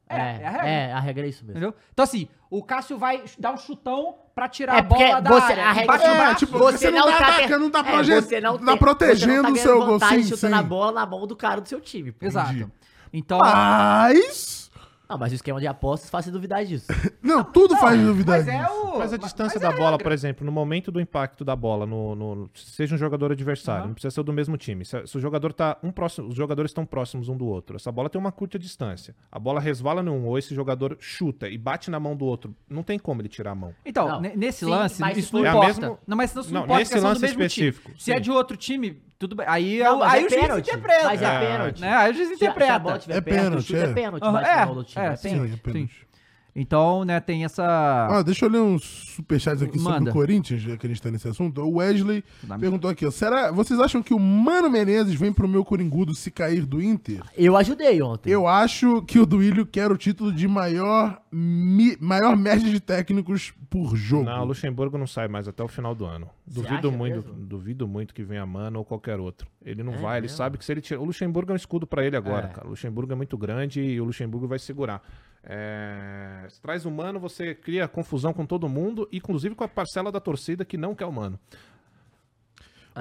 [SPEAKER 1] É,
[SPEAKER 4] É,
[SPEAKER 1] é, a regra.
[SPEAKER 4] é, a regra é isso mesmo.
[SPEAKER 1] Entendeu? Então, assim, o Cássio vai dar um chutão pra tirar
[SPEAKER 4] É
[SPEAKER 1] a bola
[SPEAKER 4] porque
[SPEAKER 1] da
[SPEAKER 4] você-
[SPEAKER 1] área.
[SPEAKER 4] a regra-
[SPEAKER 1] Bate no
[SPEAKER 4] É,
[SPEAKER 1] braço.
[SPEAKER 4] tipo, você não tá
[SPEAKER 3] atacando,
[SPEAKER 4] per-
[SPEAKER 3] não tá,
[SPEAKER 4] é,
[SPEAKER 3] proje-
[SPEAKER 4] você não
[SPEAKER 3] tá
[SPEAKER 4] tem-
[SPEAKER 3] protegendo o
[SPEAKER 4] você não
[SPEAKER 3] seu
[SPEAKER 4] tá ganhando
[SPEAKER 3] gol.
[SPEAKER 4] vantagem
[SPEAKER 3] Sim,
[SPEAKER 4] chutando a
[SPEAKER 3] sim.
[SPEAKER 4] bola na mão do cara do seu time. pô.
[SPEAKER 1] Exato. Então,
[SPEAKER 2] Ah,
[SPEAKER 3] Mas...
[SPEAKER 4] Não, mas o esquema de apostas faz você duvidar disso.
[SPEAKER 3] Não, tudo faz duvidar
[SPEAKER 1] mas é
[SPEAKER 3] disso.
[SPEAKER 1] o...
[SPEAKER 2] Mas a distância da bola, por exemplo, no momento do impacto da bola, no, no- seja um jogador adversário,
[SPEAKER 1] Aham.
[SPEAKER 2] não precisa ser do mesmo time. Se, se o jogador tá um próximo, os jogadores estão próximos um do outro. Essa bola tem uma curta distância. A bola resvala num ou esse jogador chuta e bate na mão do outro. Não tem como ele tirar a mão.
[SPEAKER 1] Então,
[SPEAKER 4] Não.
[SPEAKER 1] ne- nesse
[SPEAKER 4] Sim,
[SPEAKER 1] lance,
[SPEAKER 4] mas
[SPEAKER 1] isso
[SPEAKER 4] se
[SPEAKER 1] não
[SPEAKER 2] for- É a
[SPEAKER 1] importa.
[SPEAKER 2] mesmo-
[SPEAKER 1] Não, mas isso não,
[SPEAKER 2] Não,
[SPEAKER 1] importa,
[SPEAKER 2] nesse
[SPEAKER 1] porque são do
[SPEAKER 2] lance
[SPEAKER 1] mesmo
[SPEAKER 2] específico,
[SPEAKER 1] time. Se é
[SPEAKER 2] sim.
[SPEAKER 1] de outro time, tudo bem. Aí, é
[SPEAKER 4] Não,
[SPEAKER 1] o-
[SPEAKER 4] mas
[SPEAKER 1] aí
[SPEAKER 4] é
[SPEAKER 1] o juiz
[SPEAKER 4] pênalti,
[SPEAKER 1] interpreta.
[SPEAKER 4] mas é
[SPEAKER 1] é...
[SPEAKER 4] pênalti.
[SPEAKER 1] Né? Aí o juiz
[SPEAKER 4] Se a- Se a
[SPEAKER 1] interpreta.
[SPEAKER 4] bola tiver
[SPEAKER 3] É
[SPEAKER 4] perto, o
[SPEAKER 3] pênalti,
[SPEAKER 4] chute
[SPEAKER 3] é.
[SPEAKER 4] é pênalti,
[SPEAKER 1] Aham,
[SPEAKER 4] mas é,
[SPEAKER 1] é,
[SPEAKER 4] é, do time.
[SPEAKER 1] é,
[SPEAKER 4] É,
[SPEAKER 1] sim.
[SPEAKER 4] pênalti.
[SPEAKER 3] pênalti.
[SPEAKER 1] Então, né, tem essa...
[SPEAKER 3] Ah, deixa eu ler uns superchats aqui sobre
[SPEAKER 1] Manda.
[SPEAKER 3] o Corinthians, já que a gente tá nesse assunto. O Wesley
[SPEAKER 1] Dá
[SPEAKER 3] perguntou aqui, ó, será, vocês acham que o Mano Menezes vem pro meu Coringudo se cair do Inter?
[SPEAKER 4] Eu ajudei ontem.
[SPEAKER 3] Eu acho que o Duílio quer o título de maior, mi- maior média de técnicos por jogo.
[SPEAKER 2] Não, o Luxemburgo não sai mais até o final do ano. Duvido
[SPEAKER 4] acha
[SPEAKER 2] muito,
[SPEAKER 4] mesmo?
[SPEAKER 2] duvido muito que venha Mano ou qualquer outro. Ele não
[SPEAKER 4] É
[SPEAKER 2] vai, ele
[SPEAKER 4] mesmo?
[SPEAKER 2] sabe que se ele tirar. O Luxemburgo é um escudo pra ele agora,
[SPEAKER 4] É.
[SPEAKER 2] cara. O Luxemburgo é muito grande e o Luxemburgo vai segurar. É, se traz o Mano, você cria confusão com todo mundo, inclusive com a parcela da torcida que não quer o Mano.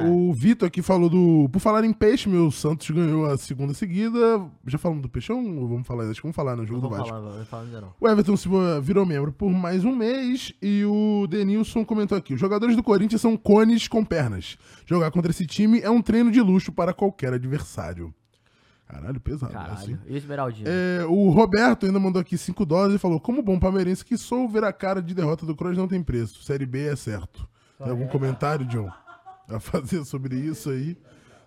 [SPEAKER 3] O Vitor aqui falou do. Por falar em peixe, meu Santos ganhou a segunda seguida. Já falamos do peixão? Ou vamos falar? Acho que vamos falar no jogo
[SPEAKER 4] não
[SPEAKER 3] do
[SPEAKER 4] vou
[SPEAKER 3] Vasco.
[SPEAKER 4] falar, não vou falar ainda não.
[SPEAKER 3] O Everton Silva virou membro por mais um mês e o Denilson comentou aqui: os jogadores do Corinthians são cones com pernas. Jogar contra esse time é um treino de luxo para qualquer adversário. Caralho, pesado. Assim.
[SPEAKER 4] Caralho. E o Esmeraldinho?
[SPEAKER 3] É, o Roberto ainda mandou aqui 5 dólares e falou: Como bom palmeirense que sou, ver a cara de derrota do Cruz não tem preço. Série B é certo. Tem algum comentário, John? A fazer sobre isso aí?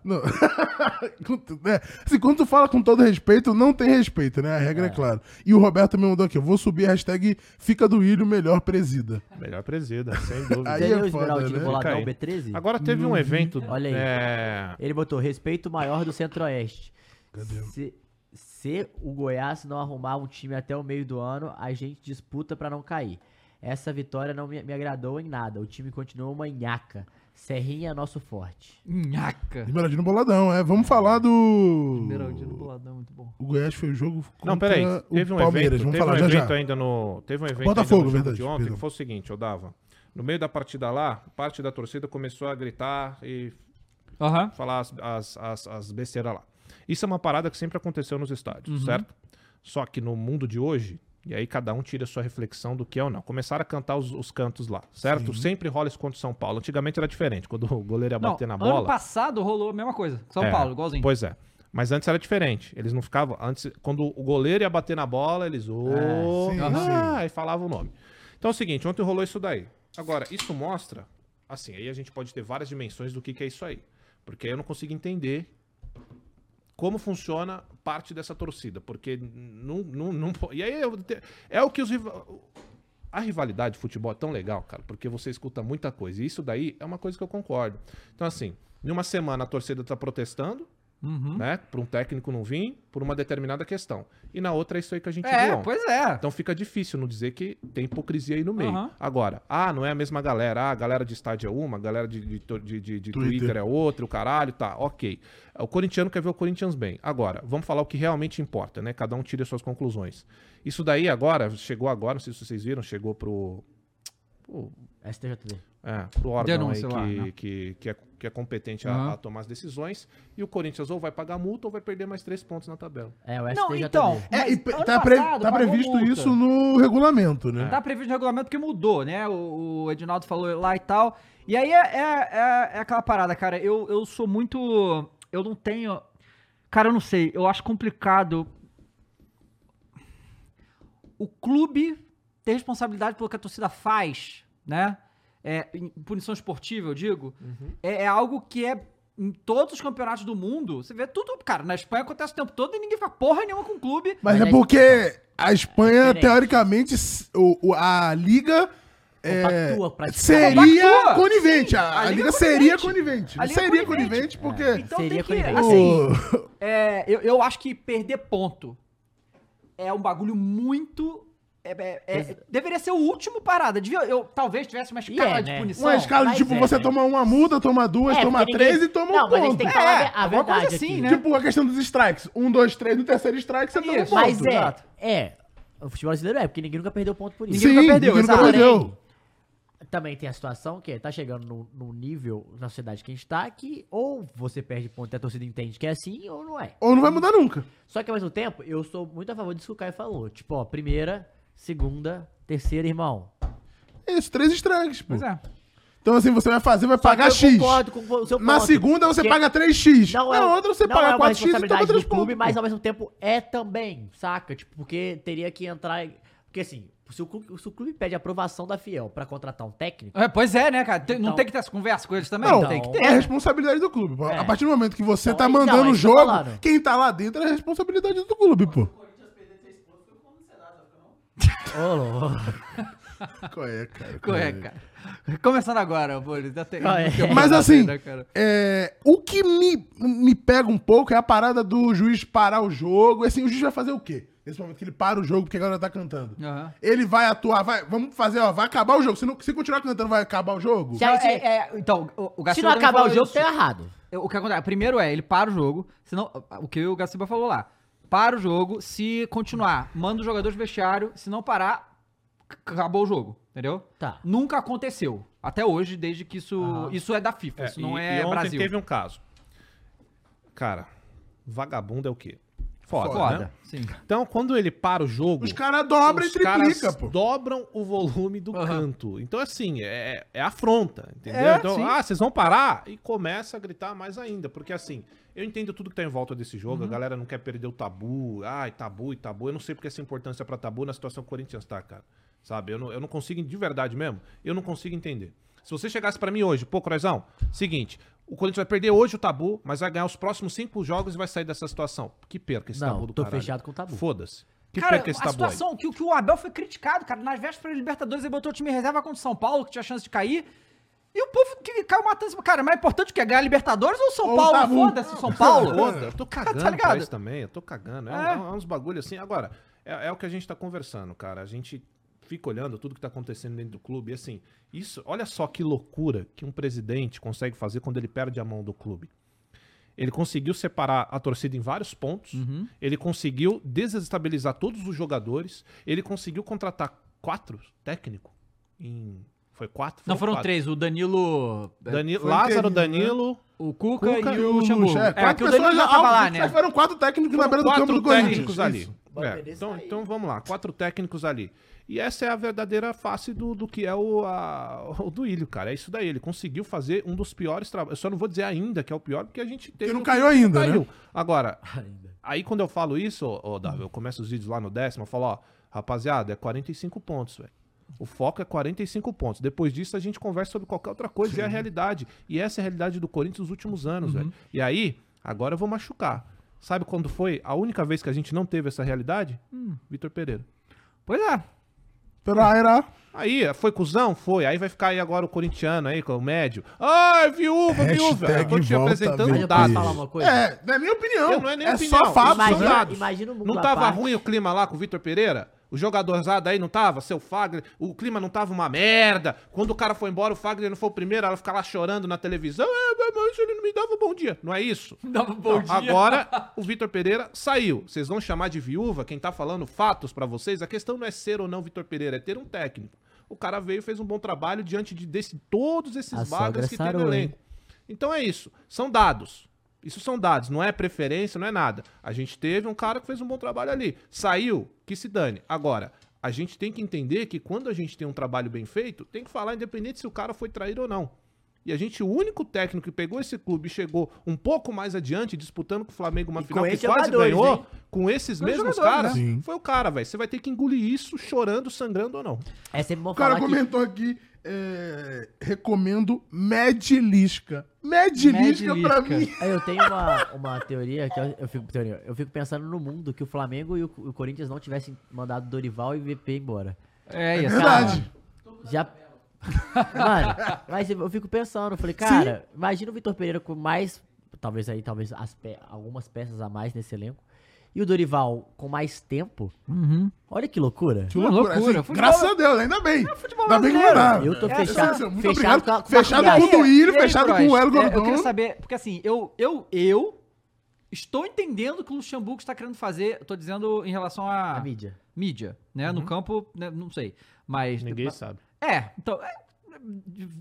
[SPEAKER 3] Não. é, assim, quando tu fala com todo respeito, não tem respeito, né? A regra é, clara. E o Roberto me mandou aqui: eu vou subir a hashtag Fica do Ilho Melhor Presida.
[SPEAKER 2] Melhor presida, sem dúvida.
[SPEAKER 3] Aí
[SPEAKER 4] Você
[SPEAKER 3] é
[SPEAKER 4] viu o
[SPEAKER 3] foda,
[SPEAKER 4] Esmeraldinho
[SPEAKER 3] né?
[SPEAKER 2] Fica
[SPEAKER 4] boladão
[SPEAKER 2] aí.
[SPEAKER 4] B13?
[SPEAKER 2] Agora teve um evento.
[SPEAKER 4] Uhum. Olha aí.
[SPEAKER 2] é,
[SPEAKER 4] Ele botou respeito maior do Centro-Oeste. Se, se o Goiás não arrumar um time até o meio do ano, a gente disputa pra não cair. Essa vitória não me, me agradou em nada. O time continua uma nhaca. Serrinha é nosso forte.
[SPEAKER 2] Hum.
[SPEAKER 1] Nhaca.
[SPEAKER 3] Esmeraldino Boladão, é. Vamos falar do.
[SPEAKER 1] Esmeraldino boladão, muito bom.
[SPEAKER 3] O Goiás foi o jogo. Contra
[SPEAKER 2] Não, peraí. Teve
[SPEAKER 3] o
[SPEAKER 2] um
[SPEAKER 3] Palmeiras.
[SPEAKER 2] evento,
[SPEAKER 3] Vamos
[SPEAKER 2] teve
[SPEAKER 3] falar
[SPEAKER 2] um
[SPEAKER 3] já
[SPEAKER 2] evento
[SPEAKER 3] já.
[SPEAKER 2] ainda no. Teve um evento
[SPEAKER 3] Botafogo,
[SPEAKER 2] ainda no jogo
[SPEAKER 3] verdade,
[SPEAKER 2] de ontem
[SPEAKER 3] perdão.
[SPEAKER 2] que foi o seguinte, eu dava. No meio da partida lá, parte da torcida começou a gritar e
[SPEAKER 1] Aham.
[SPEAKER 2] falar as, as, as, as besteiras lá. Isso é uma parada que sempre aconteceu nos estádios,
[SPEAKER 3] Uhum.
[SPEAKER 2] certo? Só que no mundo de hoje, e aí cada um tira a sua reflexão do que é ou não. Começaram a cantar os, os cantos lá, certo? Sempre rola isso contra o São Paulo. Antigamente era diferente, quando o goleiro ia
[SPEAKER 1] Não,
[SPEAKER 2] bater na bola.
[SPEAKER 1] ano passado rolou a mesma coisa. São
[SPEAKER 2] É,
[SPEAKER 1] Paulo, igualzinho.
[SPEAKER 2] Pois é. Mas antes era diferente. Eles não ficavam. Antes, quando o goleiro ia bater na bola, eles. "Ô,
[SPEAKER 3] sim,
[SPEAKER 2] ah", e falava o nome. Então é o seguinte: ontem rolou isso daí. Agora, isso mostra. Assim, aí a gente pode ter várias dimensões do que, que é isso aí. Porque eu não consigo entender como funciona parte dessa torcida. Porque não. não, não po- e aí eu te- é o que os. riva- A rivalidade de futebol é tão legal, cara, porque você escuta muita coisa. E isso daí é uma coisa que eu concordo. Então, assim, em uma semana a torcida tá protestando,
[SPEAKER 1] Uhum.
[SPEAKER 2] né? Por um técnico não vir, por uma determinada questão. E na outra é isso aí que a gente viu
[SPEAKER 1] É,
[SPEAKER 2] ontem.
[SPEAKER 1] pois é.
[SPEAKER 2] Então fica difícil não dizer que tem hipocrisia aí no meio.
[SPEAKER 1] Aham.
[SPEAKER 2] Agora, ah, não é a mesma galera. Ah, a galera de estádio é uma, a galera de, de, to- de- de- de
[SPEAKER 3] Twitter.
[SPEAKER 2] Twitter. é outra, o caralho, tá, ok. O corintiano quer ver o Corinthians bem. Agora, vamos falar o que realmente importa, né? Cada um tira as suas conclusões. Isso daí agora, chegou agora, não sei se vocês viram, chegou pro,
[SPEAKER 4] STJD.
[SPEAKER 2] é, pro órgão
[SPEAKER 1] Denúncia
[SPEAKER 2] aí
[SPEAKER 1] lá,
[SPEAKER 2] que,
[SPEAKER 1] né?
[SPEAKER 2] que, que é, que é competente a-
[SPEAKER 1] Aham.
[SPEAKER 2] a, tomar as decisões. E o Corinthians ou vai pagar multa ou vai perder mais três pontos na tabela.
[SPEAKER 4] É, o STJD.
[SPEAKER 1] Não, então.
[SPEAKER 3] É,
[SPEAKER 1] mas
[SPEAKER 3] e pe-
[SPEAKER 1] ano
[SPEAKER 3] tá, pre-
[SPEAKER 1] passado
[SPEAKER 3] tá
[SPEAKER 1] pagou
[SPEAKER 3] previsto
[SPEAKER 1] multa.
[SPEAKER 3] isso no regulamento, né?
[SPEAKER 1] Tá previsto no regulamento porque mudou, né? O, o Edinaldo falou lá e tal. E aí é, é, é- é aquela parada, cara. Eu, eu sou muito. Eu não tenho. Cara, eu não sei. Eu acho complicado. O clube ter responsabilidade pelo que a torcida faz, né? É, em punição esportiva, eu digo, é, é algo que é em todos os campeonatos do mundo. Você vê tudo, cara, na Espanha acontece o tempo todo e ninguém faz porra nenhuma com o clube.
[SPEAKER 3] Mas,
[SPEAKER 4] Mas
[SPEAKER 3] é
[SPEAKER 4] é
[SPEAKER 3] porque a Espanha,
[SPEAKER 4] diferente.
[SPEAKER 3] teoricamente, s- o, o- a liga é,
[SPEAKER 4] Compactua praticamente. É,
[SPEAKER 3] seria
[SPEAKER 1] Pactua,
[SPEAKER 3] conivente.
[SPEAKER 1] sim,
[SPEAKER 3] a,
[SPEAKER 1] a
[SPEAKER 3] a
[SPEAKER 1] liga
[SPEAKER 3] liga,
[SPEAKER 1] é
[SPEAKER 3] seria
[SPEAKER 1] conivente.
[SPEAKER 3] conivente.
[SPEAKER 1] A liga é
[SPEAKER 3] seria
[SPEAKER 1] conivente.
[SPEAKER 3] conivente, porque.
[SPEAKER 1] Então
[SPEAKER 4] Seria
[SPEAKER 1] tem que,
[SPEAKER 4] conivente.
[SPEAKER 1] assim,
[SPEAKER 3] o-
[SPEAKER 1] É, eu, eu acho que perder ponto é um bagulho muito. é- é- é- deveria ser o último parada. Devia, eu talvez tivesse uma escala
[SPEAKER 4] E é,
[SPEAKER 1] de
[SPEAKER 4] né?
[SPEAKER 1] punição.
[SPEAKER 3] Uma escala de
[SPEAKER 4] mas
[SPEAKER 3] tipo,
[SPEAKER 4] é,
[SPEAKER 3] você
[SPEAKER 4] né?
[SPEAKER 3] toma uma multa, toma duas,
[SPEAKER 4] É,
[SPEAKER 3] toma
[SPEAKER 4] porque ninguém-
[SPEAKER 3] três e toma um
[SPEAKER 4] Não,
[SPEAKER 3] ponto.
[SPEAKER 4] mas a gente tem que
[SPEAKER 1] É,
[SPEAKER 4] falar a
[SPEAKER 1] alguma coisa
[SPEAKER 4] verdade
[SPEAKER 1] assim,
[SPEAKER 4] aqui.
[SPEAKER 1] né?
[SPEAKER 3] Tipo, a questão dos strikes. Um, dois, três, no terceiro strike você toma um
[SPEAKER 1] Isso.
[SPEAKER 3] ponto.
[SPEAKER 4] Mas é,
[SPEAKER 1] exato.
[SPEAKER 4] é. O futebol brasileiro é, porque ninguém nunca perdeu ponto por isso.
[SPEAKER 1] Ninguém nunca perdeu,
[SPEAKER 3] ninguém nunca
[SPEAKER 1] exato.
[SPEAKER 3] perdeu.
[SPEAKER 4] Também tem a situação que tá chegando num- num nível na sociedade que a gente tá que ou você perde ponto e a torcida entende que é assim ou não é.
[SPEAKER 3] Ou não vai mudar nunca.
[SPEAKER 4] Só que ao mesmo tempo, eu sou muito a favor disso que o Caio falou. Tipo, ó, primeira, segunda, terceira, irmão.
[SPEAKER 3] É Isso, três strikes, pô.
[SPEAKER 1] Pois é.
[SPEAKER 3] Então assim, você vai fazer, vai pagar
[SPEAKER 4] Só que eu
[SPEAKER 3] X.
[SPEAKER 4] concordo com o seu
[SPEAKER 3] Na
[SPEAKER 4] ponto,
[SPEAKER 3] segunda você
[SPEAKER 4] que
[SPEAKER 3] paga 3x.
[SPEAKER 4] é-
[SPEAKER 3] Na outra você
[SPEAKER 4] não
[SPEAKER 3] paga
[SPEAKER 4] é uma
[SPEAKER 3] 4x e toma
[SPEAKER 4] responsabilidade
[SPEAKER 3] 3
[SPEAKER 4] do clube,
[SPEAKER 3] pontos.
[SPEAKER 4] mas
[SPEAKER 3] pô.
[SPEAKER 4] ao mesmo tempo é também, saca? Tipo, porque teria que entrar. em- Porque assim, se o clube, se o clube pede aprovação da Fiel pra contratar um técnico,
[SPEAKER 1] É, pois é, né, cara? Tem- não
[SPEAKER 4] Então-
[SPEAKER 1] tem que ter essa conversa com eles também?
[SPEAKER 3] Não,
[SPEAKER 1] tem que ter.
[SPEAKER 3] é a responsabilidade do clube. pô.
[SPEAKER 4] É.
[SPEAKER 3] A partir do momento que você
[SPEAKER 4] Então,
[SPEAKER 3] tá
[SPEAKER 4] aí-
[SPEAKER 3] mandando
[SPEAKER 4] não, é
[SPEAKER 3] o
[SPEAKER 4] isso que eu
[SPEAKER 3] jogo,
[SPEAKER 4] falaram.
[SPEAKER 3] quem tá lá dentro é a responsabilidade do clube, pô.
[SPEAKER 4] ô louco.
[SPEAKER 3] Qual é, cara?
[SPEAKER 1] Qual é, cara? Começando agora, Boris. já tem-
[SPEAKER 4] Ah, é.
[SPEAKER 1] porque eu vou
[SPEAKER 3] Mas
[SPEAKER 1] bater,
[SPEAKER 3] assim,
[SPEAKER 1] né, cara?
[SPEAKER 3] é, o que me, me pega um pouco é a parada do juiz parar o jogo. Assim, o juiz vai fazer o quê? Nesse momento que ele para o jogo porque a galera tá cantando.
[SPEAKER 1] Aham.
[SPEAKER 3] Ele vai atuar, vai, vamos fazer, ó, vai acabar o jogo. Se, não, se continuar cantando, vai acabar o jogo?
[SPEAKER 4] Já-
[SPEAKER 1] É, é, então, o, o
[SPEAKER 4] se
[SPEAKER 1] Garcia
[SPEAKER 4] não
[SPEAKER 1] também
[SPEAKER 4] acabar o
[SPEAKER 1] falou
[SPEAKER 4] jogo,
[SPEAKER 1] isso.
[SPEAKER 4] tá errado.
[SPEAKER 1] O que acontece? Primeiro é, ele para o jogo, senão. O que o Gaciba falou lá. Para o jogo, se continuar, manda o jogador de vestiário, se não parar, c- acabou o jogo, entendeu?
[SPEAKER 4] Tá.
[SPEAKER 1] Nunca aconteceu. Até hoje, desde que isso.
[SPEAKER 4] Aham.
[SPEAKER 1] Isso é da FIFA,
[SPEAKER 2] É,
[SPEAKER 1] isso não
[SPEAKER 2] e-
[SPEAKER 1] é
[SPEAKER 2] e ontem
[SPEAKER 1] Brasil.
[SPEAKER 2] teve um caso. Cara, vagabundo é o quê? Foda,
[SPEAKER 1] Foda.
[SPEAKER 2] né?
[SPEAKER 1] Sim.
[SPEAKER 2] Então, quando ele para o jogo...
[SPEAKER 3] Os caras dobram e
[SPEAKER 2] os caras
[SPEAKER 3] triplicam, pô.
[SPEAKER 2] dobram o volume do
[SPEAKER 1] Aham.
[SPEAKER 2] canto. Então, assim, é, é afronta, entendeu?
[SPEAKER 1] É,
[SPEAKER 2] então,
[SPEAKER 1] sim.
[SPEAKER 2] ah, vocês vão parar? E começa a gritar mais ainda. Porque, assim, eu entendo tudo que tá em volta desse jogo.
[SPEAKER 4] Uhum.
[SPEAKER 2] A galera não quer perder o tabu. Ai, tabu e tabu. Eu não sei porque essa importância pra tabu na situação que o Corinthians tá, cara. Sabe? Eu não, eu não consigo, de verdade mesmo, eu não consigo entender. Se você chegasse pra mim hoje, pô, Croizão, seguinte... O Corinthians vai perder hoje o tabu, mas vai ganhar os próximos cinco jogos e vai sair dessa situação. Que perca esse
[SPEAKER 4] Não,
[SPEAKER 2] tabu do
[SPEAKER 4] tô
[SPEAKER 2] caralho.
[SPEAKER 4] fechado com o tabu.
[SPEAKER 2] Foda-se. Que
[SPEAKER 1] cara,
[SPEAKER 2] perca esse
[SPEAKER 1] a
[SPEAKER 2] tabu aí.
[SPEAKER 1] situação que, o- que o Abel foi criticado, cara. Nas vésperas da Libertadores, ele botou o time em reserva contra o São Paulo, que tinha chance de cair. E o povo que caiu matando. esse- Cara, mais importante que é ganhar a Libertadores ou o São
[SPEAKER 3] Ou
[SPEAKER 1] Paulo?
[SPEAKER 3] tá bom.
[SPEAKER 1] Foda-se, o São Paulo.
[SPEAKER 2] Foda, eu tô cagando
[SPEAKER 1] Tá ligado?
[SPEAKER 2] pra isso também, eu tô cagando. É, um-
[SPEAKER 1] É.
[SPEAKER 2] é uns bagulho assim. Agora, é, é o que a gente tá conversando, cara. A gente fica olhando tudo que tá acontecendo dentro do clube. E assim, isso, olha só que loucura que um presidente consegue fazer quando ele perde a mão do clube. Ele conseguiu separar a torcida em vários pontos.
[SPEAKER 1] Uhum.
[SPEAKER 2] Ele conseguiu desestabilizar todos os jogadores. Ele conseguiu contratar quatro técnicos em. Foi quatro?
[SPEAKER 1] Não foram
[SPEAKER 2] quatro.
[SPEAKER 1] três, né? o Danilo.
[SPEAKER 2] Dani-
[SPEAKER 3] Foi
[SPEAKER 2] Lázaro,
[SPEAKER 3] interino, né?
[SPEAKER 2] Danilo.
[SPEAKER 1] O Cuca,
[SPEAKER 2] Cuca
[SPEAKER 1] e
[SPEAKER 2] e
[SPEAKER 1] o
[SPEAKER 3] Luxo,
[SPEAKER 1] Luxemburgo.
[SPEAKER 3] é,
[SPEAKER 1] É,
[SPEAKER 3] quatro
[SPEAKER 1] que o Danilo
[SPEAKER 3] pessoas
[SPEAKER 1] já
[SPEAKER 3] já-
[SPEAKER 1] tava lá,
[SPEAKER 3] já
[SPEAKER 1] né?
[SPEAKER 3] Tiveram quatro técnicos na beira do campo
[SPEAKER 2] quatro
[SPEAKER 3] do
[SPEAKER 2] técnicos
[SPEAKER 3] Corinthians.
[SPEAKER 2] ali.
[SPEAKER 3] Isso.
[SPEAKER 4] Vai
[SPEAKER 2] É,
[SPEAKER 4] perder
[SPEAKER 2] então,
[SPEAKER 4] sair.
[SPEAKER 2] então vamos lá, quatro técnicos ali. E essa é a verdadeira face do, do que é o, a, o Duílio, cara. É isso daí. Ele conseguiu fazer um dos piores trabalhos. Eu só não vou dizer ainda que é o pior, porque a gente teve.
[SPEAKER 3] não
[SPEAKER 2] um
[SPEAKER 3] caiu
[SPEAKER 2] time que
[SPEAKER 3] ainda, né?
[SPEAKER 2] Agora, aí quando eu falo isso, ô, ô, Davi, eu começo os vídeos lá no décimo, eu falo, ó, rapaziada, é 45 pontos, velho. O foco é 45 pontos. Depois disso, a gente conversa sobre qualquer outra coisa. É a realidade. E essa é a realidade do Corinthians nos últimos anos,
[SPEAKER 3] Uhum.
[SPEAKER 2] velho. E aí, agora eu vou machucar. Sabe quando foi a única vez que a gente não teve essa realidade?
[SPEAKER 3] Hum.
[SPEAKER 2] Vitor Pereira.
[SPEAKER 1] Pois é.
[SPEAKER 3] Pera, era.
[SPEAKER 2] Aí, é, foi cuzão? Foi. Aí vai ficar aí agora o corintiano aí, com o médio. Ai, viúva, viúva.
[SPEAKER 3] Hashtag
[SPEAKER 2] Eu tô te
[SPEAKER 3] volta,
[SPEAKER 2] apresentando
[SPEAKER 4] Mas
[SPEAKER 3] Meu
[SPEAKER 2] um
[SPEAKER 4] eu posso
[SPEAKER 2] dado.
[SPEAKER 4] falar
[SPEAKER 3] Deus.
[SPEAKER 4] uma coisa?
[SPEAKER 3] É, não é minha opinião.
[SPEAKER 2] Não é nem
[SPEAKER 3] é
[SPEAKER 2] opinião.
[SPEAKER 3] só fato, são
[SPEAKER 2] Imagina-
[SPEAKER 3] dados.
[SPEAKER 4] imagina o mundo
[SPEAKER 2] Não
[SPEAKER 4] à
[SPEAKER 2] tava
[SPEAKER 4] parte.
[SPEAKER 2] ruim o clima lá com o Vitor Pereira? O jogadorzado aí não tava? Seu Fagner, o clima não tava uma merda. Quando o cara foi embora, o Fagner não foi o primeiro, ela ficar lá chorando na televisão. É, mas- mas ele não me dava bom dia. Não é isso?
[SPEAKER 1] Dava um bom
[SPEAKER 2] Não, Agora, o Vitor Pereira saiu. Vocês vão chamar de viúva quem tá falando fatos pra vocês? A questão não é ser ou não Vitor Pereira, é ter um técnico. O cara veio e fez um bom trabalho diante de desse- todos esses
[SPEAKER 4] A
[SPEAKER 2] bagres
[SPEAKER 4] sogra
[SPEAKER 2] que tem no
[SPEAKER 4] sarou, hein?
[SPEAKER 2] elenco. Então é isso. São dados. Isso são dados, não é preferência, não é nada. A gente teve um cara que fez um bom trabalho ali. Saiu, que se dane. Agora, a gente tem que entender que quando a gente tem um trabalho bem feito, tem que falar independente se o cara foi traído ou não. E a gente, o único técnico que pegou esse clube e chegou um pouco mais adiante, disputando com o Flamengo uma
[SPEAKER 4] E
[SPEAKER 2] final
[SPEAKER 4] com
[SPEAKER 2] que
[SPEAKER 4] esses
[SPEAKER 2] quase
[SPEAKER 4] jogadores,
[SPEAKER 2] ganhou,
[SPEAKER 4] hein?
[SPEAKER 2] com esses
[SPEAKER 3] Com
[SPEAKER 2] mesmos
[SPEAKER 3] jogadores,
[SPEAKER 2] caras,
[SPEAKER 3] né? Sim.
[SPEAKER 2] foi o cara, velho. Você vai ter que engolir isso chorando, sangrando ou não.
[SPEAKER 4] É sempre bom
[SPEAKER 3] O cara
[SPEAKER 4] falar que...
[SPEAKER 3] comentou aqui, é, recomendo Medilisca. Medilisca pra
[SPEAKER 1] Medilisca.
[SPEAKER 3] mim. é
[SPEAKER 4] Eu tenho uma, uma teoria que eu, eu fico, teoria, eu fico pensando no mundo que o Flamengo e o, o Corinthians não tivessem mandado Dorival e VP embora.
[SPEAKER 1] É isso.
[SPEAKER 3] Verdade.
[SPEAKER 4] Já. Mano, mas eu fico pensando, eu falei, cara, imagina o Vitor Pereira com mais. Talvez aí, talvez as pe- algumas peças a mais nesse elenco. E o Dorival com mais tempo.
[SPEAKER 1] Uhum.
[SPEAKER 4] Olha que loucura.
[SPEAKER 1] Uma loucura. Futebol-
[SPEAKER 2] um
[SPEAKER 3] assim, graças a Deus, ainda bem. ainda bem que não é nada.
[SPEAKER 4] Eu tô
[SPEAKER 3] É,
[SPEAKER 4] fechado-
[SPEAKER 3] sim, sim, muito
[SPEAKER 4] fechado
[SPEAKER 3] obrigado.
[SPEAKER 4] com a- com a
[SPEAKER 3] fechado
[SPEAKER 4] Figueirense.
[SPEAKER 3] com o Duílio,
[SPEAKER 1] é. E aí,
[SPEAKER 3] fechado
[SPEAKER 1] Braz,
[SPEAKER 3] com o Hélio
[SPEAKER 1] é, Eu queria
[SPEAKER 3] Gordon.
[SPEAKER 1] saber, porque assim, eu, eu, eu estou entendendo o que o Luxemburgo está querendo fazer, eu tô dizendo em relação à
[SPEAKER 4] A mídia.
[SPEAKER 1] mídia, né? No campo, né, não sei. Mas.
[SPEAKER 2] Ninguém
[SPEAKER 1] mas-
[SPEAKER 2] sabe.
[SPEAKER 1] É, então. é,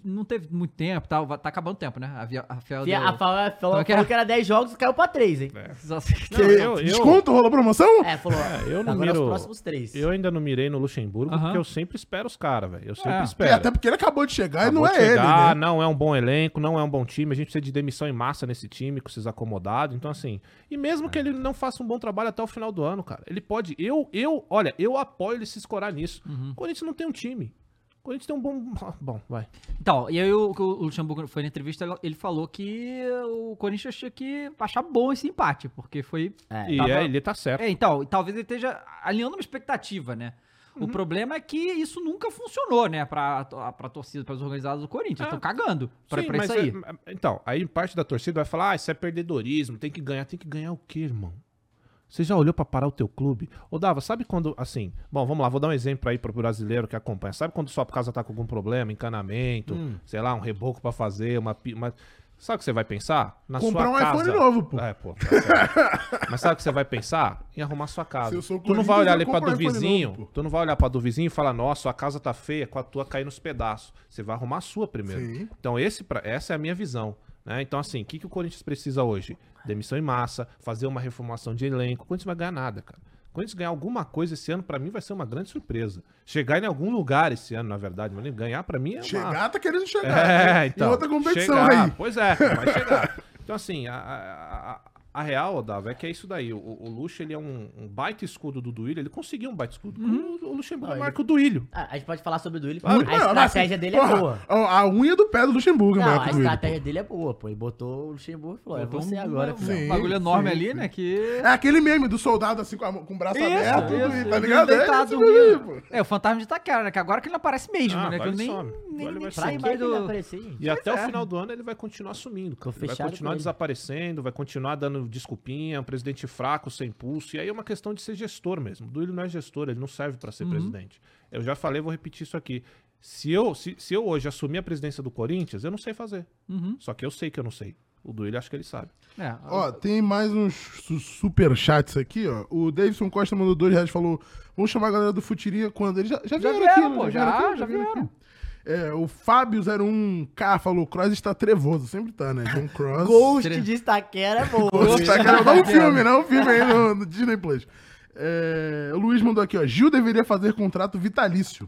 [SPEAKER 1] não teve muito tempo, tá, tá acabando o tempo, né? A, via, a Fiel
[SPEAKER 4] E
[SPEAKER 1] deu-
[SPEAKER 4] a Rafael falou,
[SPEAKER 1] Então, que-
[SPEAKER 4] falou que era 10 jogos caiu pra 3, hein?
[SPEAKER 1] Só-
[SPEAKER 3] Que-
[SPEAKER 2] eu- eu-
[SPEAKER 3] Desconto, rolou promoção?
[SPEAKER 4] É, falou.
[SPEAKER 2] eu não
[SPEAKER 4] agora
[SPEAKER 2] miro-
[SPEAKER 4] os próximos 3.
[SPEAKER 2] Eu ainda não mirei no Luxemburgo,
[SPEAKER 1] Aham.
[SPEAKER 2] porque eu sempre espero os caras, velho. Eu sempre
[SPEAKER 1] É.
[SPEAKER 3] É,
[SPEAKER 2] espero.
[SPEAKER 3] até porque ele acabou de chegar
[SPEAKER 2] Acabou
[SPEAKER 3] e não
[SPEAKER 2] de
[SPEAKER 3] é
[SPEAKER 2] chegar,
[SPEAKER 3] ele, né?
[SPEAKER 2] Não é um bom elenco, não é um bom time. A gente precisa de demissão em massa nesse time, com esses acomodados. Então, assim. E mesmo
[SPEAKER 3] É.
[SPEAKER 2] que ele não faça um bom trabalho até o final do ano, cara. Ele pode. Eu, eu, olha, eu apoio ele se escorar nisso.
[SPEAKER 3] Uhum.
[SPEAKER 2] O Corinthians não tem um time. O Corinthians tem um bom. Bom, vai.
[SPEAKER 1] Então, e aí o, o Luxemburgo foi na entrevista, ele- ele falou que o Corinthians tinha que achar bom esse empate, porque foi
[SPEAKER 2] e
[SPEAKER 1] tava-
[SPEAKER 2] é, ele tá certo.
[SPEAKER 1] É, então, talvez ele esteja alinhando uma expectativa, né?
[SPEAKER 2] Uhum.
[SPEAKER 1] O problema é que isso nunca funcionou, né? Pra, pra torcida, pras organizadas do Corinthians. Estão cagando pra,
[SPEAKER 2] É. Sim,
[SPEAKER 1] pra
[SPEAKER 2] mas
[SPEAKER 1] isso aí.
[SPEAKER 2] é- então, aí parte da torcida vai falar: ah, isso é perdedorismo, tem que ganhar. Tem que ganhar o quê, irmão? Você já olhou pra parar o teu clube? Ô, Dava, sabe quando, assim... Bom, vamos lá, vou dar um exemplo aí pro brasileiro que acompanha. Sabe quando sua casa tá com algum problema, encanamento, sei lá, um reboco pra fazer, uma... pi- uma... Sabe o que você vai pensar? Na
[SPEAKER 3] Comprar um iPhone novo, pô.
[SPEAKER 2] É, pô. tá certo. Mas sabe o que você vai pensar? Em arrumar sua
[SPEAKER 3] Se
[SPEAKER 2] casa.
[SPEAKER 3] eu sou
[SPEAKER 2] Tu não vai
[SPEAKER 3] Corinthians,
[SPEAKER 2] olhar
[SPEAKER 3] eu
[SPEAKER 2] ali pra
[SPEAKER 3] compro
[SPEAKER 2] do
[SPEAKER 3] um iPhone
[SPEAKER 2] vizinho,
[SPEAKER 3] novo, pô.
[SPEAKER 2] tu não vai olhar pra do vizinho e falar, nossa, sua casa tá feia, com a tua caindo nos pedaços. Você vai arrumar a sua primeiro.
[SPEAKER 3] Sim.
[SPEAKER 2] Então, esse pra- essa é a minha visão. né? Então, assim, o que, que o Corinthians precisa hoje? Demissão em massa, fazer uma reformação de elenco. O Corinthians não vai ganhar nada, cara. O Corinthians ganhar alguma coisa esse ano, pra mim, vai ser uma grande surpresa. Chegar em algum lugar esse ano, na verdade, mas ganhar pra mim é uma...
[SPEAKER 3] Chegar tá querendo chegar.
[SPEAKER 2] É,
[SPEAKER 3] Em
[SPEAKER 2] então.
[SPEAKER 3] outra competição
[SPEAKER 2] chegar,
[SPEAKER 3] aí.
[SPEAKER 2] Pois é, vai chegar. Então, assim, a, a, a- a real, Dava, é que é isso daí. O, o Luxo, ele é um, um baita escudo do Duílio. Ele conseguiu um baita escudo.
[SPEAKER 1] Uhum.
[SPEAKER 2] O, o Luxemburgo
[SPEAKER 4] Ah,
[SPEAKER 2] marca o Duílio.
[SPEAKER 4] Ah, a gente pode falar sobre o Duílio.
[SPEAKER 3] Ah,
[SPEAKER 4] a
[SPEAKER 3] mas-
[SPEAKER 4] estratégia dele é
[SPEAKER 3] porra,
[SPEAKER 4] boa.
[SPEAKER 3] A, a unha do pé do Luxemburgo, é
[SPEAKER 4] Não,
[SPEAKER 3] maior
[SPEAKER 4] a
[SPEAKER 3] que o Duílio,
[SPEAKER 4] estratégia dele é boa, pô. Ele botou o Luxemburgo e falou, é
[SPEAKER 1] Botou
[SPEAKER 4] você
[SPEAKER 1] um-
[SPEAKER 4] agora,
[SPEAKER 1] um,
[SPEAKER 4] filho.
[SPEAKER 3] Sim,
[SPEAKER 1] bagulho enorme
[SPEAKER 3] sim,
[SPEAKER 1] ali,
[SPEAKER 3] sim.
[SPEAKER 1] né? Que.
[SPEAKER 3] É aquele meme do soldado assim com, a mão- com o braço
[SPEAKER 1] Isso,
[SPEAKER 3] aberto,
[SPEAKER 1] isso,
[SPEAKER 3] e-
[SPEAKER 1] isso.
[SPEAKER 3] tá ligado? É
[SPEAKER 1] Deitado
[SPEAKER 3] esse
[SPEAKER 1] dormindo.
[SPEAKER 3] bagulho, pô.
[SPEAKER 1] É, o fantasma de Itaquera, né? Que agora que ele não aparece mesmo, né?
[SPEAKER 2] Ah,
[SPEAKER 1] Que
[SPEAKER 2] agora
[SPEAKER 1] eu
[SPEAKER 2] ele
[SPEAKER 1] nem,
[SPEAKER 2] some.
[SPEAKER 1] nem,
[SPEAKER 2] Agora ele
[SPEAKER 1] nem
[SPEAKER 2] vai
[SPEAKER 4] Pra
[SPEAKER 1] sei
[SPEAKER 2] sumir.
[SPEAKER 4] que
[SPEAKER 1] mais
[SPEAKER 4] ele vai
[SPEAKER 1] do...
[SPEAKER 4] aparecer, gente?
[SPEAKER 2] E até
[SPEAKER 1] é.
[SPEAKER 2] o final do ano ele vai continuar sumindo. cara. Ele vai
[SPEAKER 4] fechado com
[SPEAKER 2] continuar
[SPEAKER 4] ele.
[SPEAKER 2] desaparecendo, vai continuar dando desculpinha, um presidente fraco, sem pulso. E aí é uma questão de ser gestor mesmo. O Duílio não é gestor, ele não serve pra
[SPEAKER 1] Uhum.
[SPEAKER 2] ser presidente. Eu já falei, vou repetir isso aqui. Se eu, se, se eu hoje assumir a presidência do Corinthians, eu não sei fazer.
[SPEAKER 1] Uhum.
[SPEAKER 2] Só que eu sei que eu não sei. O Duílio acho que ele sabe.
[SPEAKER 1] É,
[SPEAKER 3] Ó, tem mais uns su- superchats aqui, ó. O Davidson Costa mandou dois reais e falou: vamos chamar a galera do Futirinha quando eles já, já
[SPEAKER 1] Já
[SPEAKER 3] vieram,
[SPEAKER 1] vieram,
[SPEAKER 3] aqui,
[SPEAKER 1] pô,
[SPEAKER 3] né?
[SPEAKER 1] já,
[SPEAKER 3] aqui,
[SPEAKER 1] já vieram.
[SPEAKER 3] aqui. É, o Fábio01K falou: Cross está trevoso, sempre tá, né? John Cross.
[SPEAKER 4] Ghost de Itaquera é boa.
[SPEAKER 3] Ghost tá querendo dar um filme, né? Um filme aí no, no Disney Plus. É, o Luiz mandou aqui, ó. Gil deveria fazer contrato vitalício.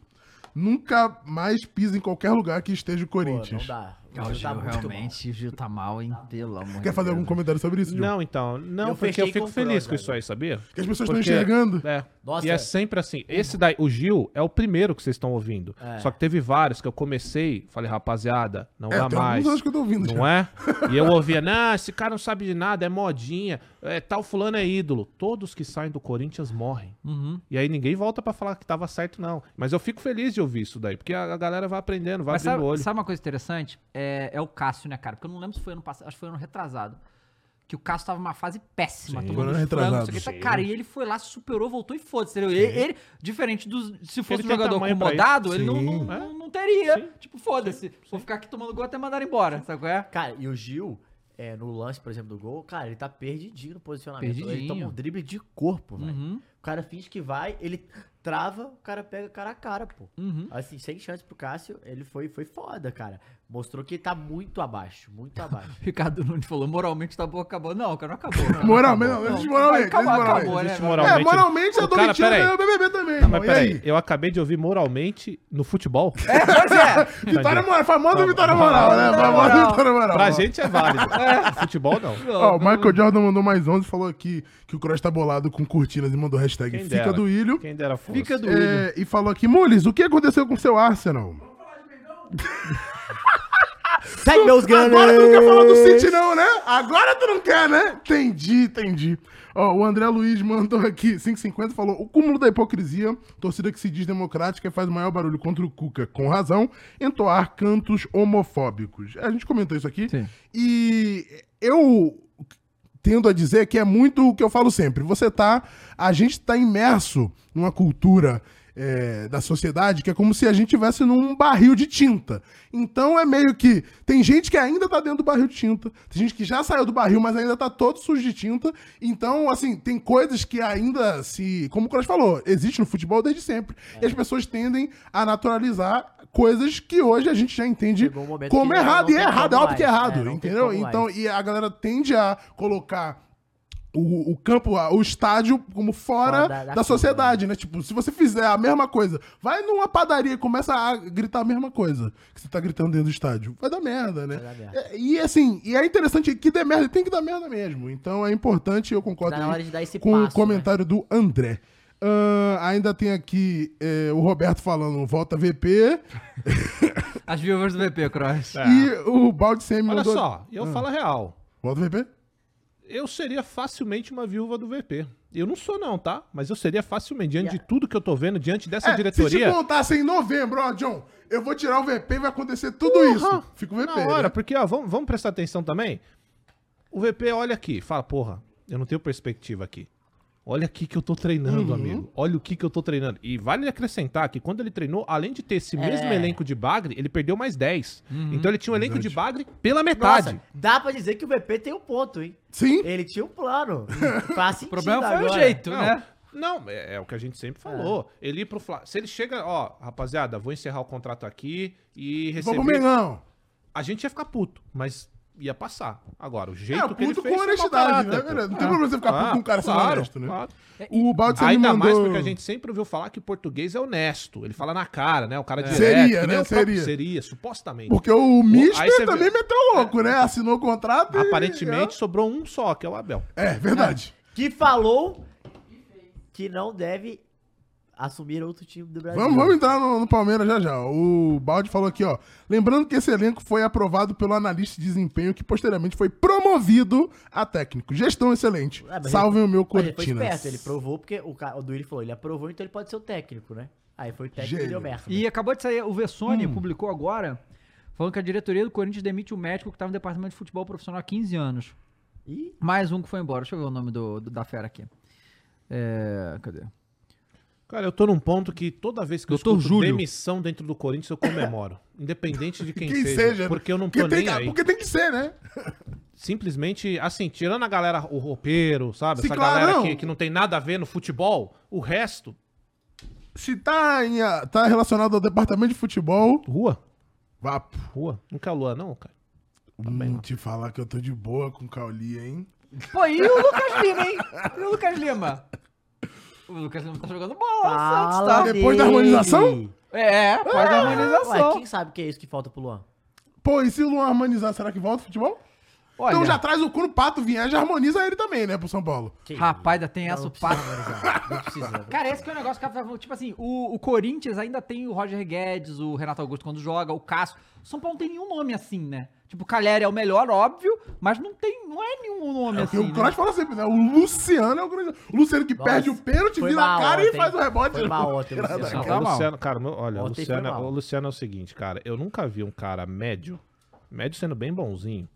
[SPEAKER 3] Nunca mais pisa em qualquer lugar que esteja o
[SPEAKER 4] Pô,
[SPEAKER 3] Corinthians.
[SPEAKER 4] não dá. O
[SPEAKER 1] Ah, o
[SPEAKER 4] Gil
[SPEAKER 1] Gil
[SPEAKER 4] tá muito
[SPEAKER 1] realmente, o Gil tá mal, hein? Pelo amor
[SPEAKER 3] Quer fazer algum comentário sobre isso, um Gil?
[SPEAKER 2] Não, então. Não,
[SPEAKER 4] Eu
[SPEAKER 2] porque
[SPEAKER 4] fechei
[SPEAKER 2] eu fico
[SPEAKER 4] com o
[SPEAKER 2] feliz
[SPEAKER 4] Cross,
[SPEAKER 2] com isso aí, sabia?
[SPEAKER 3] Porque as pessoas estão
[SPEAKER 2] Porque-
[SPEAKER 3] enxergando.
[SPEAKER 2] É.
[SPEAKER 4] Nossa.
[SPEAKER 2] E é sempre assim. Esse daí, o Gil, é o primeiro que vocês estão ouvindo.
[SPEAKER 4] É.
[SPEAKER 2] Só que teve vários que eu comecei, falei, rapaziada, não
[SPEAKER 3] É,
[SPEAKER 2] dá
[SPEAKER 3] tem alguns
[SPEAKER 2] mais.
[SPEAKER 3] anos que eu tô ouvindo.
[SPEAKER 2] Não é? E eu ouvia, não, esse cara não sabe de nada, é modinha, é, tal fulano é ídolo. Todos que saem do Corinthians morrem.
[SPEAKER 1] Uhum.
[SPEAKER 2] E aí ninguém volta pra falar que tava certo, não. Mas eu fico feliz de ouvir isso daí, porque a, a galera vai aprendendo, vai
[SPEAKER 1] Mas
[SPEAKER 2] abrindo
[SPEAKER 1] sabe,
[SPEAKER 2] o olho.
[SPEAKER 1] sabe uma coisa interessante? É, é o Cássio, né, cara? Porque eu não lembro se foi ano passado, acho que foi ano retrasado. Que o Cássio tava numa fase péssima,
[SPEAKER 2] Sim.
[SPEAKER 1] tomando
[SPEAKER 3] Ano
[SPEAKER 1] frango, isso
[SPEAKER 3] retrasado.
[SPEAKER 1] aqui, tá,
[SPEAKER 2] Sim.
[SPEAKER 1] cara, e ele foi lá, superou, voltou e foda-se, entendeu? Ele, ele, diferente do. Se fosse um
[SPEAKER 2] tem
[SPEAKER 1] jogador
[SPEAKER 2] tamanho pra É.
[SPEAKER 1] acomodado, ele
[SPEAKER 3] isso.
[SPEAKER 1] não, não,
[SPEAKER 3] Sim.
[SPEAKER 1] não- não teria.
[SPEAKER 2] Sim.
[SPEAKER 1] Tipo, foda-se. Vou ficar aqui tomando gol até mandar embora, sabe qual é?
[SPEAKER 4] Cara, e o Gil, é, no lance, por exemplo, do gol, cara, ele tá perdidinho no posicionamento. Ele
[SPEAKER 1] Perdidinho.
[SPEAKER 4] toma um drible de corpo, velho.
[SPEAKER 1] Uhum.
[SPEAKER 4] O cara finge que vai, ele trava, o cara pega cara a cara, pô.
[SPEAKER 1] Uhum.
[SPEAKER 4] Assim, sem chance pro Cássio, ele foi, foi foda, cara. Mostrou que tá muito abaixo, muito abaixo.
[SPEAKER 1] Ricardo Nunes falou, moralmente tá bom, acabou. Não, cara, não acabou. cara.
[SPEAKER 3] Moralmente, não,
[SPEAKER 1] Não,
[SPEAKER 3] existe moralmente.
[SPEAKER 1] Acabou,
[SPEAKER 3] existe
[SPEAKER 1] acabou, né?
[SPEAKER 3] moralmente.
[SPEAKER 2] Existe
[SPEAKER 1] Vai-
[SPEAKER 2] Moralmente,
[SPEAKER 3] É, moralmente
[SPEAKER 2] um- o
[SPEAKER 3] eu dou
[SPEAKER 2] cara-
[SPEAKER 3] mentira
[SPEAKER 2] peraí.
[SPEAKER 3] ganhou o BBB também.
[SPEAKER 2] Não,
[SPEAKER 3] irmão.
[SPEAKER 2] mas
[SPEAKER 3] E
[SPEAKER 2] peraí,
[SPEAKER 3] aí?
[SPEAKER 2] eu acabei de ouvir moralmente no futebol.
[SPEAKER 1] Pois é.
[SPEAKER 3] Vitória Moral, famosa Vitória Moral, né?
[SPEAKER 1] Moral.
[SPEAKER 3] Famosa Vitória Moral.
[SPEAKER 2] Pra gente é válido. Futebol não.
[SPEAKER 3] Ó, o Michael Jordan mandou mais 11 e falou aqui que o Cross tá bolado com cortinas e mandou hashtag
[SPEAKER 2] Quem
[SPEAKER 3] Fica
[SPEAKER 2] dera.
[SPEAKER 3] do Ilho.
[SPEAKER 2] Quem dera fosse.
[SPEAKER 1] Fica doido.
[SPEAKER 3] É, e falou aqui, Mules, o que aconteceu com seu Arsenal?
[SPEAKER 4] Sai, meus
[SPEAKER 3] Agora tu não quer
[SPEAKER 4] gunners!
[SPEAKER 3] falar do City, não, né? Agora tu não quer, né? Entendi, entendi. Ó, o André Luiz mandou aqui 5,50 falou: o cúmulo da hipocrisia, torcida que se diz democrática e faz o maior barulho contra o Cuca, com razão, entoar cantos homofóbicos. A gente comentou isso aqui.
[SPEAKER 1] Sim.
[SPEAKER 3] E eu tendo a dizer que é muito o que eu falo sempre. Você tá. A gente tá imerso numa cultura. é, da sociedade, que é como se a gente tivesse num barril de tinta. Então é meio que. Tem gente que ainda tá dentro do barril de tinta, tem gente que já saiu do barril, mas ainda tá todo sujo de tinta. Então, assim, tem coisas que ainda se. Como o Cross falou, existe no futebol desde sempre. E as pessoas tendem a naturalizar coisas que hoje a gente já entende
[SPEAKER 4] Chegou um momento
[SPEAKER 3] como
[SPEAKER 4] que não-
[SPEAKER 3] errado. E
[SPEAKER 4] não
[SPEAKER 3] é
[SPEAKER 4] tem
[SPEAKER 3] errado, é
[SPEAKER 4] como
[SPEAKER 3] óbvio que é
[SPEAKER 4] mais.
[SPEAKER 3] errado,
[SPEAKER 4] É, não tem
[SPEAKER 3] entendeu?
[SPEAKER 4] como
[SPEAKER 3] Então,
[SPEAKER 4] mais.
[SPEAKER 3] e a galera tende a colocar o, o campo, a- o estádio como fora
[SPEAKER 4] Fora da-
[SPEAKER 3] da,
[SPEAKER 4] da curva,
[SPEAKER 3] sociedade, né? Tipo, se você fizer a mesma coisa, vai numa padaria e começa a gritar a mesma coisa que você tá gritando dentro do estádio. Vai dar merda, né?
[SPEAKER 4] Vai dar merda.
[SPEAKER 3] É, e assim, e é interessante que dê merda, tem que dar merda mesmo. Então é importante, eu concordo
[SPEAKER 4] Tá na
[SPEAKER 3] aí
[SPEAKER 4] hora de dar esse
[SPEAKER 3] com o
[SPEAKER 4] passo, né?
[SPEAKER 3] comentário do André. Ahn, ainda tem aqui é, o Roberto falando, volta VP.
[SPEAKER 1] As viúvas do VP, Cross.
[SPEAKER 2] É.
[SPEAKER 3] E o Balde Semi
[SPEAKER 2] Olha
[SPEAKER 3] mandou.
[SPEAKER 2] só, eu falo a real.
[SPEAKER 3] Volta VP?
[SPEAKER 2] Eu seria facilmente uma viúva do VP. Eu não sou não, tá? Mas eu seria facilmente, diante
[SPEAKER 1] é.
[SPEAKER 2] de tudo que eu tô vendo, diante dessa
[SPEAKER 3] É, Se
[SPEAKER 2] diretoria...
[SPEAKER 3] te contasse em novembro, ó, John, eu vou tirar o VP e vai acontecer tudo isso. Fica o VP.
[SPEAKER 2] Na hora,
[SPEAKER 3] né?
[SPEAKER 2] porque, ó, vamos, vamos prestar atenção também. O VP olha aqui, fala, porra, eu não tenho perspectiva aqui. Olha aqui que eu tô
[SPEAKER 3] Uhum.
[SPEAKER 2] treinando, amigo. Olha o que que eu tô treinando. E vale acrescentar que quando ele treinou, além de ter
[SPEAKER 3] É.
[SPEAKER 2] esse mesmo elenco de bagre, ele perdeu mais 10.
[SPEAKER 3] Uhum.
[SPEAKER 2] Então ele tinha um elenco de bagre pela metade.
[SPEAKER 4] Nossa, dá pra dizer que o VP tem um ponto, hein?
[SPEAKER 3] Sim.
[SPEAKER 4] Ele tinha um plano. Faz sentido
[SPEAKER 1] O problema foi
[SPEAKER 4] agora.
[SPEAKER 1] o jeito,
[SPEAKER 2] Não,
[SPEAKER 1] né?
[SPEAKER 2] Então, não é, é o que a gente sempre falou. Ele ir pro Flá. Se ele chega, ó, rapaziada, vou encerrar o contrato aqui e
[SPEAKER 3] Vou
[SPEAKER 2] receber.
[SPEAKER 3] pro Mengão.
[SPEAKER 2] a gente ia ficar puto, mas ia passar. Agora, o
[SPEAKER 3] É,
[SPEAKER 2] jeito que ele
[SPEAKER 3] puto
[SPEAKER 2] fez foi
[SPEAKER 3] com
[SPEAKER 2] mau
[SPEAKER 3] honestidade, né?
[SPEAKER 2] caráter, É. pô.
[SPEAKER 3] Beleza, Não tem problema você ficar puto com um cara sendo
[SPEAKER 2] Ah, claro,
[SPEAKER 3] honesto, né?
[SPEAKER 2] claro.
[SPEAKER 3] O Baldi Semi
[SPEAKER 2] Ainda mais
[SPEAKER 3] mandou-
[SPEAKER 2] porque a gente sempre ouviu falar que português é honesto. Ele fala na cara, né? O cara é. direto.
[SPEAKER 3] Seria,
[SPEAKER 2] que nem
[SPEAKER 3] né?
[SPEAKER 2] o próprio
[SPEAKER 3] Seria.
[SPEAKER 2] Seria, supostamente.
[SPEAKER 3] Porque o
[SPEAKER 2] Aí você
[SPEAKER 3] Mister também
[SPEAKER 2] vê- É.
[SPEAKER 3] meteu louco, né? Assinou o contrato e-
[SPEAKER 2] Aparentemente sobrou um só, que é o Abel.
[SPEAKER 3] É, verdade.
[SPEAKER 4] Que falou que não deve assumir outro time do Brasil.
[SPEAKER 3] Vamos, vamos entrar no, no Palmeiras já já. O Baldi falou aqui, ó. Lembrando que esse elenco foi aprovado pelo analista de desempenho que posteriormente foi promovido a técnico. Gestão excelente.
[SPEAKER 4] É, mas
[SPEAKER 3] Salvem o meu
[SPEAKER 4] Mas ele foi esperto, ele
[SPEAKER 3] Cortinas.
[SPEAKER 4] provou porque o, ca- o Duílio falou, ele aprovou, então ele pode ser o técnico, né? Aí foi o técnico
[SPEAKER 3] Gênio.
[SPEAKER 4] e deu merda.
[SPEAKER 1] E acabou de sair, o Vessone publicou agora, falando que a diretoria do Corinthians demite o médico que estava no departamento de futebol profissional há 15 anos.
[SPEAKER 4] Ih,
[SPEAKER 1] Mais um que foi embora. Deixa eu ver o nome do, do- da fera aqui. É, cadê?
[SPEAKER 2] Cara, eu tô num ponto que toda vez que
[SPEAKER 1] Doutor
[SPEAKER 2] eu escuto
[SPEAKER 1] Júlio.
[SPEAKER 2] demissão dentro do Corinthians, eu comemoro. independente de quem,
[SPEAKER 3] Quem
[SPEAKER 2] seja,
[SPEAKER 3] seja. né?
[SPEAKER 2] Porque eu não tô
[SPEAKER 3] Porque tem,
[SPEAKER 2] nem aí.
[SPEAKER 3] porque tem que ser, né?
[SPEAKER 2] Simplesmente, assim, tirando a galera, o roupeiro, sabe?
[SPEAKER 3] Sim,
[SPEAKER 2] Essa
[SPEAKER 3] claro,
[SPEAKER 2] galera
[SPEAKER 3] não.
[SPEAKER 2] que, que não tem nada a ver no futebol, o resto,
[SPEAKER 3] Se tá, em, a- tá relacionado ao departamento de futebol,
[SPEAKER 2] rua,
[SPEAKER 3] vá. p-
[SPEAKER 2] rua. Não quer Luan, não, cara.
[SPEAKER 4] Tá
[SPEAKER 3] Hum, te falar que eu tô de boa com o Cauli, hein?
[SPEAKER 1] Pô, e o Lucas Lima, hein? E o Lucas Lima? O Lucas Lima tá jogando bola no Santos,
[SPEAKER 4] fala
[SPEAKER 1] tá?
[SPEAKER 3] Depois da
[SPEAKER 4] dele.
[SPEAKER 3] harmonização?
[SPEAKER 1] É, pós da
[SPEAKER 4] Ah, Ué,
[SPEAKER 1] harmonização.
[SPEAKER 4] quem sabe o que é isso que falta pro Luan?
[SPEAKER 3] Pô, e se o Luan harmonizar, será que volta o futebol?
[SPEAKER 1] Olha,
[SPEAKER 3] Então já traz o cu no pato, vier, já harmoniza ele também, né, pro São Paulo.
[SPEAKER 4] Que
[SPEAKER 1] rapaz, ainda tem
[SPEAKER 4] isso?
[SPEAKER 1] essa
[SPEAKER 4] não
[SPEAKER 1] o
[SPEAKER 4] precisa
[SPEAKER 1] pato.
[SPEAKER 4] harmonizar, não precisa.
[SPEAKER 1] Cara, esse que é o negócio que eu tava- Tipo assim, o, o Corinthians ainda tem o Roger Guedes, o Renato Augusto quando joga, o Cássio. O São Paulo não tem nenhum nome assim, né? Tipo, o Caleri é o melhor, óbvio, mas não tem. Não é nenhum nome
[SPEAKER 3] Porque
[SPEAKER 1] assim. né?
[SPEAKER 3] o Cross fala sempre, né? O Luciano é o grande. O Luciano que
[SPEAKER 4] Nossa,
[SPEAKER 3] perde o pênalti,
[SPEAKER 4] foi
[SPEAKER 3] vira a
[SPEAKER 4] mal
[SPEAKER 3] cara e
[SPEAKER 4] ontem.
[SPEAKER 3] faz o rebote. assim.
[SPEAKER 4] Foi mal ontem, Luciano.
[SPEAKER 3] Nada,
[SPEAKER 2] Não,
[SPEAKER 3] cara.
[SPEAKER 2] o Luciano, cara, meu- olha, o
[SPEAKER 4] Ontem foi
[SPEAKER 2] Luciano,
[SPEAKER 4] mal.
[SPEAKER 2] o Luciano é o seguinte, cara, eu nunca vi um cara médio, médio sendo bem bonzinho.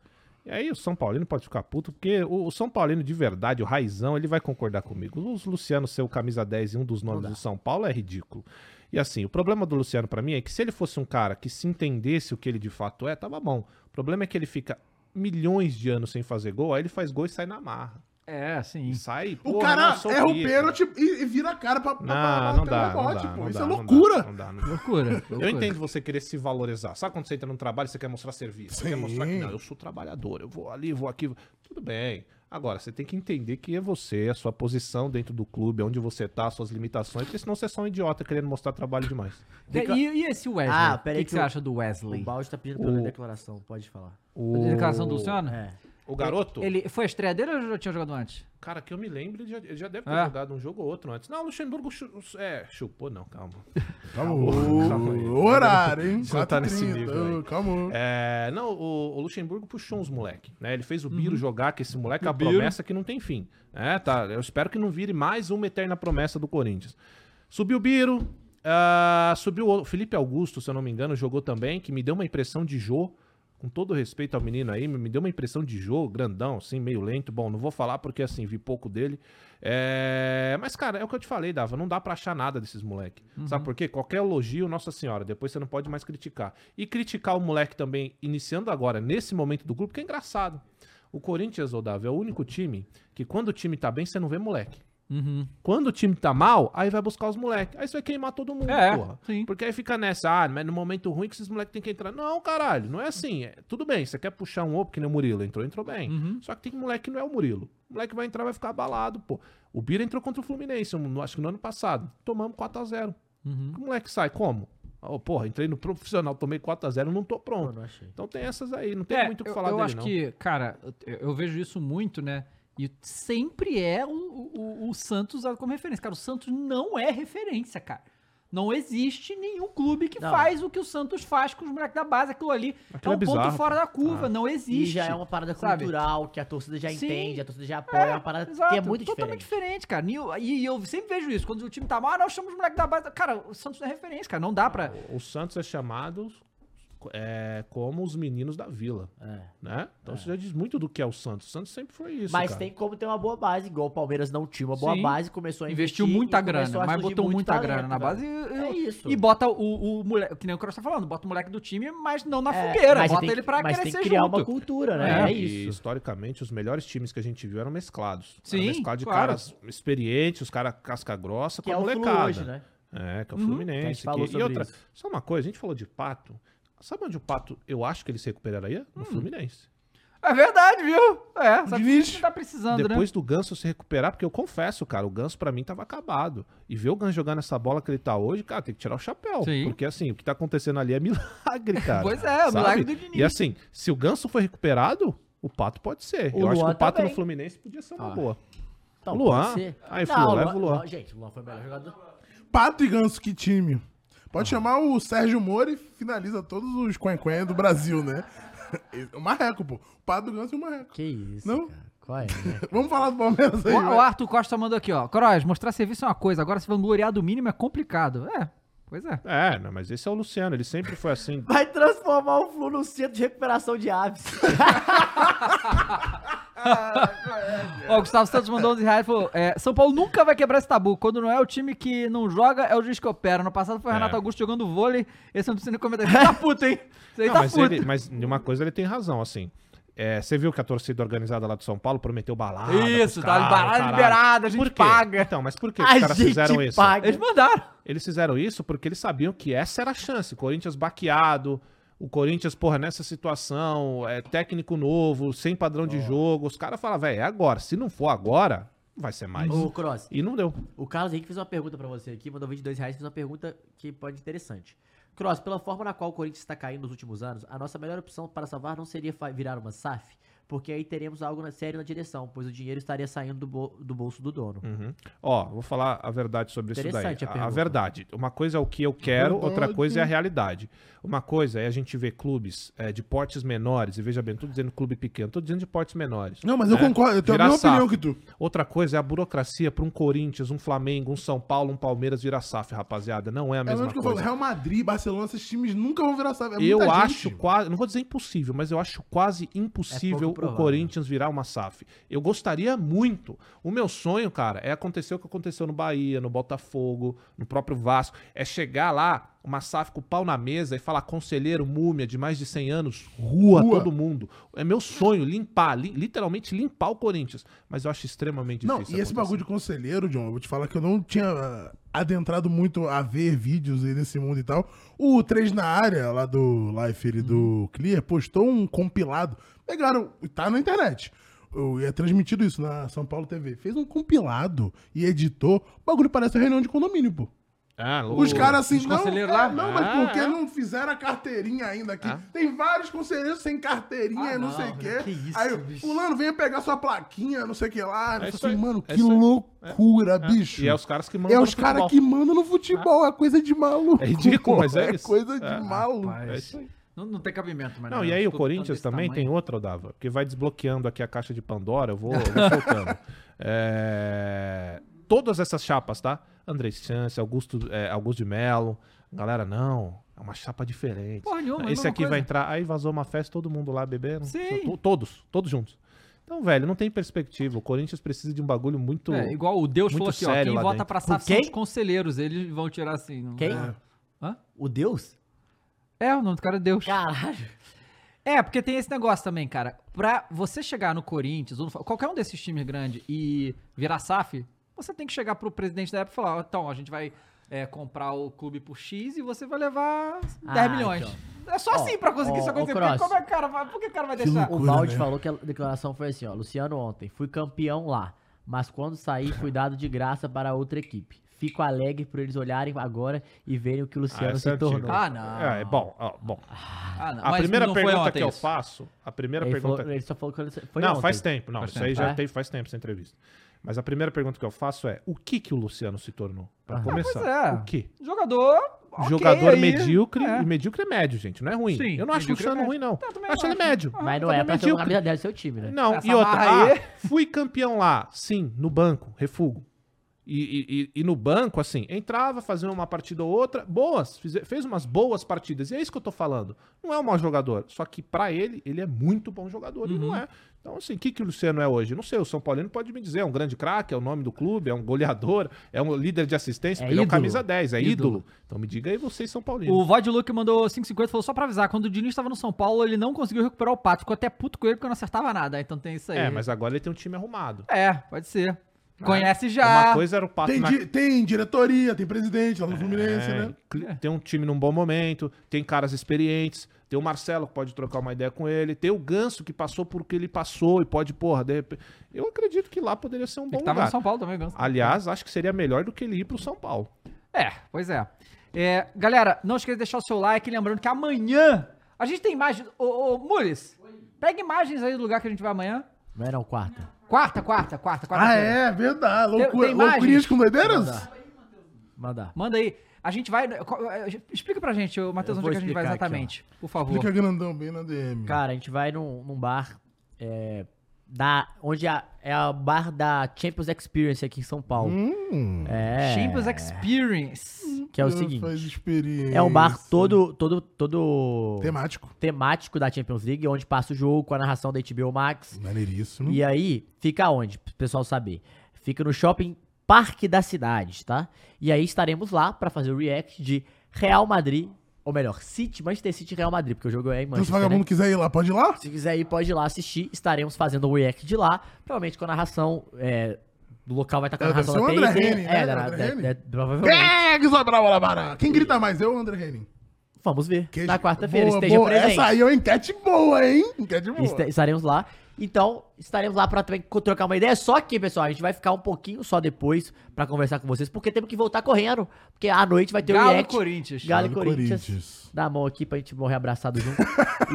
[SPEAKER 2] E aí o São Paulino pode ficar puto, porque o, o São Paulino de verdade, o Raizão, ele vai concordar comigo. Os Luciano ser o camisa 10 e um dos nomes do São Paulo é ridículo. E assim, o problema do Luciano pra mim é que se ele fosse um cara que se entendesse o que ele de fato é, tava bom. O problema é que ele fica milhões de anos sem fazer gol, aí ele faz gol e sai na marra.
[SPEAKER 1] É, sim.
[SPEAKER 2] E sai,
[SPEAKER 3] O
[SPEAKER 2] porra,
[SPEAKER 3] cara
[SPEAKER 2] não, sou
[SPEAKER 3] erra o
[SPEAKER 2] pica.
[SPEAKER 3] pênalti e, e vira a cara pra, pra, pra
[SPEAKER 2] Não, não dá, não
[SPEAKER 3] rebote,
[SPEAKER 2] dá,
[SPEAKER 3] pô.
[SPEAKER 2] não
[SPEAKER 3] Isso
[SPEAKER 2] dá,
[SPEAKER 3] é
[SPEAKER 2] não dá,
[SPEAKER 3] loucura.
[SPEAKER 2] Não dá, não dá.
[SPEAKER 1] Loucura, loucura.
[SPEAKER 2] Eu entendo você querer se valorizar. Sabe quando você entra num trabalho e você quer mostrar serviço? Você quer mostrar que não, eu sou trabalhador, eu vou ali, vou aqui. Tudo bem. Agora, você tem que entender que é você, a sua posição dentro do clube, onde você tá, as suas limitações, porque senão você é só um idiota querendo mostrar trabalho demais.
[SPEAKER 1] E, e esse Wesley?
[SPEAKER 4] Ah,
[SPEAKER 1] o que,
[SPEAKER 4] peraí
[SPEAKER 1] que
[SPEAKER 4] que
[SPEAKER 1] você
[SPEAKER 4] o-
[SPEAKER 1] acha do
[SPEAKER 4] O
[SPEAKER 1] Wesley?
[SPEAKER 4] Balde tá pedindo pela
[SPEAKER 2] O-
[SPEAKER 4] declaração, pode falar.
[SPEAKER 2] O...
[SPEAKER 1] A declaração do Luciano?
[SPEAKER 4] É.
[SPEAKER 2] O garoto,
[SPEAKER 1] Ele, foi a estreia dele ou já tinha jogado antes?
[SPEAKER 2] cara, que eu me lembro, ele já, ele já deve ter
[SPEAKER 1] É.
[SPEAKER 2] jogado um jogo ou outro antes. Não, o Luxemburgo chu- é, chupou, não, calma. Calma aí.
[SPEAKER 3] Calma, horário, hein?
[SPEAKER 2] Você não tá nesse
[SPEAKER 3] 4h30,
[SPEAKER 2] nível aí.
[SPEAKER 3] Calma.
[SPEAKER 2] É, não, o, o Luxemburgo puxou uns moleque, né? Ele fez o
[SPEAKER 1] Uhum.
[SPEAKER 2] Biro jogar, que esse moleque é
[SPEAKER 1] O
[SPEAKER 2] uma
[SPEAKER 1] Biro.
[SPEAKER 2] promessa que não tem fim. É, tá, eu espero que não vire mais uma eterna promessa do Corinthians. Subiu o Biro, ah, subiu o Felipe Augusto, se eu não me engano, jogou também, que me deu uma impressão de Jô, com todo respeito ao menino aí, me deu uma impressão de Jô, grandão, assim, meio lento. Bom, não vou falar porque, assim, vi pouco dele. É, mas, cara, é o que eu te falei, Dava, não dá pra achar nada desses moleque. Sabe por quê? Qualquer elogio, Nossa Senhora, depois você não pode mais criticar. E criticar o moleque também, iniciando agora, nesse momento do grupo, que é engraçado. O Corinthians, ô Dava, é o único time que quando o time tá bem, você não vê moleque.
[SPEAKER 1] Uhum.
[SPEAKER 2] Quando o time tá mal, aí vai buscar os moleques. Aí você vai queimar todo mundo,
[SPEAKER 1] É,
[SPEAKER 2] porra.
[SPEAKER 1] sim.
[SPEAKER 2] Porque aí fica nessa, ah, mas no momento ruim que esses moleques têm que entrar. Não, caralho, não é assim. É, tudo bem, você quer puxar um ovo que nem o Murilo. Entrou, entrou
[SPEAKER 1] Uhum.
[SPEAKER 2] bem. Só que tem moleque que não é o Murilo. O moleque vai entrar, vai ficar abalado, pô. O Bira entrou contra o Fluminense, um- acho que no ano passado. Tomamos 4x0.
[SPEAKER 1] Uhum.
[SPEAKER 2] O moleque sai como? Oh, porra, entrei no profissional, tomei 4x0, não tô
[SPEAKER 4] Pô,
[SPEAKER 2] pronto.
[SPEAKER 4] não achei.
[SPEAKER 2] Então tem essas aí, não tem
[SPEAKER 1] É,
[SPEAKER 2] muito o que
[SPEAKER 1] eu-
[SPEAKER 2] falar
[SPEAKER 1] Eu
[SPEAKER 2] dele,
[SPEAKER 1] acho
[SPEAKER 2] não.
[SPEAKER 1] que, cara, eu, eu vejo isso muito, né? E sempre é o, o- o Santos usado como referência. Cara, o Santos não é referência, cara. Não existe nenhum clube que
[SPEAKER 4] Não.
[SPEAKER 1] faz o que o Santos faz com os moleques da base. Aquilo ali
[SPEAKER 2] Aquilo
[SPEAKER 1] é
[SPEAKER 2] é
[SPEAKER 1] um ponto
[SPEAKER 2] bizarro,
[SPEAKER 1] fora
[SPEAKER 2] pô.
[SPEAKER 1] da curva.
[SPEAKER 2] Ah.
[SPEAKER 1] Não
[SPEAKER 4] E
[SPEAKER 1] existe.
[SPEAKER 4] já é uma parada
[SPEAKER 1] sabe?
[SPEAKER 4] cultural que a torcida já
[SPEAKER 1] Sim.
[SPEAKER 4] entende, a torcida já apoia, é uma parada que é muito
[SPEAKER 1] totalmente
[SPEAKER 4] diferente.
[SPEAKER 1] diferente, cara. E eu, e eu sempre vejo isso. Quando o time tá mal, ah, nós chamamos os moleques da base. Cara, o Santos não é referência, cara. Não dá pra.
[SPEAKER 2] O o Santos é chamado é, como os meninos da vila.
[SPEAKER 4] É.
[SPEAKER 2] né? Então isso já diz muito do que é o Santos. O Santos sempre foi isso.
[SPEAKER 4] Mas
[SPEAKER 2] cara.
[SPEAKER 4] tem como ter uma boa base, igual o Palmeiras não tinha uma boa
[SPEAKER 1] Sim.
[SPEAKER 4] base, começou a investir.
[SPEAKER 1] Investiu muita
[SPEAKER 4] e começou
[SPEAKER 1] grana,
[SPEAKER 4] a
[SPEAKER 1] mas
[SPEAKER 4] surgir
[SPEAKER 1] botou
[SPEAKER 4] muito
[SPEAKER 1] muita
[SPEAKER 4] talento,
[SPEAKER 1] grana na
[SPEAKER 4] velho.
[SPEAKER 1] base e,
[SPEAKER 4] É isso.
[SPEAKER 1] e bota o, o moleque, que nem o Cross tá falando, bota o moleque do time, mas não na
[SPEAKER 4] É,
[SPEAKER 1] fogueira,
[SPEAKER 4] mas você
[SPEAKER 1] bota
[SPEAKER 4] tem
[SPEAKER 1] ele
[SPEAKER 4] que-
[SPEAKER 1] pra
[SPEAKER 4] mas tem
[SPEAKER 1] crescer
[SPEAKER 4] que criar
[SPEAKER 1] junto.
[SPEAKER 4] uma cultura,
[SPEAKER 2] É,
[SPEAKER 4] né? É,
[SPEAKER 2] e,
[SPEAKER 4] isso.
[SPEAKER 2] historicamente, os melhores times que a gente viu eram mesclados.
[SPEAKER 1] Sim,
[SPEAKER 2] era mesclado de
[SPEAKER 1] claro.
[SPEAKER 2] caras experientes, os caras casca grossa,
[SPEAKER 4] Que
[SPEAKER 2] com a
[SPEAKER 4] é o Flu
[SPEAKER 2] molecada.
[SPEAKER 4] hoje, né?
[SPEAKER 2] É, que é o
[SPEAKER 1] Uhum.
[SPEAKER 4] Que a
[SPEAKER 2] Fluminense.
[SPEAKER 4] gente falou
[SPEAKER 2] que- E
[SPEAKER 4] sobre
[SPEAKER 2] outra,
[SPEAKER 4] isso.
[SPEAKER 2] só uma coisa, a gente falou de Pato. Sabe onde o Pato, eu acho que ele se recuperaria?
[SPEAKER 4] Hum.
[SPEAKER 2] No Fluminense.
[SPEAKER 1] É verdade, viu? É, sabe que
[SPEAKER 3] Diniz.
[SPEAKER 1] você tá precisando, né?
[SPEAKER 2] Depois do Ganso se recuperar, porque eu confesso, cara, o Ganso pra mim tava acabado. E ver o Ganso jogando essa bola que ele tá hoje, cara, tem que tirar o chapéu.
[SPEAKER 1] Sim.
[SPEAKER 2] Porque assim, o que tá acontecendo ali é milagre, cara.
[SPEAKER 1] Pois é, o milagre do Diniz.
[SPEAKER 2] E assim, se o Ganso foi recuperado, o Pato pode ser.
[SPEAKER 4] O
[SPEAKER 2] eu acho que
[SPEAKER 4] Luan
[SPEAKER 2] o Pato
[SPEAKER 4] também.
[SPEAKER 2] no Fluminense podia ser uma
[SPEAKER 4] Ah.
[SPEAKER 2] boa.
[SPEAKER 4] Então,
[SPEAKER 2] Luan.
[SPEAKER 4] pode ser.
[SPEAKER 2] Aí, Flu, leva o Luan.
[SPEAKER 4] Gente, o Luan foi o melhor jogador.
[SPEAKER 3] Pato e Ganso, que time. Pode chamar o Sérgio Moro e finaliza todos os quen do Brasil, né? O Marreco, pô. O Pato, o Ganso e o Marreco.
[SPEAKER 4] Que isso,
[SPEAKER 3] Não?
[SPEAKER 4] cara. Qual é? né?
[SPEAKER 3] Vamos falar do Palmeiras aí,
[SPEAKER 1] O,
[SPEAKER 3] vai.
[SPEAKER 1] o Arthur Costa mandou aqui, ó. Cross, mostrar serviço é uma coisa, agora se vangloriar do mínimo é complicado. É, pois é.
[SPEAKER 2] É, não, mas esse é o Luciano, ele sempre foi assim.
[SPEAKER 4] Vai transformar o Flu no centro de recuperação de aves.
[SPEAKER 1] Ó, o Gustavo Santos mandou 11 reais e falou: é, São Paulo nunca vai quebrar esse tabu. Quando não é o time que não joga, é o juiz que opera. No passado foi o
[SPEAKER 2] É.
[SPEAKER 1] Renato Augusto jogando vôlei. Esse eu não precisa nem comentar. Ele tá puto, hein? Isso aí
[SPEAKER 2] Não,
[SPEAKER 1] tá
[SPEAKER 2] mas,
[SPEAKER 1] puto.
[SPEAKER 2] ele, mas de uma coisa ele tem razão, assim. É, você viu que a torcida organizada lá de São Paulo prometeu balada. pros
[SPEAKER 1] Isso, tá
[SPEAKER 2] caras,
[SPEAKER 1] balada
[SPEAKER 2] caralho.
[SPEAKER 1] liberada, a gente
[SPEAKER 2] Por quê?
[SPEAKER 1] paga.
[SPEAKER 2] Então, mas por que, que
[SPEAKER 4] A
[SPEAKER 2] os caras fizeram
[SPEAKER 4] gente
[SPEAKER 2] isso?
[SPEAKER 4] paga.
[SPEAKER 1] Eles mandaram.
[SPEAKER 2] Eles fizeram isso porque eles sabiam que essa era a chance. Corinthians baqueado, o Corinthians, porra, nessa situação, é técnico novo, sem padrão de jogo. Os caras falam, velho, é agora. Se não for agora, vai ser mais.
[SPEAKER 4] Ô, Cross,
[SPEAKER 2] E não deu.
[SPEAKER 4] O Carlos Henrique fez uma pergunta pra você aqui, mandou 22 reais, fez uma pergunta que pode ser interessante. Cross, pela forma na qual o Corinthians está caindo nos últimos anos, a nossa melhor opção para salvar não seria fa- virar uma SAF? Porque aí teremos algo na- sério na direção, pois o dinheiro estaria saindo do, bol- do bolso do dono.
[SPEAKER 2] Uhum. Ó, vou falar a verdade sobre isso daí.
[SPEAKER 4] Interessante a
[SPEAKER 2] A,
[SPEAKER 4] pergunta.
[SPEAKER 2] verdade. Uma coisa é o que eu quero, outra coisa é a realidade. Uma coisa é a gente ver clubes eh, de portes menores, e veja bem, não tô dizendo clube pequeno, tô dizendo de portes menores.
[SPEAKER 3] Não, mas eu
[SPEAKER 2] né?
[SPEAKER 3] concordo, eu tenho a
[SPEAKER 2] Virar
[SPEAKER 3] mesma opinião
[SPEAKER 2] SAF.
[SPEAKER 3] que tu.
[SPEAKER 2] Outra coisa é a burocracia para um Corinthians, um Flamengo, um São Paulo, um Palmeiras virar SAF, rapaziada. Não é a
[SPEAKER 3] É o
[SPEAKER 2] mesma
[SPEAKER 3] mesmo que eu falo.
[SPEAKER 2] coisa.
[SPEAKER 3] Real Madrid, Barcelona, esses times nunca vão virar SAF. É
[SPEAKER 2] eu
[SPEAKER 3] muita
[SPEAKER 2] acho
[SPEAKER 3] gente.
[SPEAKER 2] quase, não vou dizer impossível, mas eu acho quase
[SPEAKER 4] É
[SPEAKER 2] impossível
[SPEAKER 4] pouco
[SPEAKER 2] o
[SPEAKER 4] provável.
[SPEAKER 2] Corinthians virar uma SAF. Eu gostaria muito. O meu sonho, cara, é acontecer o que aconteceu no Bahia, no Botafogo, no próprio Vasco, é chegar lá o Massaf com o pau na mesa e falar conselheiro múmia de mais de 100 anos, rua,
[SPEAKER 3] Rua.
[SPEAKER 2] todo mundo. É meu sonho limpar, li- literalmente limpar o Corinthians. Mas eu acho extremamente
[SPEAKER 3] Não,
[SPEAKER 2] difícil.
[SPEAKER 3] e esse
[SPEAKER 2] acontecer.
[SPEAKER 3] bagulho de conselheiro, John, eu vou te falar que eu não tinha ah, adentrado muito a ver vídeos aí desse mundo e tal. O 3 na área, lá do Life e
[SPEAKER 2] Uhum.
[SPEAKER 3] do Clear, postou um compilado. Pegaram, tá na internet. Eu ia transmitido isso na São Paulo TV. Fez um compilado e editou. O bagulho parece uma reunião de condomínio, pô.
[SPEAKER 2] Ah, louco.
[SPEAKER 3] Os caras assim,
[SPEAKER 1] os
[SPEAKER 3] não,
[SPEAKER 1] conselheiros
[SPEAKER 3] é,
[SPEAKER 1] lá?
[SPEAKER 3] não, mas por que
[SPEAKER 2] Ah, é.
[SPEAKER 3] não fizeram a carteirinha ainda aqui?
[SPEAKER 2] Ah. né?
[SPEAKER 3] Tem vários conselheiros sem carteirinha,
[SPEAKER 1] Ah,
[SPEAKER 3] não,
[SPEAKER 1] não,
[SPEAKER 3] sei o quê.
[SPEAKER 1] que isso,
[SPEAKER 3] aí,
[SPEAKER 1] bicho.
[SPEAKER 3] fulano, venha pegar sua plaquinha, não sei o que lá. Eu falo
[SPEAKER 2] isso
[SPEAKER 3] assim,
[SPEAKER 2] aí,
[SPEAKER 3] mano,
[SPEAKER 2] é
[SPEAKER 3] que
[SPEAKER 2] isso aí.
[SPEAKER 3] loucura,
[SPEAKER 2] É,
[SPEAKER 3] bicho.
[SPEAKER 2] E é os caras que mandam.
[SPEAKER 3] É
[SPEAKER 2] no
[SPEAKER 3] os caras
[SPEAKER 2] futebol.
[SPEAKER 3] que mandam no futebol, é coisa de maluco.
[SPEAKER 2] É ridículo,
[SPEAKER 3] pô,
[SPEAKER 2] mas é isso.
[SPEAKER 3] coisa de
[SPEAKER 2] É,
[SPEAKER 3] maluco.
[SPEAKER 2] É isso aí.
[SPEAKER 1] Não, não tem cabimento, mas
[SPEAKER 2] Não, e aí o Corinthians também tem outra, Dava, que vai desbloqueando aqui a caixa de Pandora, eu vou, eu vou soltando. É, Todas essas chapas, tá? André Chance, Augusto, é, Augusto de Melo. Galera, não. É uma chapa diferente.
[SPEAKER 1] Porra nenhuma, é a
[SPEAKER 2] Esse
[SPEAKER 1] mesma
[SPEAKER 2] aqui
[SPEAKER 1] coisa.
[SPEAKER 2] vai entrar. Aí vazou uma festa, todo mundo lá bebendo.
[SPEAKER 1] Sim.
[SPEAKER 2] To- Todos, todos juntos. Então, velho, não tem perspectiva. O Corinthians precisa de um bagulho muito.
[SPEAKER 1] É, igual o Deus
[SPEAKER 2] muito
[SPEAKER 1] falou aqui, ó,
[SPEAKER 2] sério
[SPEAKER 1] quem
[SPEAKER 2] lá
[SPEAKER 1] vota
[SPEAKER 2] dentro.
[SPEAKER 1] pra SAF
[SPEAKER 4] Por
[SPEAKER 1] são
[SPEAKER 4] quem?
[SPEAKER 1] os conselheiros, eles vão tirar assim. não-
[SPEAKER 4] Quem?
[SPEAKER 1] É. Hã?
[SPEAKER 4] Ah, O Deus?
[SPEAKER 1] É, o nome do cara é Deus.
[SPEAKER 4] Caralho.
[SPEAKER 1] É, porque tem esse negócio também, cara. Pra você chegar no Corinthians, ou no- qualquer um desses times grandes e virar SAF, você tem que chegar pro presidente da época e falar: ó, então, a gente vai é, comprar o clube por X e você vai levar 10
[SPEAKER 4] Ah,
[SPEAKER 1] milhões. É só
[SPEAKER 4] Ó,
[SPEAKER 1] assim pra conseguir
[SPEAKER 4] ó,
[SPEAKER 1] isso
[SPEAKER 4] ô,
[SPEAKER 1] acontecer.
[SPEAKER 4] Cross.
[SPEAKER 1] Porque como é que o cara vai, por que o cara vai deixar?
[SPEAKER 3] louco.
[SPEAKER 4] O
[SPEAKER 3] Loucura,
[SPEAKER 4] Balde
[SPEAKER 3] né?
[SPEAKER 4] falou que a declaração foi assim, ó. Luciano ontem, fui campeão lá, mas quando saí fui dado de graça para outra equipe. Fico alegre por eles olharem agora e verem o que o Luciano
[SPEAKER 2] essa é
[SPEAKER 4] se tornou.
[SPEAKER 2] antiga.
[SPEAKER 1] Ah, não.
[SPEAKER 2] É, é bom, ó, bom.
[SPEAKER 1] Ah, não.
[SPEAKER 2] A
[SPEAKER 1] Mas
[SPEAKER 2] primeira
[SPEAKER 1] não foi
[SPEAKER 2] pergunta
[SPEAKER 1] ontem
[SPEAKER 2] que eu
[SPEAKER 1] isso.
[SPEAKER 2] faço. A primeira
[SPEAKER 4] ele,
[SPEAKER 2] pergunta.
[SPEAKER 4] falou- ele só falou que ele- foi
[SPEAKER 2] não,
[SPEAKER 4] ontem.
[SPEAKER 2] faz tempo. Não, isso aí
[SPEAKER 4] tempo.
[SPEAKER 2] já
[SPEAKER 1] Ah.
[SPEAKER 4] É?
[SPEAKER 2] tem, faz tempo essa entrevista. Mas a primeira pergunta que eu faço é: o que que o Luciano se tornou? Pra
[SPEAKER 4] Ah,
[SPEAKER 2] começar.
[SPEAKER 1] pois é.
[SPEAKER 2] O que?
[SPEAKER 1] Jogador. ok
[SPEAKER 2] Jogador
[SPEAKER 1] aí.
[SPEAKER 2] medíocre.
[SPEAKER 1] É.
[SPEAKER 2] E medíocre é médio, gente. Não é ruim.
[SPEAKER 1] Sim,
[SPEAKER 2] eu não acho
[SPEAKER 1] medíocre
[SPEAKER 2] o
[SPEAKER 1] é
[SPEAKER 2] Luciano
[SPEAKER 1] médio.
[SPEAKER 2] ruim, não.
[SPEAKER 1] Não, também
[SPEAKER 2] acho
[SPEAKER 1] não
[SPEAKER 2] ele médio.
[SPEAKER 4] Mas não
[SPEAKER 2] Acho
[SPEAKER 4] é
[SPEAKER 2] ele
[SPEAKER 4] pra ser uma
[SPEAKER 2] Ah, medíocre.
[SPEAKER 4] camisa dela, seu time, né?
[SPEAKER 2] Não,
[SPEAKER 1] Essa
[SPEAKER 2] e outra.
[SPEAKER 1] barra
[SPEAKER 2] Ah,
[SPEAKER 1] aí.
[SPEAKER 2] fui campeão lá. Sim, no banco, refugo. E, e- e- e no banco, assim, entrava, fazia uma partida ou outra, boas, fize- fez umas boas partidas. E é isso que eu tô falando. Não é um mau jogador. Só que pra ele, ele é muito bom jogador. E
[SPEAKER 1] Uhum.
[SPEAKER 2] não é. Então, assim, o que, que o Luciano é hoje? Não sei, o São Paulino pode me dizer. É um grande craque, é o nome do clube, é um goleador, é um líder de assistência,
[SPEAKER 4] É
[SPEAKER 2] porque ele é um
[SPEAKER 4] ídolo.
[SPEAKER 2] camisa 10, é ídolo.
[SPEAKER 1] Ídolo.
[SPEAKER 2] Então me diga aí vocês, São Paulino.
[SPEAKER 1] O Vod Luke mandou 550 falou só pra avisar, quando o Diniz estava no São Paulo, ele não conseguiu recuperar o pato. Ficou até puto com ele porque não acertava nada. Então tem isso aí.
[SPEAKER 2] É, mas agora ele tem um time arrumado.
[SPEAKER 1] É, pode ser. Conhece já.
[SPEAKER 2] Uma coisa era o pato
[SPEAKER 3] Tem,
[SPEAKER 2] na
[SPEAKER 3] di- tem diretoria, tem presidente lá no Fluminense,
[SPEAKER 2] É,
[SPEAKER 3] né?
[SPEAKER 2] cl- Tem um time num bom momento, tem caras experientes, tem o Marcelo que pode trocar uma ideia com ele, tem o Ganso que passou por que ele passou e pode, porra, de repente... Eu acredito que lá poderia ser um
[SPEAKER 1] Ele
[SPEAKER 2] bom
[SPEAKER 1] que tava
[SPEAKER 2] lugar.
[SPEAKER 1] no São Paulo também, Ganso.
[SPEAKER 2] Aliás, acho que seria melhor do que ele ir pro São Paulo.
[SPEAKER 1] É, pois é. É, Galera, não esqueça de deixar o seu like. Lembrando que amanhã a gente tem imagens. Ô, ô Mules, pega imagens aí do lugar que a gente vai amanhã.
[SPEAKER 4] Não era o quarta.
[SPEAKER 1] Quarta, quarta, quarta, quarta.
[SPEAKER 3] Ah, é, verdade.
[SPEAKER 1] Tem-
[SPEAKER 3] Loucura,
[SPEAKER 1] tem imagens?
[SPEAKER 3] loucurinhas com doideiras?
[SPEAKER 4] Mandar.
[SPEAKER 1] Manda aí. A gente vai. qual- é, Explica pra gente, ô, Matheus, onde
[SPEAKER 4] Eu vou
[SPEAKER 1] é que a gente vai
[SPEAKER 4] explicar aqui,
[SPEAKER 1] exatamente. por favor.
[SPEAKER 3] Fica é grandão bem na DM.
[SPEAKER 4] Cara, a gente vai num, num bar é, da, onde a- é a bar da Champions Experience aqui em São Paulo.
[SPEAKER 3] Hum,
[SPEAKER 4] É,
[SPEAKER 1] Champions Experience.
[SPEAKER 4] que é o
[SPEAKER 3] Deus
[SPEAKER 4] seguinte,
[SPEAKER 3] faz experiência.
[SPEAKER 4] é um bar todo todo todo
[SPEAKER 3] Temático.
[SPEAKER 4] temático da Champions League, onde passa o jogo com a narração da HBO Max.
[SPEAKER 3] Maneiríssimo.
[SPEAKER 4] E é aí, fica onde, pro pessoal saber? Fica no shopping Parque da Cidade, tá? E aí estaremos lá pra fazer o react de Real Madrid, ou melhor, City, Manchester City e Real Madrid, porque o jogo é em
[SPEAKER 3] Então, se o
[SPEAKER 4] Manchester. né?
[SPEAKER 3] vagabundo quiser ir lá, pode ir lá?
[SPEAKER 4] Se quiser ir, pode ir lá assistir. Estaremos fazendo o react de lá. Provavelmente com a narração é, do local vai estar com a
[SPEAKER 3] É, deve
[SPEAKER 4] narração
[SPEAKER 3] ser o
[SPEAKER 4] da
[SPEAKER 3] André
[SPEAKER 4] TNT.
[SPEAKER 3] Henning, né?
[SPEAKER 4] É, da-
[SPEAKER 3] André
[SPEAKER 4] da-
[SPEAKER 3] Henning?
[SPEAKER 4] da- provavelmente.
[SPEAKER 3] Quem que sobrar bola para? Quem grita mais? Eu ou André Henning?
[SPEAKER 4] Vamos ver.
[SPEAKER 3] Que-
[SPEAKER 4] Na quarta-feira,
[SPEAKER 3] Boa,
[SPEAKER 4] esteja
[SPEAKER 3] boa.
[SPEAKER 4] presente.
[SPEAKER 3] Essa aí é uma enquete boa, hein? Enquete boa.
[SPEAKER 4] Est- estaremos lá. Então, estaremos lá pra também co- trocar uma ideia. Só que, pessoal, a gente vai ficar um pouquinho só depois pra conversar com vocês, porque temos que voltar correndo. Porque à noite vai ter o
[SPEAKER 1] Galo Então, e
[SPEAKER 4] react.
[SPEAKER 1] Corinthians.
[SPEAKER 4] Galo e Corinthians. Dá a mão aqui pra gente morrer abraçado junto.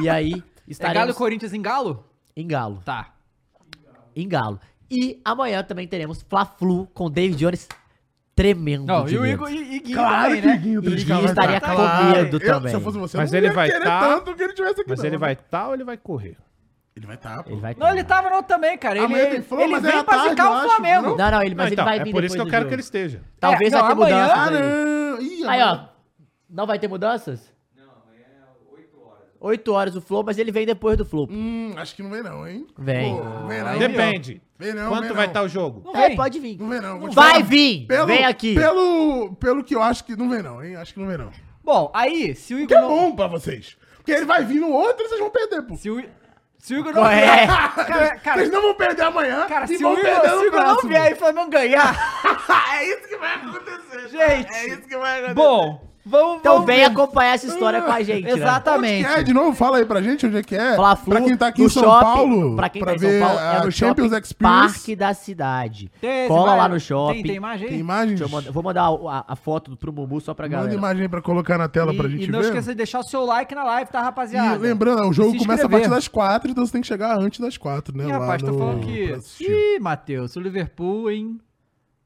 [SPEAKER 4] e aí,
[SPEAKER 1] É Galo e
[SPEAKER 4] estaremos
[SPEAKER 1] Corinthians em Galo?
[SPEAKER 4] em Galo.
[SPEAKER 1] Tá.
[SPEAKER 4] em Galo. E amanhã também teremos Fla-Flu com David Jones tremendo
[SPEAKER 1] Não,
[SPEAKER 4] de
[SPEAKER 1] e o
[SPEAKER 4] medo.
[SPEAKER 1] Igor e, e Guinho
[SPEAKER 3] Claro
[SPEAKER 1] também,
[SPEAKER 3] que
[SPEAKER 1] né?
[SPEAKER 3] Guinho
[SPEAKER 4] E
[SPEAKER 3] Triscar vai
[SPEAKER 4] estaria
[SPEAKER 1] tá
[SPEAKER 3] estar,
[SPEAKER 4] com medo
[SPEAKER 3] Eu,
[SPEAKER 4] também.
[SPEAKER 3] se eu
[SPEAKER 1] um
[SPEAKER 3] fosse você, eu
[SPEAKER 2] Mas
[SPEAKER 3] não
[SPEAKER 2] ele
[SPEAKER 3] ia
[SPEAKER 2] vai
[SPEAKER 3] querer
[SPEAKER 2] tá-
[SPEAKER 3] tanto que ele tivesse aqui,
[SPEAKER 2] Mas
[SPEAKER 3] não.
[SPEAKER 2] ele vai estar tá ou ele vai correr?
[SPEAKER 3] Ele vai tá, estar,
[SPEAKER 4] Ele vai
[SPEAKER 1] Não, ele tá tava no outro também, cara. Ele,
[SPEAKER 3] Amanhã tem Fla,
[SPEAKER 1] ele
[SPEAKER 3] mas é à
[SPEAKER 1] vem pra
[SPEAKER 3] tarde,
[SPEAKER 1] zicar
[SPEAKER 3] eu
[SPEAKER 1] o
[SPEAKER 3] acho,
[SPEAKER 1] Flamengo.
[SPEAKER 3] não?
[SPEAKER 4] Não, não, ele, mas
[SPEAKER 2] Não,
[SPEAKER 4] ele
[SPEAKER 2] então,
[SPEAKER 4] vai
[SPEAKER 2] é
[SPEAKER 4] vir
[SPEAKER 2] por isso
[SPEAKER 4] depois
[SPEAKER 2] que eu
[SPEAKER 4] do
[SPEAKER 2] quero
[SPEAKER 4] jogo.
[SPEAKER 2] que ele esteja.
[SPEAKER 4] Talvez
[SPEAKER 1] É,
[SPEAKER 4] vai ter
[SPEAKER 1] não, amanhã-
[SPEAKER 4] mudanças aí.
[SPEAKER 3] Caramba! Ah, Ih,
[SPEAKER 4] tá Aí,
[SPEAKER 3] agora-
[SPEAKER 4] ó. Não vai ter mudanças? Não, amanhã é 8 horas. 8 horas o Flow, mas ele vem depois do Flow.
[SPEAKER 3] Hum, acho que não vem não, hein?
[SPEAKER 4] Vem.
[SPEAKER 3] vem não,
[SPEAKER 2] Depende.
[SPEAKER 3] Vem não,
[SPEAKER 2] Quanto
[SPEAKER 3] vem
[SPEAKER 2] vai tá estar
[SPEAKER 3] não.
[SPEAKER 2] o jogo?
[SPEAKER 1] Não
[SPEAKER 4] É,
[SPEAKER 1] vem.
[SPEAKER 4] pode vir.
[SPEAKER 3] Não vem não. vou te
[SPEAKER 4] Vai
[SPEAKER 3] falar.
[SPEAKER 4] vir!
[SPEAKER 3] Pelo,
[SPEAKER 4] vem aqui.
[SPEAKER 3] Pelo, pelo que eu acho que não vem não, hein? Acho que não vem não.
[SPEAKER 1] Bom, aí, se o
[SPEAKER 3] Que
[SPEAKER 1] Igor
[SPEAKER 3] é
[SPEAKER 1] não.
[SPEAKER 3] bom pra vocês. Porque ele vai vir no outro e vocês vão perder, pô.
[SPEAKER 1] Se o, se o Igor não. é.
[SPEAKER 4] Correto.
[SPEAKER 1] Cara, cara,
[SPEAKER 3] vocês não vão perder amanhã
[SPEAKER 1] Cara,
[SPEAKER 3] e
[SPEAKER 1] se o
[SPEAKER 3] vão
[SPEAKER 1] Igor,
[SPEAKER 3] perder
[SPEAKER 1] se o
[SPEAKER 3] no
[SPEAKER 1] Igor não
[SPEAKER 3] próximo.
[SPEAKER 1] vier e o Flamengo ganhar.
[SPEAKER 3] é isso que vai acontecer.
[SPEAKER 1] Gente,
[SPEAKER 3] É isso que vai acontecer.
[SPEAKER 1] Bom, vamos.
[SPEAKER 4] Então
[SPEAKER 1] vamos
[SPEAKER 4] vem
[SPEAKER 1] ver.
[SPEAKER 4] acompanhar essa história com a gente. né?
[SPEAKER 1] Exatamente.
[SPEAKER 3] Onde que é? De novo, fala aí pra gente onde é que é.
[SPEAKER 4] Fla-Flu,
[SPEAKER 3] pra quem tá aqui
[SPEAKER 4] no
[SPEAKER 3] em São
[SPEAKER 4] shopping,
[SPEAKER 3] Paulo,
[SPEAKER 4] pra quem tá em São
[SPEAKER 3] ver
[SPEAKER 4] Paulo, é
[SPEAKER 3] a
[SPEAKER 4] no
[SPEAKER 3] Champions
[SPEAKER 4] shopping
[SPEAKER 3] Experience.
[SPEAKER 4] Parque da Cidade.
[SPEAKER 1] Tem esse
[SPEAKER 4] Cola lá
[SPEAKER 1] vai-
[SPEAKER 4] no shopping.
[SPEAKER 1] Tem, tem imagem
[SPEAKER 3] Tem
[SPEAKER 1] aí?
[SPEAKER 3] imagens?
[SPEAKER 4] Deixa eu mandar- vou mandar o- a, a foto do- pro Mumu só pra
[SPEAKER 3] Manda
[SPEAKER 4] galera.
[SPEAKER 3] imagem pra colocar na tela pra
[SPEAKER 1] E-
[SPEAKER 3] gente
[SPEAKER 1] e não
[SPEAKER 3] ver.
[SPEAKER 1] esqueça de deixar o seu like na live, tá, rapaziada?
[SPEAKER 3] E lembrando, o jogo
[SPEAKER 1] Se
[SPEAKER 3] começa a
[SPEAKER 1] inscrever.
[SPEAKER 3] partir das quatro, então você tem que chegar antes das quatro, né?
[SPEAKER 1] Ih,
[SPEAKER 3] lá
[SPEAKER 1] rapaz, tá
[SPEAKER 3] no-
[SPEAKER 1] falando
[SPEAKER 3] pra
[SPEAKER 1] que.
[SPEAKER 3] assistir.
[SPEAKER 1] Ih, Matheus, o Liverpool, hein?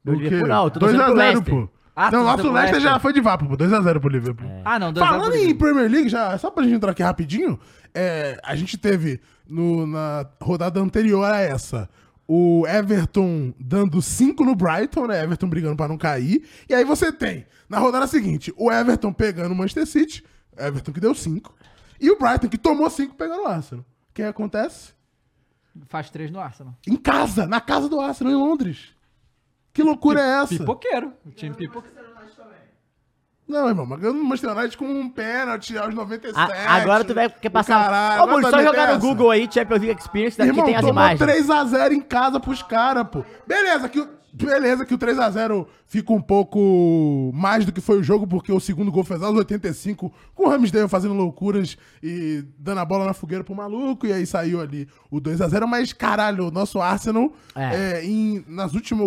[SPEAKER 4] Meu
[SPEAKER 3] O quê?
[SPEAKER 4] Liverpool não, eu tô torcendo pro
[SPEAKER 3] 2x0,
[SPEAKER 4] Leicester.
[SPEAKER 3] pô.
[SPEAKER 1] Ah,
[SPEAKER 3] não,
[SPEAKER 1] tu
[SPEAKER 3] nosso
[SPEAKER 1] torceu pro
[SPEAKER 3] Leicester
[SPEAKER 1] Leicester.
[SPEAKER 3] já foi de vapo, pô. 2x0 pro Liverpool.
[SPEAKER 4] É.
[SPEAKER 1] Ah, não, dois
[SPEAKER 3] Falando
[SPEAKER 1] zagueiros.
[SPEAKER 3] em Premier League, já, só pra gente entrar aqui rapidinho, é, a gente teve no- na rodada anterior a essa o Everton dando 5 no Brighton, né? Everton brigando pra não cair. E aí você tem, na rodada seguinte, o Everton pegando o Manchester City, Everton que deu 5, e o Brighton que tomou 5 pegando o Arsenal. O que acontece?
[SPEAKER 1] Faz três no Arsenal.
[SPEAKER 3] Em casa, na casa do Arsenal, em Londres. Que loucura é essa?
[SPEAKER 1] Pipoqueiro. O time pipoqueiro.
[SPEAKER 3] Não, irmão, mas ganhando o Manchester United com um pênalti aos 97.
[SPEAKER 4] A- agora tu vai quer passar. um-
[SPEAKER 3] Caralho,
[SPEAKER 4] Ô, Mumu,
[SPEAKER 3] agora
[SPEAKER 4] só
[SPEAKER 3] tá
[SPEAKER 4] jogar no
[SPEAKER 3] dessa.
[SPEAKER 4] Google aí, Champions League Experience, daqui
[SPEAKER 3] Irmão,
[SPEAKER 4] tem as
[SPEAKER 3] tomou
[SPEAKER 4] imagens.
[SPEAKER 3] 3x0 em casa pros caras, pô. Beleza que, o- beleza que o 3x0 fica um pouco mais do que foi o jogo, porque o segundo gol fez aos 85, com o Ramsdale fazendo loucuras e dando a bola na fogueira pro maluco, e aí saiu ali o 2x0. Mas, caralho, o nosso Arsenal,
[SPEAKER 4] É.
[SPEAKER 3] é, em- nas últimas,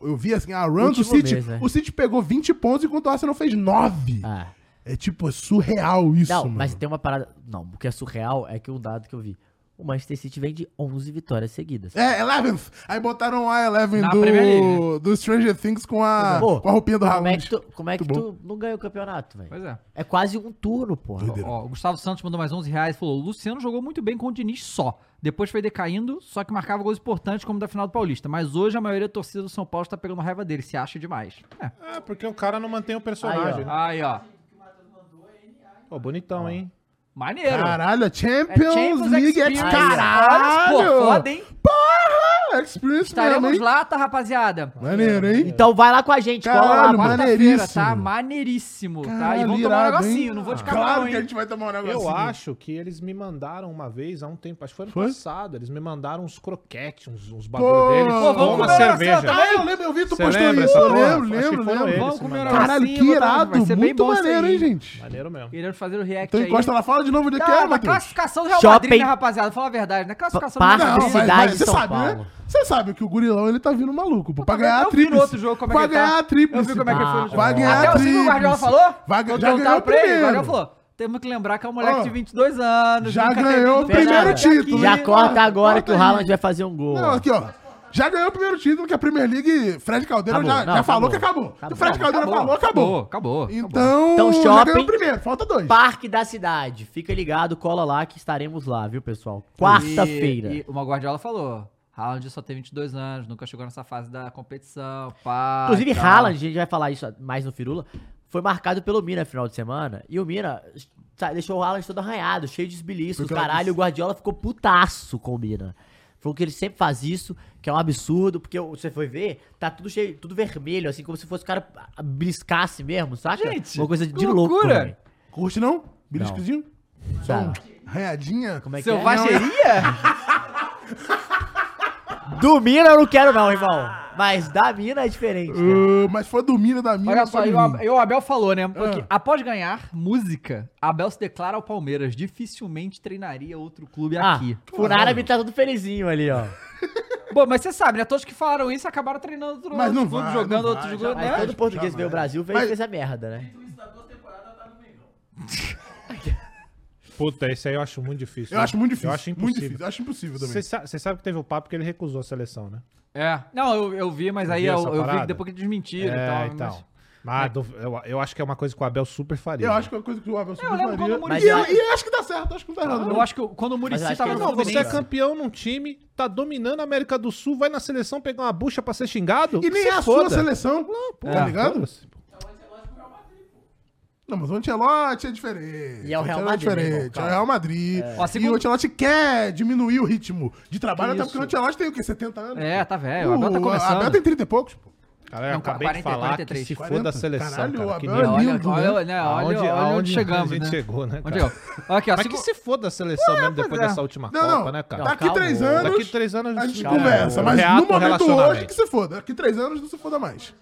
[SPEAKER 3] eu vi assim, a run do
[SPEAKER 4] Último
[SPEAKER 3] City,
[SPEAKER 4] mês, né?
[SPEAKER 3] o City pegou 20 pontos, enquanto o Arsenal fez 9.
[SPEAKER 4] Ah.
[SPEAKER 3] É tipo, é surreal isso,
[SPEAKER 4] Não,
[SPEAKER 3] mano.
[SPEAKER 4] mas tem uma parada. Não, o que é surreal é que um dado que eu vi. O Manchester City vem de 11 vitórias seguidas.
[SPEAKER 3] É, Eleventh. Aí botaram a Eleven
[SPEAKER 1] Na Premier
[SPEAKER 3] do,
[SPEAKER 1] League.
[SPEAKER 3] do Stranger Things com
[SPEAKER 1] Tá
[SPEAKER 3] a, com a roupinha do
[SPEAKER 4] Como é
[SPEAKER 3] Haaland.
[SPEAKER 4] que tu, como é que
[SPEAKER 3] Muito
[SPEAKER 4] tu não ganhou o campeonato, velho?
[SPEAKER 1] Pois é.
[SPEAKER 4] É quase um turno, porra.
[SPEAKER 3] Doideira.
[SPEAKER 1] Ó, o Gustavo Santos mandou mais 11 reais e falou: Luciano jogou muito bem com o Diniz só. Depois foi decaindo, só que marcava gols importantes como da final do Paulista. Mas hoje a maioria da torcida do São Paulo está pegando raiva dele, se acha demais. É.
[SPEAKER 2] É, porque o cara não mantém o personagem.
[SPEAKER 4] Aí,
[SPEAKER 2] né?
[SPEAKER 1] Aí, ó.
[SPEAKER 2] Pô, bonitão, hein?
[SPEAKER 1] Maneiro.
[SPEAKER 3] Caralho, a
[SPEAKER 1] É
[SPEAKER 3] Champions, League é
[SPEAKER 1] Experience.
[SPEAKER 3] caralho!
[SPEAKER 1] Olha, Pô, foda, hein?
[SPEAKER 3] Porra! Experience mesmo,
[SPEAKER 1] Estaremos
[SPEAKER 3] hein?
[SPEAKER 1] lá, tá, rapaziada?
[SPEAKER 3] Maneiro, hein?
[SPEAKER 4] Então vai lá com a gente, cola lá.
[SPEAKER 3] Caralho,
[SPEAKER 4] mano.
[SPEAKER 3] mano.
[SPEAKER 1] Quarta-feira, tá?
[SPEAKER 3] maneiríssimo.
[SPEAKER 1] Maneiríssimo, tá? E
[SPEAKER 3] Caralho,
[SPEAKER 1] vamos tomar um
[SPEAKER 3] irado, hein?
[SPEAKER 1] negocinho, não vou te calar,
[SPEAKER 3] Claro
[SPEAKER 1] não,
[SPEAKER 3] que a
[SPEAKER 1] hein?
[SPEAKER 3] gente vai tomar um negócio.
[SPEAKER 2] Eu acho que eles me mandaram uma vez, há um tempo, acho que Assim. foi ano
[SPEAKER 3] Foi?
[SPEAKER 2] passado, eles me mandaram uns croquetes, uns, uns
[SPEAKER 3] Pô,
[SPEAKER 2] bagulho deles
[SPEAKER 1] Pô, vamos
[SPEAKER 2] com uma
[SPEAKER 1] comemorar
[SPEAKER 2] cerveja.
[SPEAKER 1] essa-
[SPEAKER 3] Ah, eu lembro, eu vi, tu
[SPEAKER 2] Cê
[SPEAKER 3] postou
[SPEAKER 2] lembra
[SPEAKER 3] isso.
[SPEAKER 2] essa
[SPEAKER 3] Eu
[SPEAKER 2] porra?
[SPEAKER 3] lembro,
[SPEAKER 2] Acho que
[SPEAKER 3] lembro,
[SPEAKER 2] foram
[SPEAKER 3] lembro.
[SPEAKER 2] eles.
[SPEAKER 1] Vamos comer
[SPEAKER 2] Sim,
[SPEAKER 3] Caralho, que
[SPEAKER 1] negocinho, vamos-
[SPEAKER 3] irado.
[SPEAKER 1] vai ser bem
[SPEAKER 3] Muito
[SPEAKER 1] bom isso
[SPEAKER 3] maneiro,
[SPEAKER 1] aí.
[SPEAKER 3] hein, gente?
[SPEAKER 2] Maneiro mesmo.
[SPEAKER 1] Iremos fazer o react
[SPEAKER 3] Então
[SPEAKER 1] aí.
[SPEAKER 3] encosta lá, fala de novo onde é que é,
[SPEAKER 1] Tá, mas
[SPEAKER 3] Matheus.
[SPEAKER 1] classificação do Real
[SPEAKER 4] Shopping.
[SPEAKER 1] Madrid, né, rapaziada? Fala a verdade, né? Classificação
[SPEAKER 4] Pa-
[SPEAKER 1] do Real
[SPEAKER 4] Parque
[SPEAKER 1] Madrid.
[SPEAKER 4] de Cidade de
[SPEAKER 3] você
[SPEAKER 4] São
[SPEAKER 3] sabe,
[SPEAKER 4] Paulo.
[SPEAKER 3] né? Você sabe que o gurilão, ele tá vindo maluco, pô. Pra
[SPEAKER 1] Também
[SPEAKER 3] ganhar a
[SPEAKER 1] eu vi no
[SPEAKER 3] tríplice.
[SPEAKER 1] outro jogo como é
[SPEAKER 3] Pra
[SPEAKER 1] que tá.
[SPEAKER 3] ganhar a
[SPEAKER 1] Eu
[SPEAKER 3] tríplice.
[SPEAKER 1] vi como é que foi
[SPEAKER 4] Ah,
[SPEAKER 1] o jogo.
[SPEAKER 3] vai
[SPEAKER 1] Até
[SPEAKER 3] ganhar
[SPEAKER 1] o Silvio
[SPEAKER 3] tríplice.
[SPEAKER 1] Guardiola falou?
[SPEAKER 3] Vai-
[SPEAKER 1] Quando
[SPEAKER 3] já
[SPEAKER 1] perguntaram
[SPEAKER 3] ganhou o
[SPEAKER 1] pra ele,
[SPEAKER 3] primeiro.
[SPEAKER 1] O Guardiola falou, temos que lembrar que é um moleque
[SPEAKER 3] Ó,
[SPEAKER 1] de 22 anos.
[SPEAKER 3] já
[SPEAKER 1] nunca teve
[SPEAKER 3] ganhou o
[SPEAKER 1] nenhum
[SPEAKER 3] primeiro
[SPEAKER 1] campeonato
[SPEAKER 3] título,
[SPEAKER 1] aqui.
[SPEAKER 3] hein?
[SPEAKER 4] Já
[SPEAKER 3] Ih,
[SPEAKER 4] corta
[SPEAKER 3] mano,
[SPEAKER 4] agora
[SPEAKER 3] corta
[SPEAKER 4] que o
[SPEAKER 3] aí.
[SPEAKER 4] Haaland vai fazer um gol.
[SPEAKER 3] Não, aqui, ó. Já ganhou o primeiro título que a Premier League, Fred Caldeira
[SPEAKER 4] Acabou.
[SPEAKER 3] já,
[SPEAKER 4] Não,
[SPEAKER 3] já falou
[SPEAKER 4] acabou.
[SPEAKER 3] que acabou.
[SPEAKER 4] Acabou.
[SPEAKER 3] O Fred Caldeira falou, acabou.
[SPEAKER 1] Acabou, acabou.
[SPEAKER 3] Então,
[SPEAKER 4] Então,
[SPEAKER 3] já
[SPEAKER 4] shopping-
[SPEAKER 3] ganhou o primeiro, falta dois.
[SPEAKER 4] Parque da Cidade. Fica ligado, cola lá que estaremos lá, viu, pessoal?
[SPEAKER 1] E,
[SPEAKER 4] Quarta-feira.
[SPEAKER 1] e uma Guardiola falou, Haaland só tem 22 anos, nunca chegou nessa fase da competição, pá.
[SPEAKER 4] Inclusive,
[SPEAKER 1] e tal.
[SPEAKER 4] Haaland, a gente vai falar isso mais no Firula, foi marcado pelo Mina no final de semana. E o Mina sa- deixou o Haaland todo arranhado, cheio de esbiliços,
[SPEAKER 3] Porque
[SPEAKER 4] caralho.
[SPEAKER 3] ela-
[SPEAKER 4] O Guardiola ficou putaço com o Mina. Falou que ele sempre faz isso, que é um absurdo, porque o- você foi ver, tá tudo cheio, tudo vermelho, assim, como se fosse o cara ah, briscasse mesmo, saca?
[SPEAKER 1] Gente,
[SPEAKER 4] uma coisa
[SPEAKER 1] que
[SPEAKER 4] de louco.
[SPEAKER 1] loucura.
[SPEAKER 4] velho.
[SPEAKER 3] Curte não? Beliscozinho? Só
[SPEAKER 4] Tá.
[SPEAKER 3] um ranhadinha.
[SPEAKER 4] Como é que é?
[SPEAKER 1] Selvageria?
[SPEAKER 4] Do Mina eu não quero, não, irmão. Mas da Mina é diferente. Né?
[SPEAKER 3] Ah, mas foi do Mina da Mina.
[SPEAKER 1] Olha só,
[SPEAKER 3] pode
[SPEAKER 1] e o,
[SPEAKER 3] vir.
[SPEAKER 1] Ab- e o Abel falou, né? Porque
[SPEAKER 3] Ah.
[SPEAKER 1] após ganhar música, Abel se declara ao Palmeiras. Dificilmente treinaria outro clube
[SPEAKER 4] Ah,
[SPEAKER 1] aqui.
[SPEAKER 4] Funara me tá todo felizinho ali, ó.
[SPEAKER 1] Bom, mas você sabe, né? Todos que falaram isso acabaram treinando outro
[SPEAKER 3] Mas não
[SPEAKER 1] outro clube,
[SPEAKER 3] vai,
[SPEAKER 1] jogando
[SPEAKER 3] não
[SPEAKER 1] outros
[SPEAKER 3] vai,
[SPEAKER 1] outro
[SPEAKER 3] jamais.
[SPEAKER 1] né?
[SPEAKER 4] Mas todo português que veio ao Brasil fez,
[SPEAKER 3] Mas-
[SPEAKER 4] fez essa merda, né?
[SPEAKER 2] Puta, esse aí eu acho muito difícil.
[SPEAKER 3] Eu
[SPEAKER 2] né?
[SPEAKER 3] acho muito difícil.
[SPEAKER 2] Eu acho
[SPEAKER 3] Muito
[SPEAKER 2] impossível.
[SPEAKER 3] difícil. Acho impossível também.
[SPEAKER 2] Você sa- você sabe que teve o papo que ele recusou a seleção, né?
[SPEAKER 1] É. Não, eu, eu vi, mas aí
[SPEAKER 2] Viu
[SPEAKER 1] eu,
[SPEAKER 2] essa
[SPEAKER 1] eu vi que
[SPEAKER 2] parada? então.
[SPEAKER 1] depois que desmentiram
[SPEAKER 2] É,
[SPEAKER 1] e tal. mas-
[SPEAKER 2] Mas duv- Ah, eu, eu acho que é uma coisa que o Abel super faria. né?
[SPEAKER 3] Eu acho que é uma coisa que o Abel
[SPEAKER 1] eu lembro quando o
[SPEAKER 3] faria.
[SPEAKER 1] Muricy-
[SPEAKER 3] E eu- E eu acho que dá certo, acho que não tá errado.
[SPEAKER 1] Eu acho que eu- quando o
[SPEAKER 4] Mas eu
[SPEAKER 1] Murici
[SPEAKER 4] acho
[SPEAKER 1] tava
[SPEAKER 4] que
[SPEAKER 1] no
[SPEAKER 4] ele
[SPEAKER 2] Não, você é
[SPEAKER 1] Fluminense...
[SPEAKER 2] campeão num time, tá dominando a América do Sul, vai na seleção pegar uma bucha pra ser xingado?
[SPEAKER 3] E nem
[SPEAKER 2] Se
[SPEAKER 3] é a
[SPEAKER 2] foda.
[SPEAKER 3] sua seleção, tá
[SPEAKER 1] É.
[SPEAKER 3] ligado?
[SPEAKER 2] Ah, Foda-se.
[SPEAKER 3] Não, mas o Ancelotti é diferente.
[SPEAKER 4] E é o Real
[SPEAKER 3] Ancelotti
[SPEAKER 4] Madrid,
[SPEAKER 3] É,
[SPEAKER 4] né, irmão?
[SPEAKER 3] diferente, é o
[SPEAKER 4] Calma.
[SPEAKER 3] Real Madrid.
[SPEAKER 1] Ó,
[SPEAKER 3] E o
[SPEAKER 1] segundo-
[SPEAKER 3] Ancelotti quer diminuir o ritmo de trabalho, até
[SPEAKER 1] Isso.
[SPEAKER 3] porque o Ancelotti tem o quê? 70 anos?
[SPEAKER 1] É, tá velho. O
[SPEAKER 3] O
[SPEAKER 1] Abel tá
[SPEAKER 3] Abel
[SPEAKER 1] começando.
[SPEAKER 3] tem 30 e poucos, pô.
[SPEAKER 2] Cara, eu
[SPEAKER 1] Não,
[SPEAKER 2] acabei
[SPEAKER 1] 40,
[SPEAKER 2] de falar
[SPEAKER 1] 43.
[SPEAKER 2] que se
[SPEAKER 3] 40?
[SPEAKER 2] foda a seleção,
[SPEAKER 3] Caralho,
[SPEAKER 2] cara.
[SPEAKER 3] o
[SPEAKER 2] Que
[SPEAKER 3] Abel
[SPEAKER 2] nem-
[SPEAKER 3] é
[SPEAKER 1] Olha,
[SPEAKER 3] lindo,
[SPEAKER 1] olha,
[SPEAKER 3] né?
[SPEAKER 1] olha, olha,
[SPEAKER 2] Aonde-
[SPEAKER 1] olha
[SPEAKER 2] aonde
[SPEAKER 1] onde chegamos,
[SPEAKER 2] a gente
[SPEAKER 1] né?
[SPEAKER 2] chegou, né,
[SPEAKER 1] Onde
[SPEAKER 2] cara?
[SPEAKER 1] chegou? Aqui, ó.
[SPEAKER 2] Mas
[SPEAKER 1] segu-
[SPEAKER 2] que se foda a seleção mesmo depois
[SPEAKER 1] pois é.
[SPEAKER 2] dessa última
[SPEAKER 3] Não,
[SPEAKER 2] Copa,
[SPEAKER 3] não.
[SPEAKER 2] né, cara?
[SPEAKER 3] Daqui
[SPEAKER 4] calma.
[SPEAKER 3] três anos.
[SPEAKER 2] Daqui três anos
[SPEAKER 3] A gente
[SPEAKER 2] Calma,
[SPEAKER 3] conversa, mas
[SPEAKER 2] reata
[SPEAKER 3] no
[SPEAKER 2] o
[SPEAKER 3] momento
[SPEAKER 2] relacionamento.
[SPEAKER 3] hoje que se foda. Daqui três anos não se foda mais.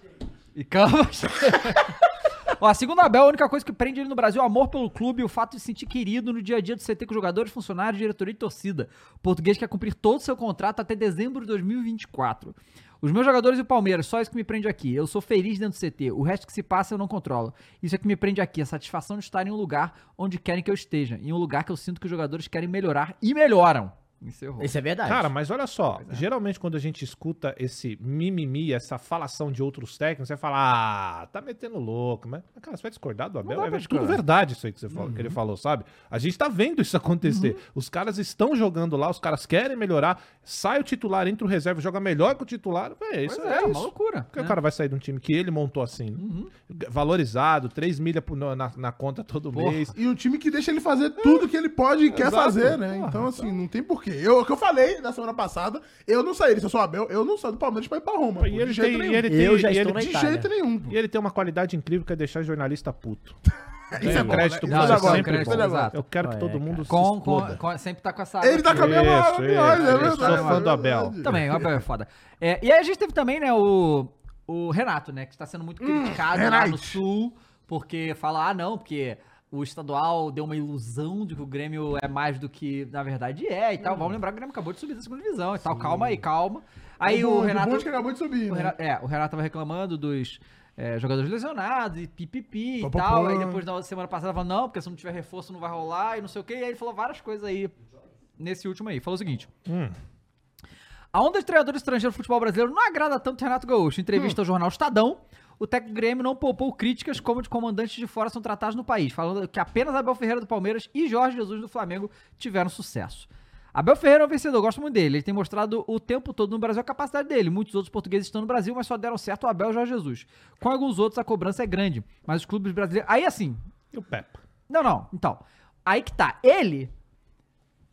[SPEAKER 1] E calma. Ó, segundo a Abel, a única coisa que prende ele no Brasil é o amor pelo clube e o fato de se sentir querido no dia a dia do CT com jogadores, funcionários, diretoria e torcida. O português quer cumprir todo o seu contrato até dezembro de 2024. Os meus jogadores e o Palmeiras, só isso que me prende aqui. Eu sou feliz dentro do CT, o resto que se passa eu não controlo. Isso é que me prende aqui, a satisfação de estar em um lugar onde querem que eu esteja, em um lugar que eu sinto que os jogadores querem melhorar e melhoram. Encerrou.
[SPEAKER 4] Isso é verdade.
[SPEAKER 2] Cara, mas olha só,
[SPEAKER 3] é.
[SPEAKER 2] geralmente quando a gente escuta esse mimimi, essa falação de outros técnicos, você fala, ah, tá metendo louco, mas, cara, você vai discordar do Abel?
[SPEAKER 1] dá
[SPEAKER 2] É
[SPEAKER 1] pra
[SPEAKER 2] tudo
[SPEAKER 1] discordar.
[SPEAKER 2] verdade isso aí que, você falou, que
[SPEAKER 3] Uhum.
[SPEAKER 2] ele falou, sabe? A gente tá vendo isso acontecer. Os caras estão jogando lá, os caras querem melhorar, sai o titular, entra o reserva, joga melhor que o titular, é isso, é,
[SPEAKER 1] uma
[SPEAKER 2] isso.
[SPEAKER 1] loucura.
[SPEAKER 2] Porque
[SPEAKER 1] né?
[SPEAKER 2] o cara vai sair de um time que ele montou assim,
[SPEAKER 1] Uhum.
[SPEAKER 2] valorizado, 3 milha pro- na, na- na conta todo
[SPEAKER 1] Porra.
[SPEAKER 2] mês.
[SPEAKER 3] E um time que deixa ele fazer tudo que ele pode e quer
[SPEAKER 2] Exato.
[SPEAKER 3] fazer, né?
[SPEAKER 2] Porra,
[SPEAKER 3] Então, assim, não tem porquê. Eu, o que eu falei na semana passada, eu não sairia. Se eu sou Abel, eu não saio do Palmeiras pra ir pra Roma.
[SPEAKER 2] E
[SPEAKER 3] pô,
[SPEAKER 2] ele
[SPEAKER 3] de jeito
[SPEAKER 2] tem-
[SPEAKER 3] nenhum.
[SPEAKER 2] e ele tem-
[SPEAKER 4] Eu já
[SPEAKER 2] e
[SPEAKER 4] estou
[SPEAKER 2] ele-
[SPEAKER 4] na
[SPEAKER 3] De
[SPEAKER 4] Itália.
[SPEAKER 3] jeito nenhum. pô.
[SPEAKER 2] E ele tem uma qualidade incrível que é deixar jornalista puto. um
[SPEAKER 3] Isso é bom, né?
[SPEAKER 2] crédito
[SPEAKER 3] Isso
[SPEAKER 2] pra você,
[SPEAKER 3] é bom, né?
[SPEAKER 2] sempre
[SPEAKER 1] crédito,
[SPEAKER 3] Isso é bom.
[SPEAKER 1] exato.
[SPEAKER 2] Eu quero que
[SPEAKER 4] Ah, é,
[SPEAKER 2] todo
[SPEAKER 4] cara.
[SPEAKER 2] mundo
[SPEAKER 1] Com-
[SPEAKER 2] se exploda.
[SPEAKER 1] com- com- sempre tá com essa.
[SPEAKER 3] Ele tá com a mesma
[SPEAKER 2] Isso,
[SPEAKER 3] arma que nós,
[SPEAKER 2] isso.
[SPEAKER 3] é
[SPEAKER 2] Eu
[SPEAKER 3] verdade.
[SPEAKER 2] sou fã do
[SPEAKER 3] é
[SPEAKER 2] Abel.
[SPEAKER 3] verdade.
[SPEAKER 1] Também, o Abel é foda. É, e aí a gente teve também, né, o, o Renato, né, que está sendo muito criticado lá
[SPEAKER 3] Hum, Renato.
[SPEAKER 1] no Sul, porque fala, ah, não, porque o estadual deu uma ilusão de que o Grêmio é mais do que na verdade é e tal. Vamos lembrar que o Grêmio acabou de subir da segunda divisão e tal. Calma aí, calma. Aí o
[SPEAKER 3] bonde,
[SPEAKER 1] Renato...
[SPEAKER 3] bonde que acabou tá de subir,
[SPEAKER 1] O
[SPEAKER 3] né?
[SPEAKER 1] Renato, é, o Renato tava reclamando dos é, jogadores lesionados e pipipi e
[SPEAKER 3] Pá, pá,
[SPEAKER 1] tal.
[SPEAKER 3] pá.
[SPEAKER 1] Aí depois na semana passada falou, não, porque se não tiver reforço não vai rolar e não sei o quê. E aí ele falou várias coisas aí nesse último aí. Falou o seguinte. A onda de treinadores estrangeiros no futebol brasileiro não agrada tanto Renato Gaúcho. Em Entrevista ao jornal Estadão. O técnico do Grêmio não poupou críticas como de comandantes de fora são tratados no país, falando que apenas Abel Ferreira do Palmeiras e Jorge Jesus do Flamengo tiveram sucesso. Abel Ferreira é um vencedor, gosto muito dele. Ele tem mostrado o tempo todo no Brasil a capacidade dele. Muitos outros portugueses estão no Brasil, mas só deram certo o Abel e o Jorge Jesus. Com alguns outros a cobrança é grande, mas os clubes brasileiros. Aí assim,
[SPEAKER 2] E o Pepa?
[SPEAKER 1] não, não, então. Aí que tá. Ele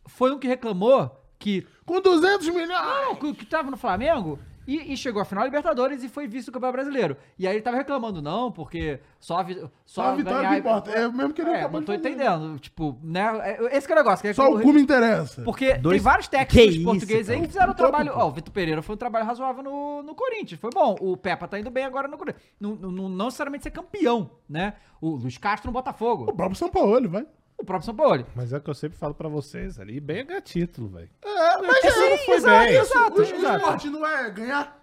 [SPEAKER 1] foi um que reclamou que
[SPEAKER 3] Com 200 milhões.
[SPEAKER 1] não, que, que tava no Flamengo e, e chegou à final da Libertadores e foi vice do Campeonato Brasileiro. E aí ele tava reclamando, não, porque só a, vi-
[SPEAKER 3] Só a vitória
[SPEAKER 1] ganhar-
[SPEAKER 3] que importa. É o mesmo que ele
[SPEAKER 1] É,
[SPEAKER 3] acabou
[SPEAKER 1] não
[SPEAKER 3] de
[SPEAKER 1] tô
[SPEAKER 3] fazer.
[SPEAKER 1] entendendo. Tipo, né? é- Esse que é o negócio. Que é
[SPEAKER 3] Só
[SPEAKER 1] como-
[SPEAKER 3] o cu me interessa.
[SPEAKER 1] Porque
[SPEAKER 4] Dois-
[SPEAKER 1] tem vários
[SPEAKER 4] Que
[SPEAKER 1] técnicos
[SPEAKER 4] isso,
[SPEAKER 1] portugueses aí
[SPEAKER 4] cara.
[SPEAKER 1] que fizeram um trabalho. Ó, o Vitor Pereira foi um trabalho razoável no, no Corinthians. Foi bom. O Pepa tá indo bem agora no Corinthians. Não, não- não- não necessariamente ser campeão, né? O Luiz Castro no
[SPEAKER 3] O
[SPEAKER 1] Botafogo.
[SPEAKER 3] próprio São Paulo, ele vai.
[SPEAKER 1] O próprio São Paulo.
[SPEAKER 2] Mas é o que eu sempre falo pra vocês ali. Bem é título, velho.
[SPEAKER 3] É, mas
[SPEAKER 2] Esse
[SPEAKER 3] é
[SPEAKER 2] não foi
[SPEAKER 1] exato,
[SPEAKER 2] bem.
[SPEAKER 1] exato,
[SPEAKER 3] O
[SPEAKER 1] exato.
[SPEAKER 3] esporte não é ganhar.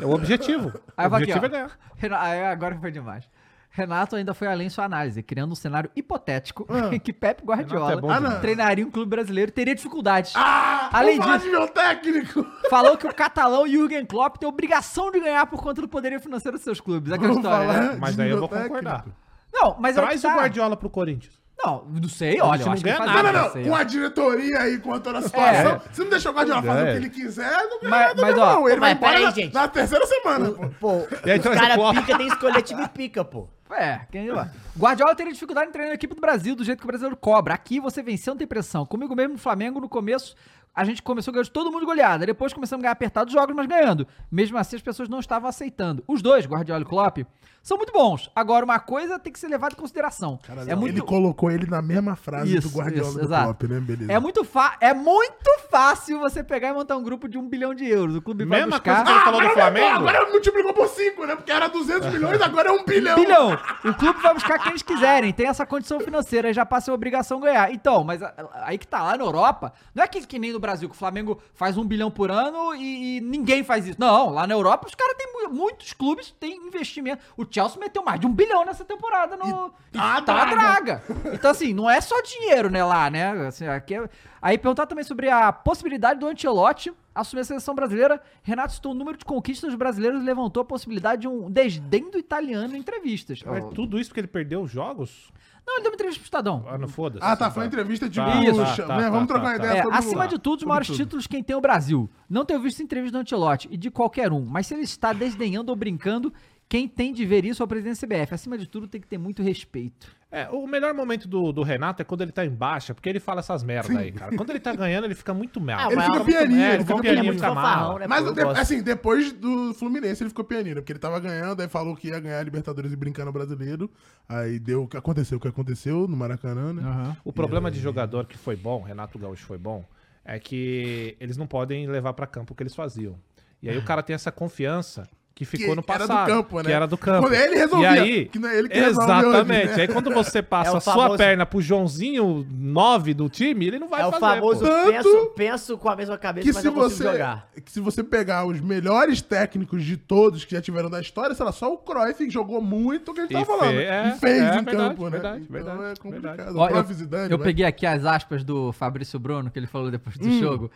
[SPEAKER 2] É o objetivo.
[SPEAKER 1] Aí
[SPEAKER 2] o
[SPEAKER 1] vai
[SPEAKER 2] objetivo
[SPEAKER 1] aqui, ó.
[SPEAKER 2] é ganhar.
[SPEAKER 1] Rena- aí agora foi demais. Renato ainda foi além em sua análise, criando um cenário hipotético
[SPEAKER 3] Ah.
[SPEAKER 1] em que Pepe Guardiola
[SPEAKER 2] Renato é bom demais.
[SPEAKER 1] treinaria um clube brasileiro e teria dificuldades.
[SPEAKER 3] Ah,
[SPEAKER 1] Além
[SPEAKER 3] vou falar
[SPEAKER 1] disso-
[SPEAKER 3] de meu técnico.
[SPEAKER 1] Falou que o catalão Jürgen Klopp tem obrigação de ganhar por conta do poderio financeiro dos seus clubes. É aquela
[SPEAKER 3] Vou
[SPEAKER 1] história. né?
[SPEAKER 3] falar
[SPEAKER 2] Mas
[SPEAKER 3] de
[SPEAKER 2] aí eu
[SPEAKER 3] meu
[SPEAKER 2] vou concordar.
[SPEAKER 3] técnico.
[SPEAKER 1] Não, mas é
[SPEAKER 2] Traz
[SPEAKER 1] que
[SPEAKER 2] o
[SPEAKER 1] tá.
[SPEAKER 2] Guardiola pro Corinthians.
[SPEAKER 1] Não, não sei, olha, eu
[SPEAKER 2] não
[SPEAKER 1] acho que ele
[SPEAKER 2] ganha
[SPEAKER 1] fazia,
[SPEAKER 3] Não, não,
[SPEAKER 2] nada.
[SPEAKER 1] eu
[SPEAKER 3] não.
[SPEAKER 1] sei.
[SPEAKER 3] Com a diretoria aí, com toda a situação, se não deixar o Guardiola fazer o que ele quiser, não ganha
[SPEAKER 1] É. Mas-
[SPEAKER 3] nada
[SPEAKER 1] mas,
[SPEAKER 3] mesmo,
[SPEAKER 1] ó,
[SPEAKER 3] não. Ele vai
[SPEAKER 4] mas
[SPEAKER 3] embora
[SPEAKER 4] peraí,
[SPEAKER 3] na,
[SPEAKER 4] gente.
[SPEAKER 3] na terceira semana, pô.
[SPEAKER 4] Pô,
[SPEAKER 2] E aí então, traz
[SPEAKER 4] os
[SPEAKER 2] o
[SPEAKER 4] cara
[SPEAKER 2] Klopp.
[SPEAKER 4] pica tem que escolher time pica, pô.
[SPEAKER 1] É, quem lá. Guardiola teria dificuldade em treinar a equipe do Brasil do jeito que o brasileiro cobra. Aqui você venceu, não tem pressão. Comigo mesmo, no Flamengo, no começo, a gente começou ganhando de todo mundo goleada. Depois começamos a ganhar apertado os jogos, mas ganhando. Mesmo assim, as pessoas não estavam aceitando. Os dois, Guardiola e Klopp, são muito bons. Agora, uma coisa tem que ser levada em consideração. é muito...
[SPEAKER 3] Ele colocou ele na mesma frase
[SPEAKER 1] Isso,
[SPEAKER 3] do Guardiola
[SPEAKER 1] isso,
[SPEAKER 3] do
[SPEAKER 1] exato.
[SPEAKER 3] Klopp, né? Beleza.
[SPEAKER 1] É muito, fa- é muito fácil você pegar e montar um grupo de um bilhão de euros. O clube vai
[SPEAKER 2] Mesma
[SPEAKER 1] buscar... Ah,
[SPEAKER 2] coisa que ele falou
[SPEAKER 3] Ah, agora
[SPEAKER 2] do
[SPEAKER 3] aumentou,
[SPEAKER 2] Flamengo.
[SPEAKER 3] Agora multiplicou por 5, né? Porque era 200 milhões, agora é 1 bilhão.
[SPEAKER 1] Bilhão. O clube vai buscar quem eles quiserem. Tem essa condição financeira e já passa a obrigação ganhar. Então, mas a- a- aí que tá lá na Europa, não é que, que nem no Brasil, que o Flamengo faz um bilhão por ano e, e ninguém faz isso. Não, lá na Europa os caras têm mu- muitos clubes têm investimento. O Chelsea meteu mais de um bilhão nessa temporada no.
[SPEAKER 3] E tá
[SPEAKER 1] a
[SPEAKER 3] draga.
[SPEAKER 1] draga. Então, assim, não é só dinheiro, né, lá, né? Assim, aqui é- Aí perguntar também sobre a possibilidade do Ancelotti assumir a seleção brasileira. Renato citou o número de conquistas brasileiros e levantou a possibilidade de um desdém do italiano em entrevistas.
[SPEAKER 2] Mas tudo isso porque ele perdeu os jogos?
[SPEAKER 1] Não, ele deu uma entrevista pro Estadão.
[SPEAKER 2] Ah, não foda-se.
[SPEAKER 3] Ah, tá, foi uma entrevista de
[SPEAKER 2] Tá,
[SPEAKER 3] bucha,
[SPEAKER 2] tá, tá,
[SPEAKER 3] né?
[SPEAKER 2] tá,
[SPEAKER 3] Vamos
[SPEAKER 2] tá,
[SPEAKER 3] trocar uma
[SPEAKER 2] tá.
[SPEAKER 3] ideia
[SPEAKER 1] É,
[SPEAKER 3] sobre
[SPEAKER 1] acima de tudo, os maiores
[SPEAKER 3] sobre tudo.
[SPEAKER 1] títulos quem tem é o Brasil. Não tenho visto entrevista do Antelote e de qualquer um, mas se ele está desdenhando ou brincando, quem tem de ver isso é o presidente da CBF. Acima de tudo, tem que ter muito respeito.
[SPEAKER 2] É, o melhor momento do, do Renato é quando ele tá em baixa, porque ele fala essas merda aí, cara. Quando ele tá ganhando, ele fica muito né? merda.
[SPEAKER 3] Ele
[SPEAKER 4] mas
[SPEAKER 3] fica
[SPEAKER 4] é muito-
[SPEAKER 3] pianinho,
[SPEAKER 4] é,
[SPEAKER 3] ele
[SPEAKER 4] como
[SPEAKER 3] fica
[SPEAKER 4] ele é
[SPEAKER 2] pianinho,
[SPEAKER 4] muito
[SPEAKER 2] fica
[SPEAKER 4] fanfarrão,
[SPEAKER 2] mala.
[SPEAKER 4] né,
[SPEAKER 3] Mas,
[SPEAKER 4] pô, eu
[SPEAKER 3] de-
[SPEAKER 4] gosto.
[SPEAKER 3] assim, depois do Fluminense ele ficou pianino, porque ele tava ganhando, aí falou que ia ganhar a Libertadores e brincando brasileiro. Aí deu o que aconteceu, o que aconteceu no Maracanã, né?
[SPEAKER 2] O problema de jogador que foi bom, Renato Gaúcho foi bom, é que eles não podem levar pra campo o que eles faziam. E aí o cara tem essa confiança que ficou
[SPEAKER 3] Que
[SPEAKER 2] no
[SPEAKER 3] era do
[SPEAKER 2] passado,
[SPEAKER 3] campo, né?
[SPEAKER 2] que era do campo.
[SPEAKER 3] Quando ele resolvia,
[SPEAKER 2] E aí,
[SPEAKER 3] que não é ele que resolve hoje,
[SPEAKER 2] exatamente.
[SPEAKER 3] né?
[SPEAKER 2] Aí quando você passa
[SPEAKER 4] É o
[SPEAKER 2] a sua
[SPEAKER 4] famoso-
[SPEAKER 2] perna pro Joãozinho 9 do time, ele não vai
[SPEAKER 4] É o
[SPEAKER 2] fazer.
[SPEAKER 4] famoso
[SPEAKER 2] pô.
[SPEAKER 3] Tanto
[SPEAKER 4] penso, penso com a mesma cabeça,
[SPEAKER 3] Que
[SPEAKER 4] mas
[SPEAKER 3] se,
[SPEAKER 4] não consigo
[SPEAKER 3] você,
[SPEAKER 4] jogar.
[SPEAKER 3] que se você pegar os melhores técnicos de todos que já tiveram da história, sei lá, só o Cruyff jogou muito o que a gente
[SPEAKER 2] E
[SPEAKER 3] tava falando.
[SPEAKER 2] fe- é,
[SPEAKER 3] e fez
[SPEAKER 2] é,
[SPEAKER 3] em
[SPEAKER 2] verdade,
[SPEAKER 3] campo, né?
[SPEAKER 2] verdade,
[SPEAKER 3] então
[SPEAKER 2] verdade,
[SPEAKER 3] é complicado.
[SPEAKER 2] verdade.
[SPEAKER 1] Ó,
[SPEAKER 3] O Cruyff e Zidane,
[SPEAKER 1] eu
[SPEAKER 3] né?
[SPEAKER 1] peguei aqui as aspas do Fabrício Bruno, que ele falou depois do jogo.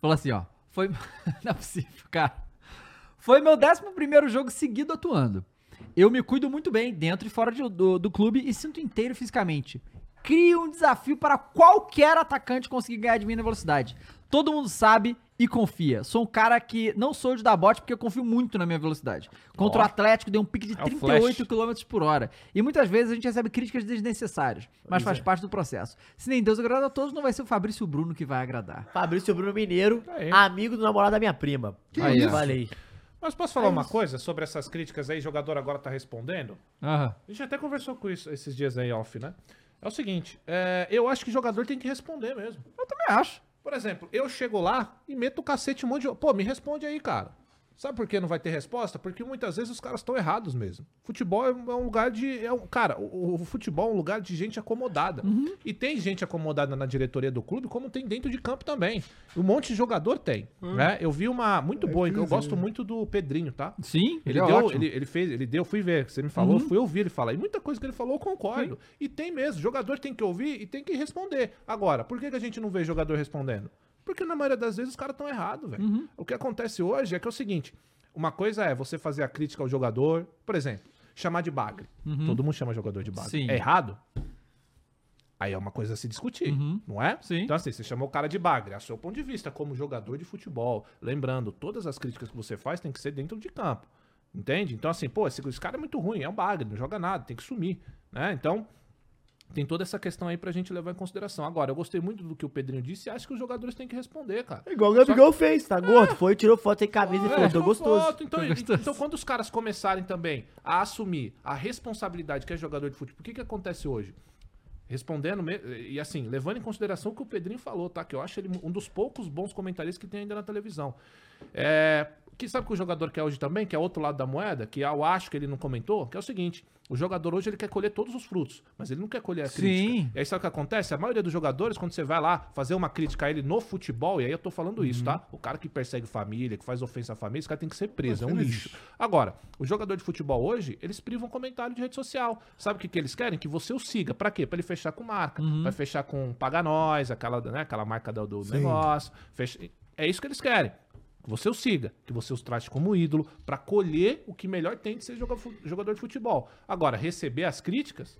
[SPEAKER 1] Falou assim, ó. Foi... Não é possível, cara. Foi meu 11 jogo seguido atuando. Eu me cuido muito bem, dentro e fora de- do, do clube, e sinto inteiro fisicamente. Crio um desafio para qualquer atacante conseguir ganhar de mim na velocidade. Todo mundo sabe e confia. Sou um cara que não sou de dar bote porque eu confio muito na minha velocidade. Contra o
[SPEAKER 2] Ó.
[SPEAKER 1] Atlético, dei um pique de
[SPEAKER 2] É o flash.
[SPEAKER 1] 38 km por hora. E muitas vezes a gente recebe críticas desnecessárias, mas
[SPEAKER 2] é.
[SPEAKER 1] faz parte do processo. Se nem Deus agrada a todos, não vai ser o Fabrício Bruno que vai agradar.
[SPEAKER 4] Fabrício Bruno Mineiro,
[SPEAKER 2] Tá Aí.
[SPEAKER 4] amigo do namorado da minha prima.
[SPEAKER 3] Que
[SPEAKER 1] Aí,
[SPEAKER 3] isso?
[SPEAKER 1] ó.
[SPEAKER 4] Falei.
[SPEAKER 2] Mas posso
[SPEAKER 4] É
[SPEAKER 2] falar uma coisa sobre essas críticas aí, jogador agora tá respondendo?
[SPEAKER 1] Aham.
[SPEAKER 2] A gente até conversou com isso esses dias aí off, né? É o seguinte, é, eu acho que jogador tem que responder mesmo.
[SPEAKER 1] Eu também acho.
[SPEAKER 2] Por exemplo, eu chego lá e meto o cacete um monte de. Pô, me responde aí, cara. Sabe por que não vai ter resposta? Porque muitas vezes os caras estão errados mesmo. Futebol é um é um lugar de. É um, cara, o, o futebol é um lugar de gente acomodada. E tem gente acomodada na diretoria do clube, como tem dentro de campo também. Um monte de jogador tem. Né? Eu vi uma. Muito boa, eu gosto muito do Pedrinho, tá?
[SPEAKER 1] Sim,
[SPEAKER 2] Ele, deu, ele, ele fez, ele deu, fui ver, você me falou, fui ouvir ele falar. E muita coisa que ele falou, eu concordo. E tem mesmo, jogador tem que ouvir e tem que responder. Agora, por que, que a gente não vê jogador respondendo? Porque na maioria das vezes os caras estão errados, velho. O que acontece hoje é que é o seguinte: uma coisa é você fazer a crítica ao jogador, por exemplo, chamar de bagre. Todo mundo chama jogador de bagre.
[SPEAKER 1] Sim.
[SPEAKER 2] É errado? Aí é uma coisa a se discutir, não é?
[SPEAKER 1] Sim.
[SPEAKER 2] Então, assim, você chamou o cara de bagre, a seu ponto de vista, como jogador de futebol. Lembrando, todas as críticas que você faz tem que ser dentro de campo. Entende? Então, assim, pô, esse, esse cara é muito ruim, é um bagre, não joga nada, tem que sumir. Né? Então, tem toda essa questão aí pra gente levar em consideração. Agora, eu gostei muito do que o Pedrinho disse e acho que os jogadores têm que responder, cara.
[SPEAKER 4] Igual o Gabigol fez, tá gordo? Foi, tirou foto sem camisa e falou,
[SPEAKER 2] É,
[SPEAKER 4] tô
[SPEAKER 2] uma
[SPEAKER 4] gostoso.
[SPEAKER 2] foto. Então,
[SPEAKER 1] Tô
[SPEAKER 2] e-
[SPEAKER 1] gostoso.
[SPEAKER 2] então, quando os caras começarem também a assumir a responsabilidade que é jogador de futebol, o que, que acontece hoje? Respondendo, me- e assim, levando em consideração o que o Pedrinho falou, tá? Que eu acho ele um dos poucos bons comentaristas que tem ainda na televisão. É, que sabe que o jogador quer hoje também, que é outro lado da moeda, que eu acho que ele não comentou, que é o seguinte: o jogador hoje ele quer colher todos os frutos, mas ele não quer colher a crítica.
[SPEAKER 1] Sim.
[SPEAKER 2] E aí sabe o que acontece? A maioria dos jogadores, quando você vai lá fazer uma crítica a ele no futebol, e aí eu tô falando isso, tá? O cara que persegue família, que faz ofensa à família, esse cara tem que ser preso, é um lixo. Agora, o jogador de futebol hoje, eles privam comentário de rede social. Sabe o que, que eles querem? Que você o siga. Pra quê? Pra ele fechar com marca, pra fechar com Paga Nós, aquela, né, aquela marca do, do negócio. Fecha... É isso que eles querem. Que você o siga, que você os trate como ídolo, pra colher o que melhor tem de ser joga- fu- jogador de futebol. Agora, receber as críticas,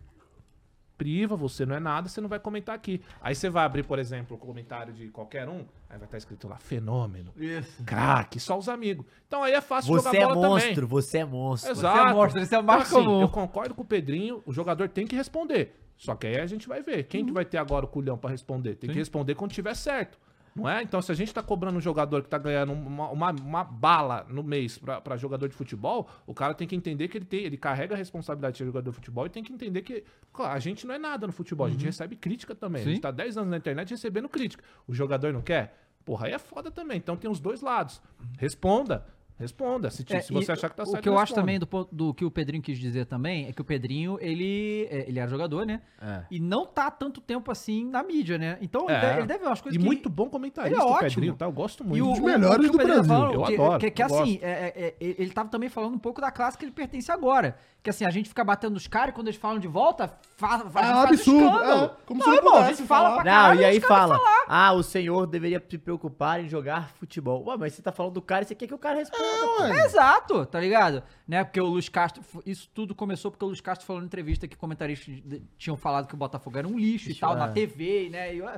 [SPEAKER 2] priva, você não é nada, você não vai comentar aqui. Aí você vai abrir, por exemplo, o comentário de qualquer um, aí vai estar escrito lá, fenômeno,
[SPEAKER 1] Isso.
[SPEAKER 2] craque, só os amigos. Então aí é fácil
[SPEAKER 4] Você é
[SPEAKER 2] jogar bola
[SPEAKER 4] monstro,
[SPEAKER 2] também.
[SPEAKER 4] você é monstro.
[SPEAKER 2] Exato.
[SPEAKER 1] Você é monstro, esse é o mais
[SPEAKER 2] então,
[SPEAKER 1] comum.
[SPEAKER 2] Eu concordo com o Pedrinho, o jogador tem que responder. Só que aí a gente vai ver.
[SPEAKER 1] Uhum.
[SPEAKER 2] Quem que vai ter agora o culhão pra responder? Tem que responder quando tiver certo. Não é? Então, se a gente tá cobrando um jogador que tá ganhando uma, uma, uma bala no mês pra pra jogador de futebol, o cara tem que entender que ele tem, ele carrega a responsabilidade de ser jogador de futebol e tem que entender que claro, a gente não é nada no futebol, a gente recebe crítica também. A
[SPEAKER 1] Uhum. Sim.
[SPEAKER 2] gente tá 10 anos na internet recebendo crítica. O jogador não quer? Porra, aí é foda também. Então tem os dois lados.
[SPEAKER 1] Uhum.
[SPEAKER 2] Responda. Responda. Se, te-
[SPEAKER 1] É,
[SPEAKER 2] se você
[SPEAKER 1] e
[SPEAKER 2] achar que tá
[SPEAKER 1] o
[SPEAKER 2] certo,
[SPEAKER 1] que eu acho
[SPEAKER 2] responda.
[SPEAKER 1] também do, ponto- do que o Pedrinho quis dizer também é que o Pedrinho, ele, é, ele era jogador, né?
[SPEAKER 4] É.
[SPEAKER 1] E não tá há tanto tempo assim na mídia, né? Então ele
[SPEAKER 2] É.
[SPEAKER 1] deve- ele deve ver umas coisas
[SPEAKER 2] E
[SPEAKER 1] que...
[SPEAKER 2] muito bom comentarista,
[SPEAKER 1] Ele é
[SPEAKER 2] o
[SPEAKER 1] ótimo.
[SPEAKER 2] Pedrinho, tá? Eu gosto muito.
[SPEAKER 1] E o,
[SPEAKER 3] dos melhores
[SPEAKER 1] que
[SPEAKER 3] do
[SPEAKER 1] Pedrinho
[SPEAKER 3] Brasil.
[SPEAKER 1] falou,
[SPEAKER 2] Eu
[SPEAKER 1] que,
[SPEAKER 2] adoro,
[SPEAKER 1] Que, que
[SPEAKER 2] eu
[SPEAKER 1] assim, é- é- é- ele tava também falando um pouco da classe que ele pertence agora. Que assim, a gente fica batendo nos caras e quando eles falam de volta, fa, fa,
[SPEAKER 3] É
[SPEAKER 1] a gente faz
[SPEAKER 3] um
[SPEAKER 1] um
[SPEAKER 3] absurdo,
[SPEAKER 1] escândalo.
[SPEAKER 3] é. Como se não
[SPEAKER 1] irmão, a gente
[SPEAKER 3] pudesse
[SPEAKER 1] fala
[SPEAKER 3] falar.
[SPEAKER 1] pra
[SPEAKER 4] Não,
[SPEAKER 1] caralho,
[SPEAKER 4] e aí
[SPEAKER 1] os caras
[SPEAKER 4] fala,
[SPEAKER 1] falam.
[SPEAKER 4] ah, o senhor deveria se preocupar em jogar futebol. Ué, mas você tá falando do cara e você quer que o cara responda.
[SPEAKER 3] É,
[SPEAKER 4] pô.
[SPEAKER 1] Exato, tá ligado? Né? Porque o Luiz Castro. Isso tudo começou porque o Luiz Castro
[SPEAKER 3] é.
[SPEAKER 1] falou na entrevista que comentaristas de- tinham falado que o Botafogo era um lixo e tal, na TV, né? E eu-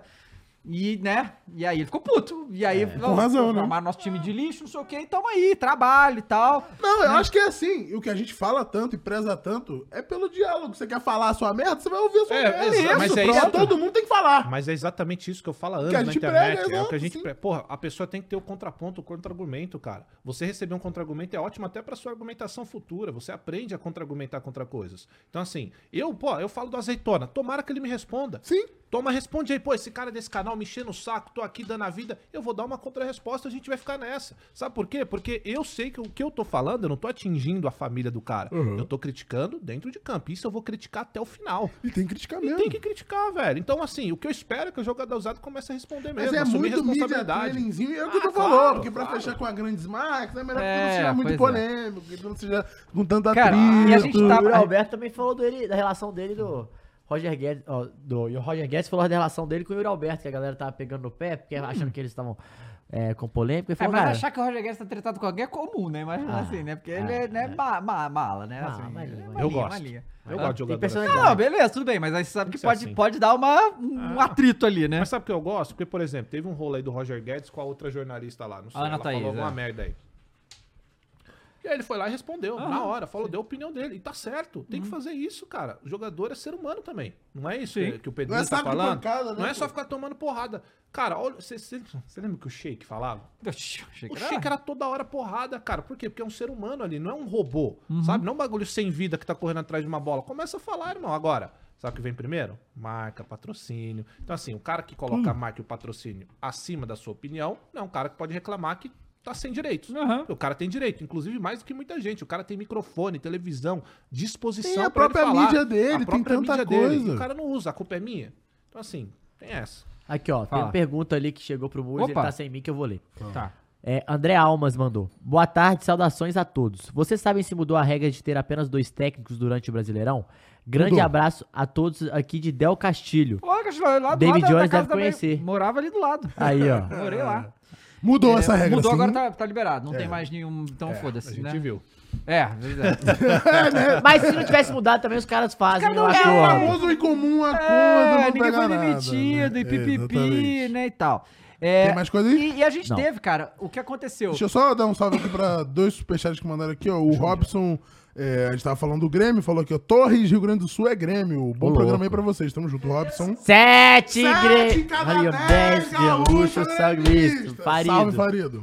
[SPEAKER 1] E, né? E aí ele ficou puto. E aí,
[SPEAKER 3] Com razão, né?
[SPEAKER 1] formar nosso time de lixo, não sei o que, tamo aí, trabalho e tal.
[SPEAKER 3] Não, eu acho que é assim. E o que a gente fala tanto e preza tanto é pelo diálogo. Você quer falar a sua merda, você vai ouvir a sua
[SPEAKER 2] É,
[SPEAKER 3] merda.
[SPEAKER 2] exa- mas é
[SPEAKER 3] pronto.
[SPEAKER 2] isso.
[SPEAKER 3] Todo mundo tem que falar.
[SPEAKER 2] Mas é exatamente isso que eu falo há anos
[SPEAKER 3] Que a
[SPEAKER 2] na
[SPEAKER 3] gente
[SPEAKER 2] internet.
[SPEAKER 3] prega,
[SPEAKER 2] é o que a
[SPEAKER 3] exato,
[SPEAKER 2] gente
[SPEAKER 3] sim.
[SPEAKER 2] prega. Porra, a pessoa tem que ter o contraponto, o contra-argumento, cara. Você receber um contra-argumento é ótimo até pra sua argumentação futura. Você aprende a contra-argumentar contra coisas. Então, assim, eu, pô, eu falo do azeitona. Tomara que ele me responda.
[SPEAKER 3] Sim.
[SPEAKER 2] Toma, responde aí, pô, esse cara desse canal me enchendo o saco, tô aqui dando a vida. Eu vou dar uma contra-resposta, a gente vai ficar nessa. Sabe por quê? Porque eu sei que o que eu tô falando, eu não tô atingindo a família do cara.
[SPEAKER 3] Uhum.
[SPEAKER 2] Eu tô criticando dentro de campo. Isso eu vou criticar até o final.
[SPEAKER 3] E tem que criticar
[SPEAKER 2] E
[SPEAKER 3] É mesmo.
[SPEAKER 2] tem que criticar, velho. Então, assim, o que eu espero é que o jogador usado comece a responder
[SPEAKER 3] Mas
[SPEAKER 2] mesmo.
[SPEAKER 3] é
[SPEAKER 2] assumir
[SPEAKER 3] muito mídia
[SPEAKER 2] responsabilidade.
[SPEAKER 3] trainingzinho, e é o que
[SPEAKER 2] Ah,
[SPEAKER 3] tu
[SPEAKER 2] claro,
[SPEAKER 3] falou, porque pra
[SPEAKER 2] claro.
[SPEAKER 3] fechar com a grandes marcas é melhor que
[SPEAKER 1] É,
[SPEAKER 3] não seja muito
[SPEAKER 1] pois é.
[SPEAKER 3] polêmico, que não seja com tanta
[SPEAKER 1] Cara,
[SPEAKER 3] atrito.
[SPEAKER 1] e a gente
[SPEAKER 4] O Yuri
[SPEAKER 1] tá.
[SPEAKER 4] Alberto também falou dele, da relação dele do Roger Guedes. ó, do, e o Roger Guedes falou da relação dele com o Yuri Alberto, que a galera tava pegando no pé, porque achando que eles estavam é, com polêmica. E
[SPEAKER 1] Hum. É,
[SPEAKER 4] falou,
[SPEAKER 1] mas
[SPEAKER 4] cara,
[SPEAKER 1] achar que o Roger Guedes tá tretado com alguém é comum, né? Mas
[SPEAKER 4] Ah,
[SPEAKER 1] assim, né? Porque ele é, né, ma- ma- mala, né?
[SPEAKER 4] Ah,
[SPEAKER 1] Assim, é
[SPEAKER 4] malinha, malinha.
[SPEAKER 2] Eu
[SPEAKER 1] malinha,
[SPEAKER 2] gosto.
[SPEAKER 1] malinha.
[SPEAKER 2] Eu gosto de
[SPEAKER 4] tem
[SPEAKER 2] jogador.
[SPEAKER 4] personalidade.
[SPEAKER 2] assim.
[SPEAKER 1] Não, beleza, tudo bem, mas aí você sabe que
[SPEAKER 2] Tem que ser
[SPEAKER 1] pode,
[SPEAKER 2] assim.
[SPEAKER 1] pode dar uma, um atrito ali, né?
[SPEAKER 2] Mas sabe o que eu gosto? Porque, por exemplo, teve um rolo aí do Roger Guedes com a outra jornalista lá. Não sei,
[SPEAKER 1] Ana
[SPEAKER 2] ela
[SPEAKER 1] Thaís,
[SPEAKER 2] falou alguma
[SPEAKER 1] é.
[SPEAKER 2] merda aí. E aí ele foi lá e respondeu,
[SPEAKER 1] Ah,
[SPEAKER 2] na hora, falou, deu a opinião dele. E tá certo, tem que fazer isso, cara. O jogador é ser humano também. Não é isso
[SPEAKER 1] Uhum. Sim.
[SPEAKER 2] que, que o Pedrinho
[SPEAKER 3] Não é
[SPEAKER 2] tá
[SPEAKER 3] saco de
[SPEAKER 2] falando.
[SPEAKER 3] pancada, né,
[SPEAKER 2] não é
[SPEAKER 3] pô?
[SPEAKER 2] só ficar tomando porrada. Cara, olha, você lembra que o Sheik falava? O Sheik era toda hora porrada, cara. Por quê? Porque é um ser humano ali, não é um robô.
[SPEAKER 3] Uhum.
[SPEAKER 2] Sabe? Não é um bagulho sem vida que tá correndo atrás de uma bola. Começa a falar, irmão, agora. Sabe o que vem primeiro? Marca, patrocínio. Então, assim, o cara que coloca
[SPEAKER 3] Hum.
[SPEAKER 2] a marca e o patrocínio acima da sua opinião não é um cara que pode reclamar que tá sem direitos.
[SPEAKER 1] Aham.
[SPEAKER 2] O cara tem direito, inclusive mais do que muita gente. O cara tem microfone, televisão, disposição.
[SPEAKER 3] Tem a
[SPEAKER 2] pra ele
[SPEAKER 3] própria
[SPEAKER 2] falar.
[SPEAKER 3] mídia dele, tem
[SPEAKER 2] própria
[SPEAKER 3] tanta
[SPEAKER 2] mídia dele.
[SPEAKER 3] coisa.
[SPEAKER 2] E O cara não usa, a culpa é minha. Então, assim, tem essa.
[SPEAKER 4] Aqui, ó, tem
[SPEAKER 1] Fala.
[SPEAKER 4] uma pergunta ali que chegou pro Muzi, ele
[SPEAKER 1] Opa.
[SPEAKER 4] tá sem mim que eu vou ler.
[SPEAKER 1] Tá.
[SPEAKER 4] É, André Almas mandou. Boa tarde, saudações a todos. Vocês sabem se mudou a regra de ter apenas dois técnicos durante o Brasileirão? Grande
[SPEAKER 3] Mudou.
[SPEAKER 4] abraço a todos aqui de Del Castilho.
[SPEAKER 1] Logo, acho que lá lá do lado
[SPEAKER 4] David
[SPEAKER 1] da casa
[SPEAKER 4] Jones deve
[SPEAKER 1] da minha-
[SPEAKER 4] conhecer.
[SPEAKER 1] Morava ali do lado.
[SPEAKER 4] Aí, ó.
[SPEAKER 1] Morei lá.
[SPEAKER 3] Mudou
[SPEAKER 1] É,
[SPEAKER 3] essa regra. assim.
[SPEAKER 1] Mudou,
[SPEAKER 3] sim.
[SPEAKER 1] agora tá, tá liberado. Não tem mais nenhum. Então
[SPEAKER 2] A
[SPEAKER 1] foda-se,
[SPEAKER 2] gente
[SPEAKER 1] né?
[SPEAKER 2] viu.
[SPEAKER 1] É, verdade.
[SPEAKER 4] Mas se não tivesse mudado também, os caras fazem.
[SPEAKER 1] Os caras não
[SPEAKER 4] eu acho.
[SPEAKER 3] É o
[SPEAKER 1] Porra.
[SPEAKER 3] famoso em comum acordo,
[SPEAKER 1] É,
[SPEAKER 3] não
[SPEAKER 1] ninguém
[SPEAKER 3] pega
[SPEAKER 1] foi
[SPEAKER 3] nada,
[SPEAKER 1] demitido,
[SPEAKER 3] né?
[SPEAKER 1] e pipipi,
[SPEAKER 3] Exatamente.
[SPEAKER 1] né, e tal. É,
[SPEAKER 3] Tem mais coisa aí?
[SPEAKER 1] E, e a gente
[SPEAKER 4] Não.
[SPEAKER 1] teve, cara, o que aconteceu?
[SPEAKER 3] Deixa eu só dar um salve aqui pra dois superchats que mandaram aqui, ó. O Robson, é, a gente tava falando do Grêmio, falou aqui, ó. Torres, Rio Grande do Sul é Grêmio. Bom programa aí pra vocês. Tamo junto, Robson. Sete
[SPEAKER 4] Sete, Sete
[SPEAKER 3] em cada
[SPEAKER 4] Olha,
[SPEAKER 3] dez,
[SPEAKER 4] dez gaúchos
[SPEAKER 3] gaúcho, né,
[SPEAKER 4] sanguíneos.
[SPEAKER 3] gremista.
[SPEAKER 4] Parido.
[SPEAKER 3] Salve, Farido.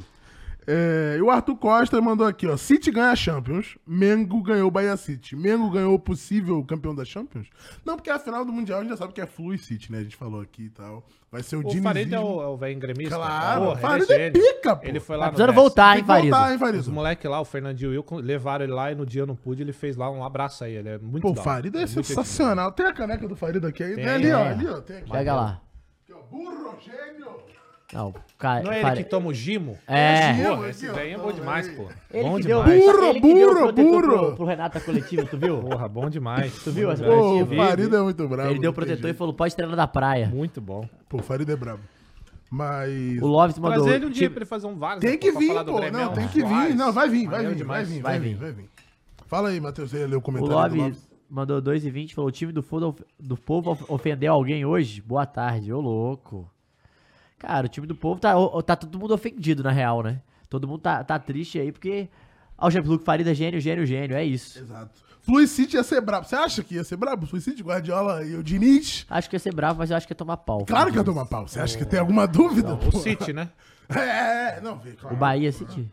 [SPEAKER 3] É, e o Arthur Costa mandou aqui, ó. City ganha a Champions, Mengo ganhou o Bahia City. Mengo ganhou o possível campeão da Champions? Não, porque a final do Mundial a gente já sabe que é Flu e City, né? A gente falou aqui e tal. Vai ser o,
[SPEAKER 2] O
[SPEAKER 3] Dinizismo.
[SPEAKER 2] Farid é o, é o velho gremista.
[SPEAKER 3] Claro,
[SPEAKER 2] Porra, ele
[SPEAKER 3] Farid é
[SPEAKER 2] gênio.
[SPEAKER 3] pica, pô.
[SPEAKER 2] Ele foi
[SPEAKER 4] Tá
[SPEAKER 2] lá no
[SPEAKER 4] precisando
[SPEAKER 2] Messi.
[SPEAKER 4] voltar,
[SPEAKER 3] Tem
[SPEAKER 4] hein,
[SPEAKER 3] que voltar,
[SPEAKER 4] Farido?
[SPEAKER 3] hein,
[SPEAKER 2] Os
[SPEAKER 3] Farido?
[SPEAKER 2] moleque lá, o Fernandinho e eu, co- levaram ele lá e no dia eu não pude, ele fez lá um abraço aí. Ele é muito
[SPEAKER 3] Pô, o
[SPEAKER 2] da hora.
[SPEAKER 3] Farido é,
[SPEAKER 2] muito
[SPEAKER 3] sensacional. Tem a caneca do Farido aqui ainda.
[SPEAKER 2] Tem,
[SPEAKER 3] ali, ó.
[SPEAKER 4] é.
[SPEAKER 3] Ali, ó. Tem aqui.
[SPEAKER 4] Pega lá.
[SPEAKER 3] Aqui, ó. Burro, gênio.
[SPEAKER 4] Não,
[SPEAKER 2] gente.
[SPEAKER 4] cara.
[SPEAKER 2] Não é ele que toma o Gimo?
[SPEAKER 4] É.
[SPEAKER 3] Eu,
[SPEAKER 2] Porra, esse
[SPEAKER 3] aqui, ó,
[SPEAKER 2] daí é
[SPEAKER 3] tá
[SPEAKER 2] bom demais,
[SPEAKER 3] aí.
[SPEAKER 2] pô.
[SPEAKER 4] Ele
[SPEAKER 2] bom
[SPEAKER 4] que deu, um
[SPEAKER 2] demais.
[SPEAKER 4] ele que deu
[SPEAKER 3] Burro,
[SPEAKER 4] o protetor
[SPEAKER 3] burro,
[SPEAKER 4] Pro,
[SPEAKER 3] burro.
[SPEAKER 4] pro Renato da coletiva, tu viu?
[SPEAKER 2] Porra, bom demais. Tu
[SPEAKER 4] viu essa
[SPEAKER 3] Pô, o
[SPEAKER 4] vi,
[SPEAKER 3] Farido é muito brabo.
[SPEAKER 4] Ele
[SPEAKER 3] não
[SPEAKER 4] deu
[SPEAKER 3] tem
[SPEAKER 4] o protetor e
[SPEAKER 3] jeito.
[SPEAKER 4] falou, pode treinar da praia.
[SPEAKER 2] Muito bom.
[SPEAKER 3] Pô, o Farido é brabo. Mas...
[SPEAKER 4] O Lopes mandou.
[SPEAKER 2] Trazer ele um dia
[SPEAKER 4] "Ti-
[SPEAKER 2] pra ele fazer um VAR.
[SPEAKER 3] Tem que vir, pô.
[SPEAKER 2] Grêmio,
[SPEAKER 3] Não, tem que vir.
[SPEAKER 2] Soares.
[SPEAKER 3] Não, vai vir, vai
[SPEAKER 2] Maneiro
[SPEAKER 3] vir, vai
[SPEAKER 2] demais.
[SPEAKER 3] vir, vai vir, vai vir. Fala aí, Matheus, você leu o
[SPEAKER 4] O
[SPEAKER 3] comentário do
[SPEAKER 4] Love
[SPEAKER 3] Lopes.
[SPEAKER 4] mandou 2,20 e falou: o time do, foda- do povo of- ofendeu alguém hoje? Boa tarde, ô louco. Cara, o time do povo tá, ó, tá todo mundo ofendido, na real, né? Todo mundo tá, tá triste aí porque. Ó, o Jean-Luc Farida, gênio, gênio, gênio, é isso.
[SPEAKER 3] Exato. Fluid City ia ser brabo. Você acha que ia ser brabo? Fluid City, Guardiola e o Diniz?
[SPEAKER 4] Acho que ia ser bravo, mas eu acho que ia tomar pau.
[SPEAKER 3] Claro que ia tomar pau. Você acha que tem alguma dúvida?
[SPEAKER 2] O
[SPEAKER 3] pô?
[SPEAKER 2] City, né?
[SPEAKER 3] É, é, é. Não, vê, claro.
[SPEAKER 4] O Bahia City.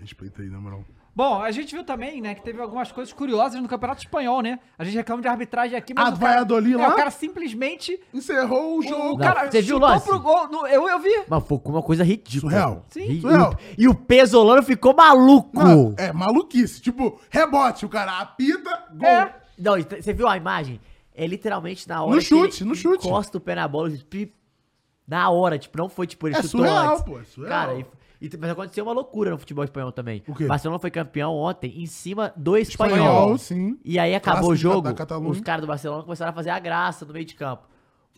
[SPEAKER 3] Respeita aí, na moral.
[SPEAKER 1] Bom, a gente viu também, né, que teve algumas coisas curiosas no Campeonato Espanhol, né? A gente reclama de arbitragem aqui, mas
[SPEAKER 3] Ah,
[SPEAKER 1] o
[SPEAKER 3] vai
[SPEAKER 1] cara,
[SPEAKER 3] Adoli
[SPEAKER 1] é,
[SPEAKER 3] lá?
[SPEAKER 1] o cara simplesmente...
[SPEAKER 3] Encerrou o
[SPEAKER 1] O
[SPEAKER 3] jogo.
[SPEAKER 1] cara
[SPEAKER 4] você viu o
[SPEAKER 1] chutou
[SPEAKER 4] lance?
[SPEAKER 1] pro gol. no- eu, eu vi.
[SPEAKER 4] Mas foi uma coisa ridícula.
[SPEAKER 3] Surreal.
[SPEAKER 1] Sim.
[SPEAKER 4] Ri-
[SPEAKER 3] Surreal.
[SPEAKER 4] E o Pesolano ficou maluco.
[SPEAKER 3] Não, é maluquice. Tipo, rebote. O cara apita, gol.
[SPEAKER 1] É.
[SPEAKER 4] Não, e t- você viu a imagem? É literalmente na hora.
[SPEAKER 3] No
[SPEAKER 4] que
[SPEAKER 3] chute,
[SPEAKER 4] ele
[SPEAKER 3] no chute.
[SPEAKER 4] Encosta o pé na bola, tipo, pip, na hora, tipo, não foi tipo ele
[SPEAKER 3] É
[SPEAKER 4] chutou
[SPEAKER 3] surreal,
[SPEAKER 4] antes.
[SPEAKER 3] pô, é surreal.
[SPEAKER 4] Cara, e, e t- mas aconteceu uma loucura no futebol espanhol também.
[SPEAKER 3] O quê?
[SPEAKER 4] Barcelona foi campeão ontem em cima do espanhol.
[SPEAKER 3] Espanhol, sim.
[SPEAKER 4] E aí acabou
[SPEAKER 3] Clássico
[SPEAKER 4] o
[SPEAKER 3] da-
[SPEAKER 4] jogo,
[SPEAKER 3] da Catalunha.
[SPEAKER 4] os caras do Barcelona começaram a fazer a graça no meio de campo.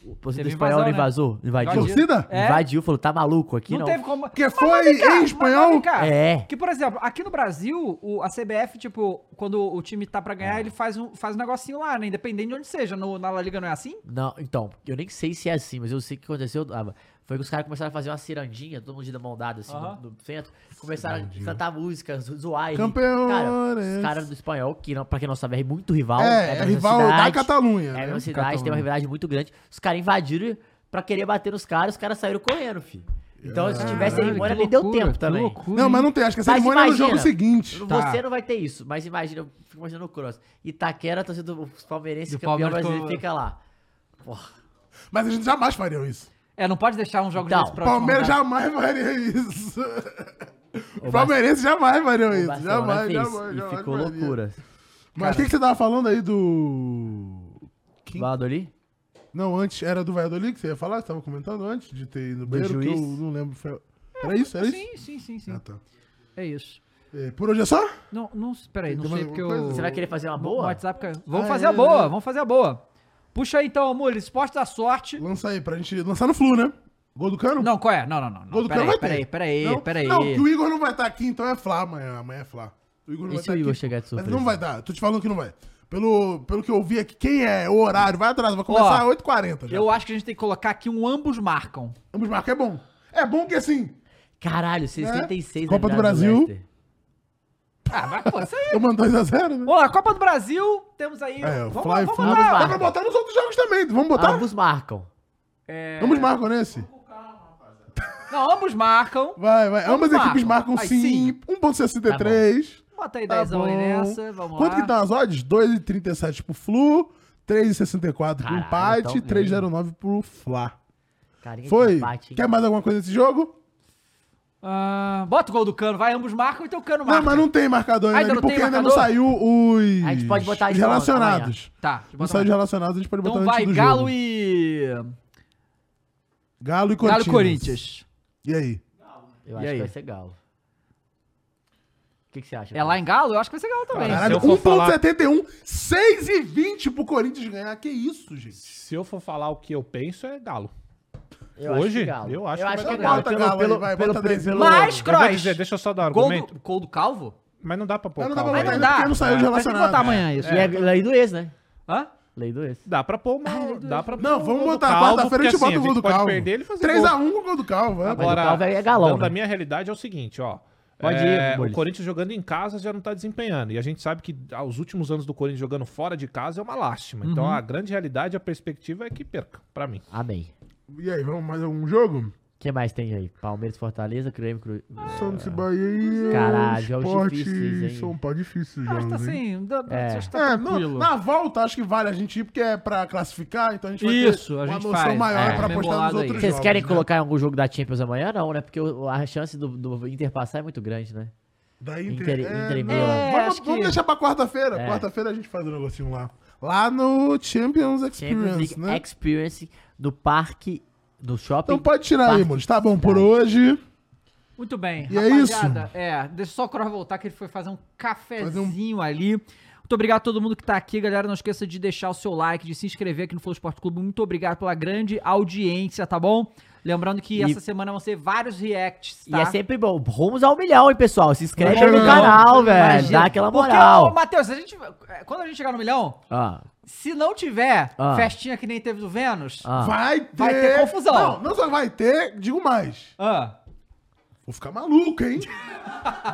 [SPEAKER 4] O torcedor
[SPEAKER 1] Teve
[SPEAKER 4] espanhol não
[SPEAKER 1] invasão,
[SPEAKER 4] invasou? Invadiu?
[SPEAKER 1] Invadiu.
[SPEAKER 3] Torcida?
[SPEAKER 1] É.
[SPEAKER 4] Invadiu, falou, tá maluco aqui
[SPEAKER 1] Não,
[SPEAKER 4] não.
[SPEAKER 1] teve como.
[SPEAKER 3] Que
[SPEAKER 1] Mas
[SPEAKER 3] foi
[SPEAKER 1] vai
[SPEAKER 3] em
[SPEAKER 1] mas vai
[SPEAKER 3] espanhol?
[SPEAKER 1] cá.
[SPEAKER 4] É.
[SPEAKER 1] Que, por exemplo, aqui no Brasil, o, a CBF, tipo, quando o time tá pra
[SPEAKER 4] É.
[SPEAKER 1] ganhar, ele faz um, faz um negocinho lá, né? Independente de onde seja. No, na La Liga não é assim?
[SPEAKER 4] Não, então, eu nem sei se é assim, mas eu sei que aconteceu. ah, foi que os caras começaram a fazer uma cirandinha, todo mundo de mão dada, assim,
[SPEAKER 1] Aham.
[SPEAKER 4] no, no centro. Começaram a cantar música, zo- zoar. e-
[SPEAKER 3] Campeões.
[SPEAKER 4] Cara, os caras do espanhol, que não, pra quem não sabe, é muito rival.
[SPEAKER 3] É,
[SPEAKER 4] da
[SPEAKER 3] é
[SPEAKER 4] mesma
[SPEAKER 3] rival da
[SPEAKER 4] cidade,
[SPEAKER 3] Catalunha.
[SPEAKER 4] É a
[SPEAKER 3] né?
[SPEAKER 4] mesma cidade, tem uma rivalidade muito grande. Os caras invadiram pra querer bater nos caras, os caras saíram correndo, filho. Então, se tivesse
[SPEAKER 1] Caralho,
[SPEAKER 4] cerimônia,
[SPEAKER 1] que
[SPEAKER 4] nem deu
[SPEAKER 1] loucura,
[SPEAKER 4] tempo
[SPEAKER 1] que
[SPEAKER 4] também.
[SPEAKER 1] loucura,
[SPEAKER 3] Não,
[SPEAKER 1] hein?
[SPEAKER 3] mas não tem. Acho que a
[SPEAKER 4] Mas
[SPEAKER 3] cerimônia é no
[SPEAKER 4] imagina.
[SPEAKER 3] jogo seguinte.
[SPEAKER 4] Você não vai ter isso, mas imagina, eu fico imaginando o Cross. Itaquera, torcida dos palmeirenses,
[SPEAKER 1] Do
[SPEAKER 4] campeão
[SPEAKER 1] Palmeiras
[SPEAKER 4] brasileiro,
[SPEAKER 1] com-
[SPEAKER 4] fica lá.
[SPEAKER 3] Mas a gente jamais faria isso.
[SPEAKER 1] É, não pode deixar um jogo
[SPEAKER 4] Então,
[SPEAKER 1] desse pra última
[SPEAKER 3] Palmeiras
[SPEAKER 1] rodada.
[SPEAKER 3] jamais faria isso.
[SPEAKER 4] O
[SPEAKER 3] Palmeirense jamais faria
[SPEAKER 4] O
[SPEAKER 3] isso.
[SPEAKER 4] Barcelona é
[SPEAKER 3] Jamais, jamais,
[SPEAKER 4] fez,
[SPEAKER 3] jamais.
[SPEAKER 4] e ficou
[SPEAKER 3] faria.
[SPEAKER 4] loucura.
[SPEAKER 3] Mas o que, que você tava falando aí do. Quem-
[SPEAKER 4] Lado ali?
[SPEAKER 3] Não, antes era do Valladolid que você ia falar, que você tava comentando antes de ter ido no banheiro, que eu
[SPEAKER 4] juiz?
[SPEAKER 3] não lembro. Foi- Era isso? Era isso?
[SPEAKER 1] Sim, sim, sim, sim.
[SPEAKER 3] Ah, tá.
[SPEAKER 1] É isso.
[SPEAKER 3] É, por hoje é só?
[SPEAKER 1] Não, não, peraí, não
[SPEAKER 3] Tem mais
[SPEAKER 1] sei porque
[SPEAKER 3] alguma
[SPEAKER 1] eu...
[SPEAKER 3] coisa?
[SPEAKER 4] Você vai querer
[SPEAKER 3] Tá
[SPEAKER 4] fazer uma
[SPEAKER 1] No
[SPEAKER 4] boa?
[SPEAKER 1] WhatsApp caiu. Vamos
[SPEAKER 3] Ah,
[SPEAKER 1] fazer
[SPEAKER 3] é,
[SPEAKER 1] a boa,
[SPEAKER 3] né?
[SPEAKER 1] vamos fazer a boa. Puxa aí então, Mules, esporte da sorte.
[SPEAKER 3] Lança aí, pra gente lançar no Flu, né? Gol do Cano?
[SPEAKER 1] Não, qual é? Não, não, não. não.
[SPEAKER 3] Gol do Cano
[SPEAKER 1] Peraí,
[SPEAKER 3] vai
[SPEAKER 1] peraí,
[SPEAKER 3] ter.
[SPEAKER 1] peraí,
[SPEAKER 3] Não?
[SPEAKER 1] peraí.
[SPEAKER 3] Não, que o Igor não vai estar aqui, então é Flá amanhã. Amanhã é Flá. O Igor não
[SPEAKER 4] E
[SPEAKER 3] vai
[SPEAKER 4] se o
[SPEAKER 3] tá
[SPEAKER 4] Igor
[SPEAKER 3] aqui.
[SPEAKER 4] chegar de surpresa?
[SPEAKER 3] Mas não vai dar, tô te falando que não vai. Pelo, pelo que eu vi aqui, quem é? O horário, vai atrás, vai começar
[SPEAKER 1] Ó,
[SPEAKER 3] às 8h40 já.
[SPEAKER 1] Eu acho que a gente tem que colocar aqui um ambos marcam.
[SPEAKER 3] Ambos marcam, é bom. É bom que assim,
[SPEAKER 4] Caralho, 66
[SPEAKER 3] É? Copa do
[SPEAKER 4] aniversário
[SPEAKER 3] Brasil.
[SPEAKER 4] Leicester.
[SPEAKER 1] Ah, mas pô, isso aí... é
[SPEAKER 3] eu mando 2x0, né?
[SPEAKER 1] Vamos lá, Copa do Brasil, temos aí...
[SPEAKER 3] É, o
[SPEAKER 1] vamos
[SPEAKER 3] Fly
[SPEAKER 1] lá, vamos
[SPEAKER 3] Flu.
[SPEAKER 1] lá. Ah,
[SPEAKER 4] Ambos
[SPEAKER 3] Dá pra
[SPEAKER 4] marcam.
[SPEAKER 3] botar nos outros jogos também, vamos botar?
[SPEAKER 4] Ambos marcam.
[SPEAKER 3] Ambos marcam, né? esse?
[SPEAKER 1] Não, ambos marcam.
[SPEAKER 3] Vai, vai.
[SPEAKER 1] Ambos
[SPEAKER 3] Ambas as equipes
[SPEAKER 1] marcam.
[SPEAKER 3] marcam
[SPEAKER 1] Aí,
[SPEAKER 3] sim.
[SPEAKER 1] sim.
[SPEAKER 3] 1.63.
[SPEAKER 1] Bota aí
[SPEAKER 3] Tá
[SPEAKER 1] 10 aí
[SPEAKER 3] bom.
[SPEAKER 1] nessa, vamos
[SPEAKER 3] Quanto
[SPEAKER 1] lá.
[SPEAKER 3] que tá as odds? 2,37 pro Flu, 3,64 pro
[SPEAKER 4] Caralho,
[SPEAKER 3] empate,
[SPEAKER 4] tão bem.
[SPEAKER 3] 3,09 pro Fla.
[SPEAKER 4] Carinha de
[SPEAKER 3] Foi?
[SPEAKER 4] empate, hein?
[SPEAKER 3] Quer mais alguma coisa desse jogo?
[SPEAKER 1] Ah, bota o gol do Cano, vai, ambos marcam, então o Cano marca.
[SPEAKER 3] Não, mas não tem marcador
[SPEAKER 1] Ah,
[SPEAKER 3] ainda, né?
[SPEAKER 1] ainda não
[SPEAKER 3] porque
[SPEAKER 1] tem
[SPEAKER 3] ainda não
[SPEAKER 1] marcador?
[SPEAKER 3] saiu os,
[SPEAKER 4] A gente pode botar
[SPEAKER 3] os
[SPEAKER 4] de volta
[SPEAKER 3] relacionados.
[SPEAKER 1] Tá, bota
[SPEAKER 3] Não saiu
[SPEAKER 1] mais.
[SPEAKER 3] os relacionados, a gente pode botar
[SPEAKER 1] Então
[SPEAKER 3] antes
[SPEAKER 1] vai,
[SPEAKER 3] do
[SPEAKER 1] Galo
[SPEAKER 3] jogo.
[SPEAKER 1] e...
[SPEAKER 3] Galo
[SPEAKER 1] Galo
[SPEAKER 3] e Corinthians.
[SPEAKER 1] e Corinthians.
[SPEAKER 3] E aí?
[SPEAKER 4] Eu
[SPEAKER 1] E
[SPEAKER 4] acho
[SPEAKER 1] aí?
[SPEAKER 4] que vai ser Galo. O que, que você acha?
[SPEAKER 1] É lá em Galo? Eu acho que vai ser Galo também.
[SPEAKER 2] Caralho.
[SPEAKER 3] Caralho,
[SPEAKER 2] eu for falar-
[SPEAKER 3] 1,71, 6,20 pro Corinthians ganhar. Que isso, gente?
[SPEAKER 2] Se eu for falar o que eu penso, é galo.
[SPEAKER 4] Eu acho
[SPEAKER 2] Hoje?
[SPEAKER 4] que é Galo.
[SPEAKER 2] Eu acho
[SPEAKER 4] eu
[SPEAKER 2] que
[SPEAKER 4] acho que
[SPEAKER 2] vai
[SPEAKER 4] é
[SPEAKER 2] dar
[SPEAKER 4] Galo.
[SPEAKER 3] Bota
[SPEAKER 4] Pelo,
[SPEAKER 3] Galo aí,
[SPEAKER 4] pelo,
[SPEAKER 3] vai,
[SPEAKER 4] pelo,
[SPEAKER 3] bota
[SPEAKER 4] pre-
[SPEAKER 3] dez.
[SPEAKER 4] pelo-
[SPEAKER 1] Mas,
[SPEAKER 2] Eu vou
[SPEAKER 1] Croix,
[SPEAKER 2] dizer, deixa eu só dar um
[SPEAKER 1] gol,
[SPEAKER 2] argumento.
[SPEAKER 1] do, gol do Calvo?
[SPEAKER 2] Mas não dá pra pôr
[SPEAKER 3] Mas
[SPEAKER 2] o
[SPEAKER 3] não dá
[SPEAKER 2] Calvo.
[SPEAKER 3] pra
[SPEAKER 1] Mas não
[SPEAKER 2] ainda.
[SPEAKER 3] botar ainda
[SPEAKER 1] dá.
[SPEAKER 3] porque não saiu de
[SPEAKER 1] É, Mas tem que botar
[SPEAKER 3] relacionado.
[SPEAKER 1] amanhã isso.
[SPEAKER 4] E é lei do ex, né?
[SPEAKER 1] Hã?
[SPEAKER 4] Lei do ex.
[SPEAKER 2] Dá pra pôr uma. dá pra pôr
[SPEAKER 3] Não,
[SPEAKER 2] o
[SPEAKER 3] vamos
[SPEAKER 2] gol do
[SPEAKER 3] botar.
[SPEAKER 2] Calvo,
[SPEAKER 3] Quarta-feira a gente
[SPEAKER 2] porque, assim,
[SPEAKER 3] bota o gol do
[SPEAKER 2] pode
[SPEAKER 3] Calvo.
[SPEAKER 2] perder, ele fazer gol.
[SPEAKER 3] 3x1 o gol do Calvo.
[SPEAKER 2] Ah,
[SPEAKER 3] vai.
[SPEAKER 4] mas o Calvo é galão,
[SPEAKER 2] dando
[SPEAKER 4] né?
[SPEAKER 2] a minha realidade é o seguinte, ó.
[SPEAKER 4] Pode
[SPEAKER 2] É,
[SPEAKER 4] ir,
[SPEAKER 2] o
[SPEAKER 4] Mules.
[SPEAKER 2] Corinthians jogando em casa já não tá desempenhando. E a gente sabe que ah, os últimos anos do Corinthians jogando fora de casa é uma lástima.
[SPEAKER 4] Uhum.
[SPEAKER 2] Então a grande realidade, a perspectiva é que perca, pra mim.
[SPEAKER 4] Amém.
[SPEAKER 3] E aí, vamos mais algum jogo?
[SPEAKER 4] O que mais tem aí? Palmeiras, Fortaleza, Grêmio, Cruz.
[SPEAKER 3] Santos e Bahia.
[SPEAKER 4] Caralho, jogos
[SPEAKER 3] Sport,
[SPEAKER 4] difíceis, hein?
[SPEAKER 3] São Paulo difícil,
[SPEAKER 1] Acho que tá
[SPEAKER 3] jogos, hein?
[SPEAKER 1] assim, dá-
[SPEAKER 4] É.
[SPEAKER 1] acho que tá
[SPEAKER 3] É, no-
[SPEAKER 1] tranquilo.
[SPEAKER 3] na volta acho que vale a gente ir, porque é pra classificar, então a gente vai
[SPEAKER 1] Isso,
[SPEAKER 3] ter
[SPEAKER 1] a
[SPEAKER 3] uma
[SPEAKER 1] gente
[SPEAKER 3] noção
[SPEAKER 1] faz.
[SPEAKER 3] maior
[SPEAKER 1] É,
[SPEAKER 3] pra
[SPEAKER 1] bem
[SPEAKER 3] apostar
[SPEAKER 1] bolado
[SPEAKER 3] nos
[SPEAKER 1] aí.
[SPEAKER 3] outros
[SPEAKER 4] Vocês
[SPEAKER 3] jogos,
[SPEAKER 4] querem
[SPEAKER 3] né?
[SPEAKER 4] colocar algum jogo da Champions amanhã? Não, né? Porque o- a chance do, do Inter passar é muito grande, né?
[SPEAKER 3] Da Inter,
[SPEAKER 4] Inter-
[SPEAKER 3] é,
[SPEAKER 4] Inter e
[SPEAKER 3] não,
[SPEAKER 4] Milan.
[SPEAKER 1] É,
[SPEAKER 3] vamos,
[SPEAKER 1] acho que-
[SPEAKER 3] vamos deixar pra quarta-feira.
[SPEAKER 4] É.
[SPEAKER 3] Quarta-feira a gente faz um negocinho lá. Lá no Champions
[SPEAKER 4] Champions
[SPEAKER 3] Experience,
[SPEAKER 4] League
[SPEAKER 3] né?
[SPEAKER 4] Experience do parque, do shopping.
[SPEAKER 3] Então pode tirar aí,
[SPEAKER 4] Parque
[SPEAKER 3] Mules. Tá bom por
[SPEAKER 4] Cidade.
[SPEAKER 3] hoje.
[SPEAKER 1] Muito bem,
[SPEAKER 3] E é
[SPEAKER 1] É, deixa só o Cross voltar que ele foi fazer um cafezinho
[SPEAKER 3] Fazer
[SPEAKER 1] ali. Muito obrigado a todo mundo que tá aqui, galera. Não esqueça de deixar o seu like, de se inscrever aqui no Flow Esporte Clube. Muito obrigado pela grande audiência, tá bom? Lembrando que
[SPEAKER 4] E-
[SPEAKER 1] essa semana vão ser vários reacts,
[SPEAKER 4] E
[SPEAKER 1] tá?
[SPEAKER 4] é sempre bom. Rumos ao milhão, hein, pessoal? Se inscreve
[SPEAKER 3] Vamos
[SPEAKER 4] aí no
[SPEAKER 3] ao milhão.
[SPEAKER 4] canal, velho.
[SPEAKER 1] Imagina.
[SPEAKER 4] Dá aquela
[SPEAKER 1] Porque,
[SPEAKER 4] moral.
[SPEAKER 3] é
[SPEAKER 1] ô, Matheus, se a gente, quando a gente chegar no milhão,
[SPEAKER 4] Ah,
[SPEAKER 1] se não tiver
[SPEAKER 4] Ah.
[SPEAKER 1] festinha que nem teve do Vênus... Ah.
[SPEAKER 4] ah.
[SPEAKER 3] Vai ter...
[SPEAKER 1] Vai ter confusão.
[SPEAKER 3] Não, não só vai ter, digo mais.
[SPEAKER 1] Ah.
[SPEAKER 3] Vou ficar maluco, hein?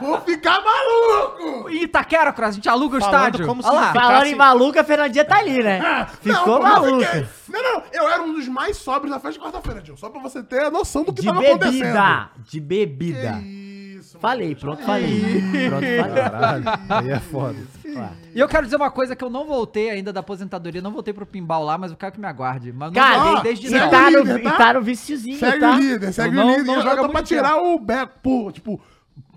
[SPEAKER 3] Vou ficar maluco!
[SPEAKER 1] Ih, Itaquera, Cross, a gente aluga o
[SPEAKER 2] Falando
[SPEAKER 1] estádio.
[SPEAKER 2] como se
[SPEAKER 1] Olha lá.
[SPEAKER 2] ficasse-
[SPEAKER 4] Falando em maluca, a Fernandinha tá ali, né?
[SPEAKER 3] assim.
[SPEAKER 4] Ficou
[SPEAKER 3] Ah, não, é
[SPEAKER 4] maluca.
[SPEAKER 3] Eu fiquei... Não, não, eu era um dos mais sóbrios na festa de quarta-feira, Gil. Só pra você ter a noção do que
[SPEAKER 4] De
[SPEAKER 3] tava
[SPEAKER 4] bebida. De
[SPEAKER 3] acontecendo.
[SPEAKER 4] bebida.
[SPEAKER 3] Que isso,
[SPEAKER 4] Falei, pronto, falei. Pronto, falei.
[SPEAKER 2] Caralho, aí é foda.
[SPEAKER 1] E eu quero dizer uma coisa que eu não voltei ainda da aposentadoria, não voltei pro pinball lá, mas eu quero que me aguarde. Mas não
[SPEAKER 4] Cara,
[SPEAKER 1] voltei
[SPEAKER 3] ó,
[SPEAKER 1] desde
[SPEAKER 4] e
[SPEAKER 3] segue
[SPEAKER 1] então.
[SPEAKER 4] tá,
[SPEAKER 3] o
[SPEAKER 4] no,
[SPEAKER 3] líder,
[SPEAKER 4] e
[SPEAKER 3] tá?
[SPEAKER 4] tá no viciozinho,
[SPEAKER 3] Segue
[SPEAKER 4] tá?
[SPEAKER 3] o líder, segue
[SPEAKER 1] não-
[SPEAKER 3] o líder.
[SPEAKER 1] não
[SPEAKER 3] eu
[SPEAKER 1] joga
[SPEAKER 3] tô pra
[SPEAKER 1] muito
[SPEAKER 3] tirar o bego, pô, tipo,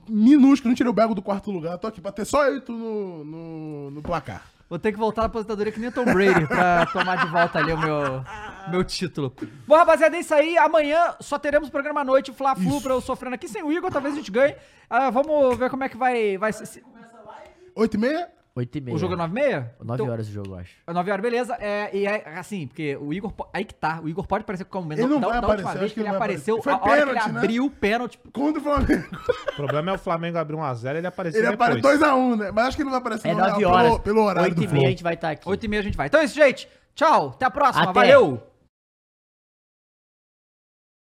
[SPEAKER 3] minúsculo, não tirei o bego do quarto lugar. Tô aqui pra ter só eu e tu no, no, no placar.
[SPEAKER 1] Vou ter que voltar da aposentadoria que nem o Tom Brady pra tomar de volta ali o meu, meu título. Bom, rapaziada, é isso aí. Amanhã só teremos programa à noite, Fla Flu, pra eu sofrendo aqui sem o Igor, talvez a gente ganhe. Ah, vamos ver como é que vai, vai ser.
[SPEAKER 3] Oito e meia?
[SPEAKER 4] 8 e meia.
[SPEAKER 1] O jogo é 9 e meia?
[SPEAKER 4] 9
[SPEAKER 1] Então,
[SPEAKER 4] horas o jogo, eu acho.
[SPEAKER 1] É 9 horas, beleza. É, e é assim, porque o Igor. po- Aí que tá. O Igor pode aparecer com o momento.
[SPEAKER 3] Ele não
[SPEAKER 1] da,
[SPEAKER 3] vai
[SPEAKER 1] da última
[SPEAKER 3] aparecer,
[SPEAKER 1] vez que
[SPEAKER 3] acho que
[SPEAKER 1] ele
[SPEAKER 3] ele não vai
[SPEAKER 1] apareceu,
[SPEAKER 3] aparecer.
[SPEAKER 1] a
[SPEAKER 3] Foi
[SPEAKER 1] hora que
[SPEAKER 3] pênalti,
[SPEAKER 1] ele
[SPEAKER 3] né?
[SPEAKER 1] abriu o pênalti. tipo,
[SPEAKER 3] Contra o Flamengo.
[SPEAKER 2] O problema é o Flamengo abrir 1x0 ele apareceu
[SPEAKER 3] Ele
[SPEAKER 2] depois.
[SPEAKER 3] aparece 2x1, um, né? Mas acho que ele não vai aparecer
[SPEAKER 4] É
[SPEAKER 3] não, né?
[SPEAKER 4] 9 horas.
[SPEAKER 3] Pelo, pelo horário
[SPEAKER 4] 8
[SPEAKER 3] do
[SPEAKER 4] e meia a
[SPEAKER 3] jogo.
[SPEAKER 4] gente vai estar aqui.
[SPEAKER 1] 8 e meia a gente vai. Então é isso, gente. Tchau. Até a próxima.
[SPEAKER 4] Até.
[SPEAKER 1] Valeu!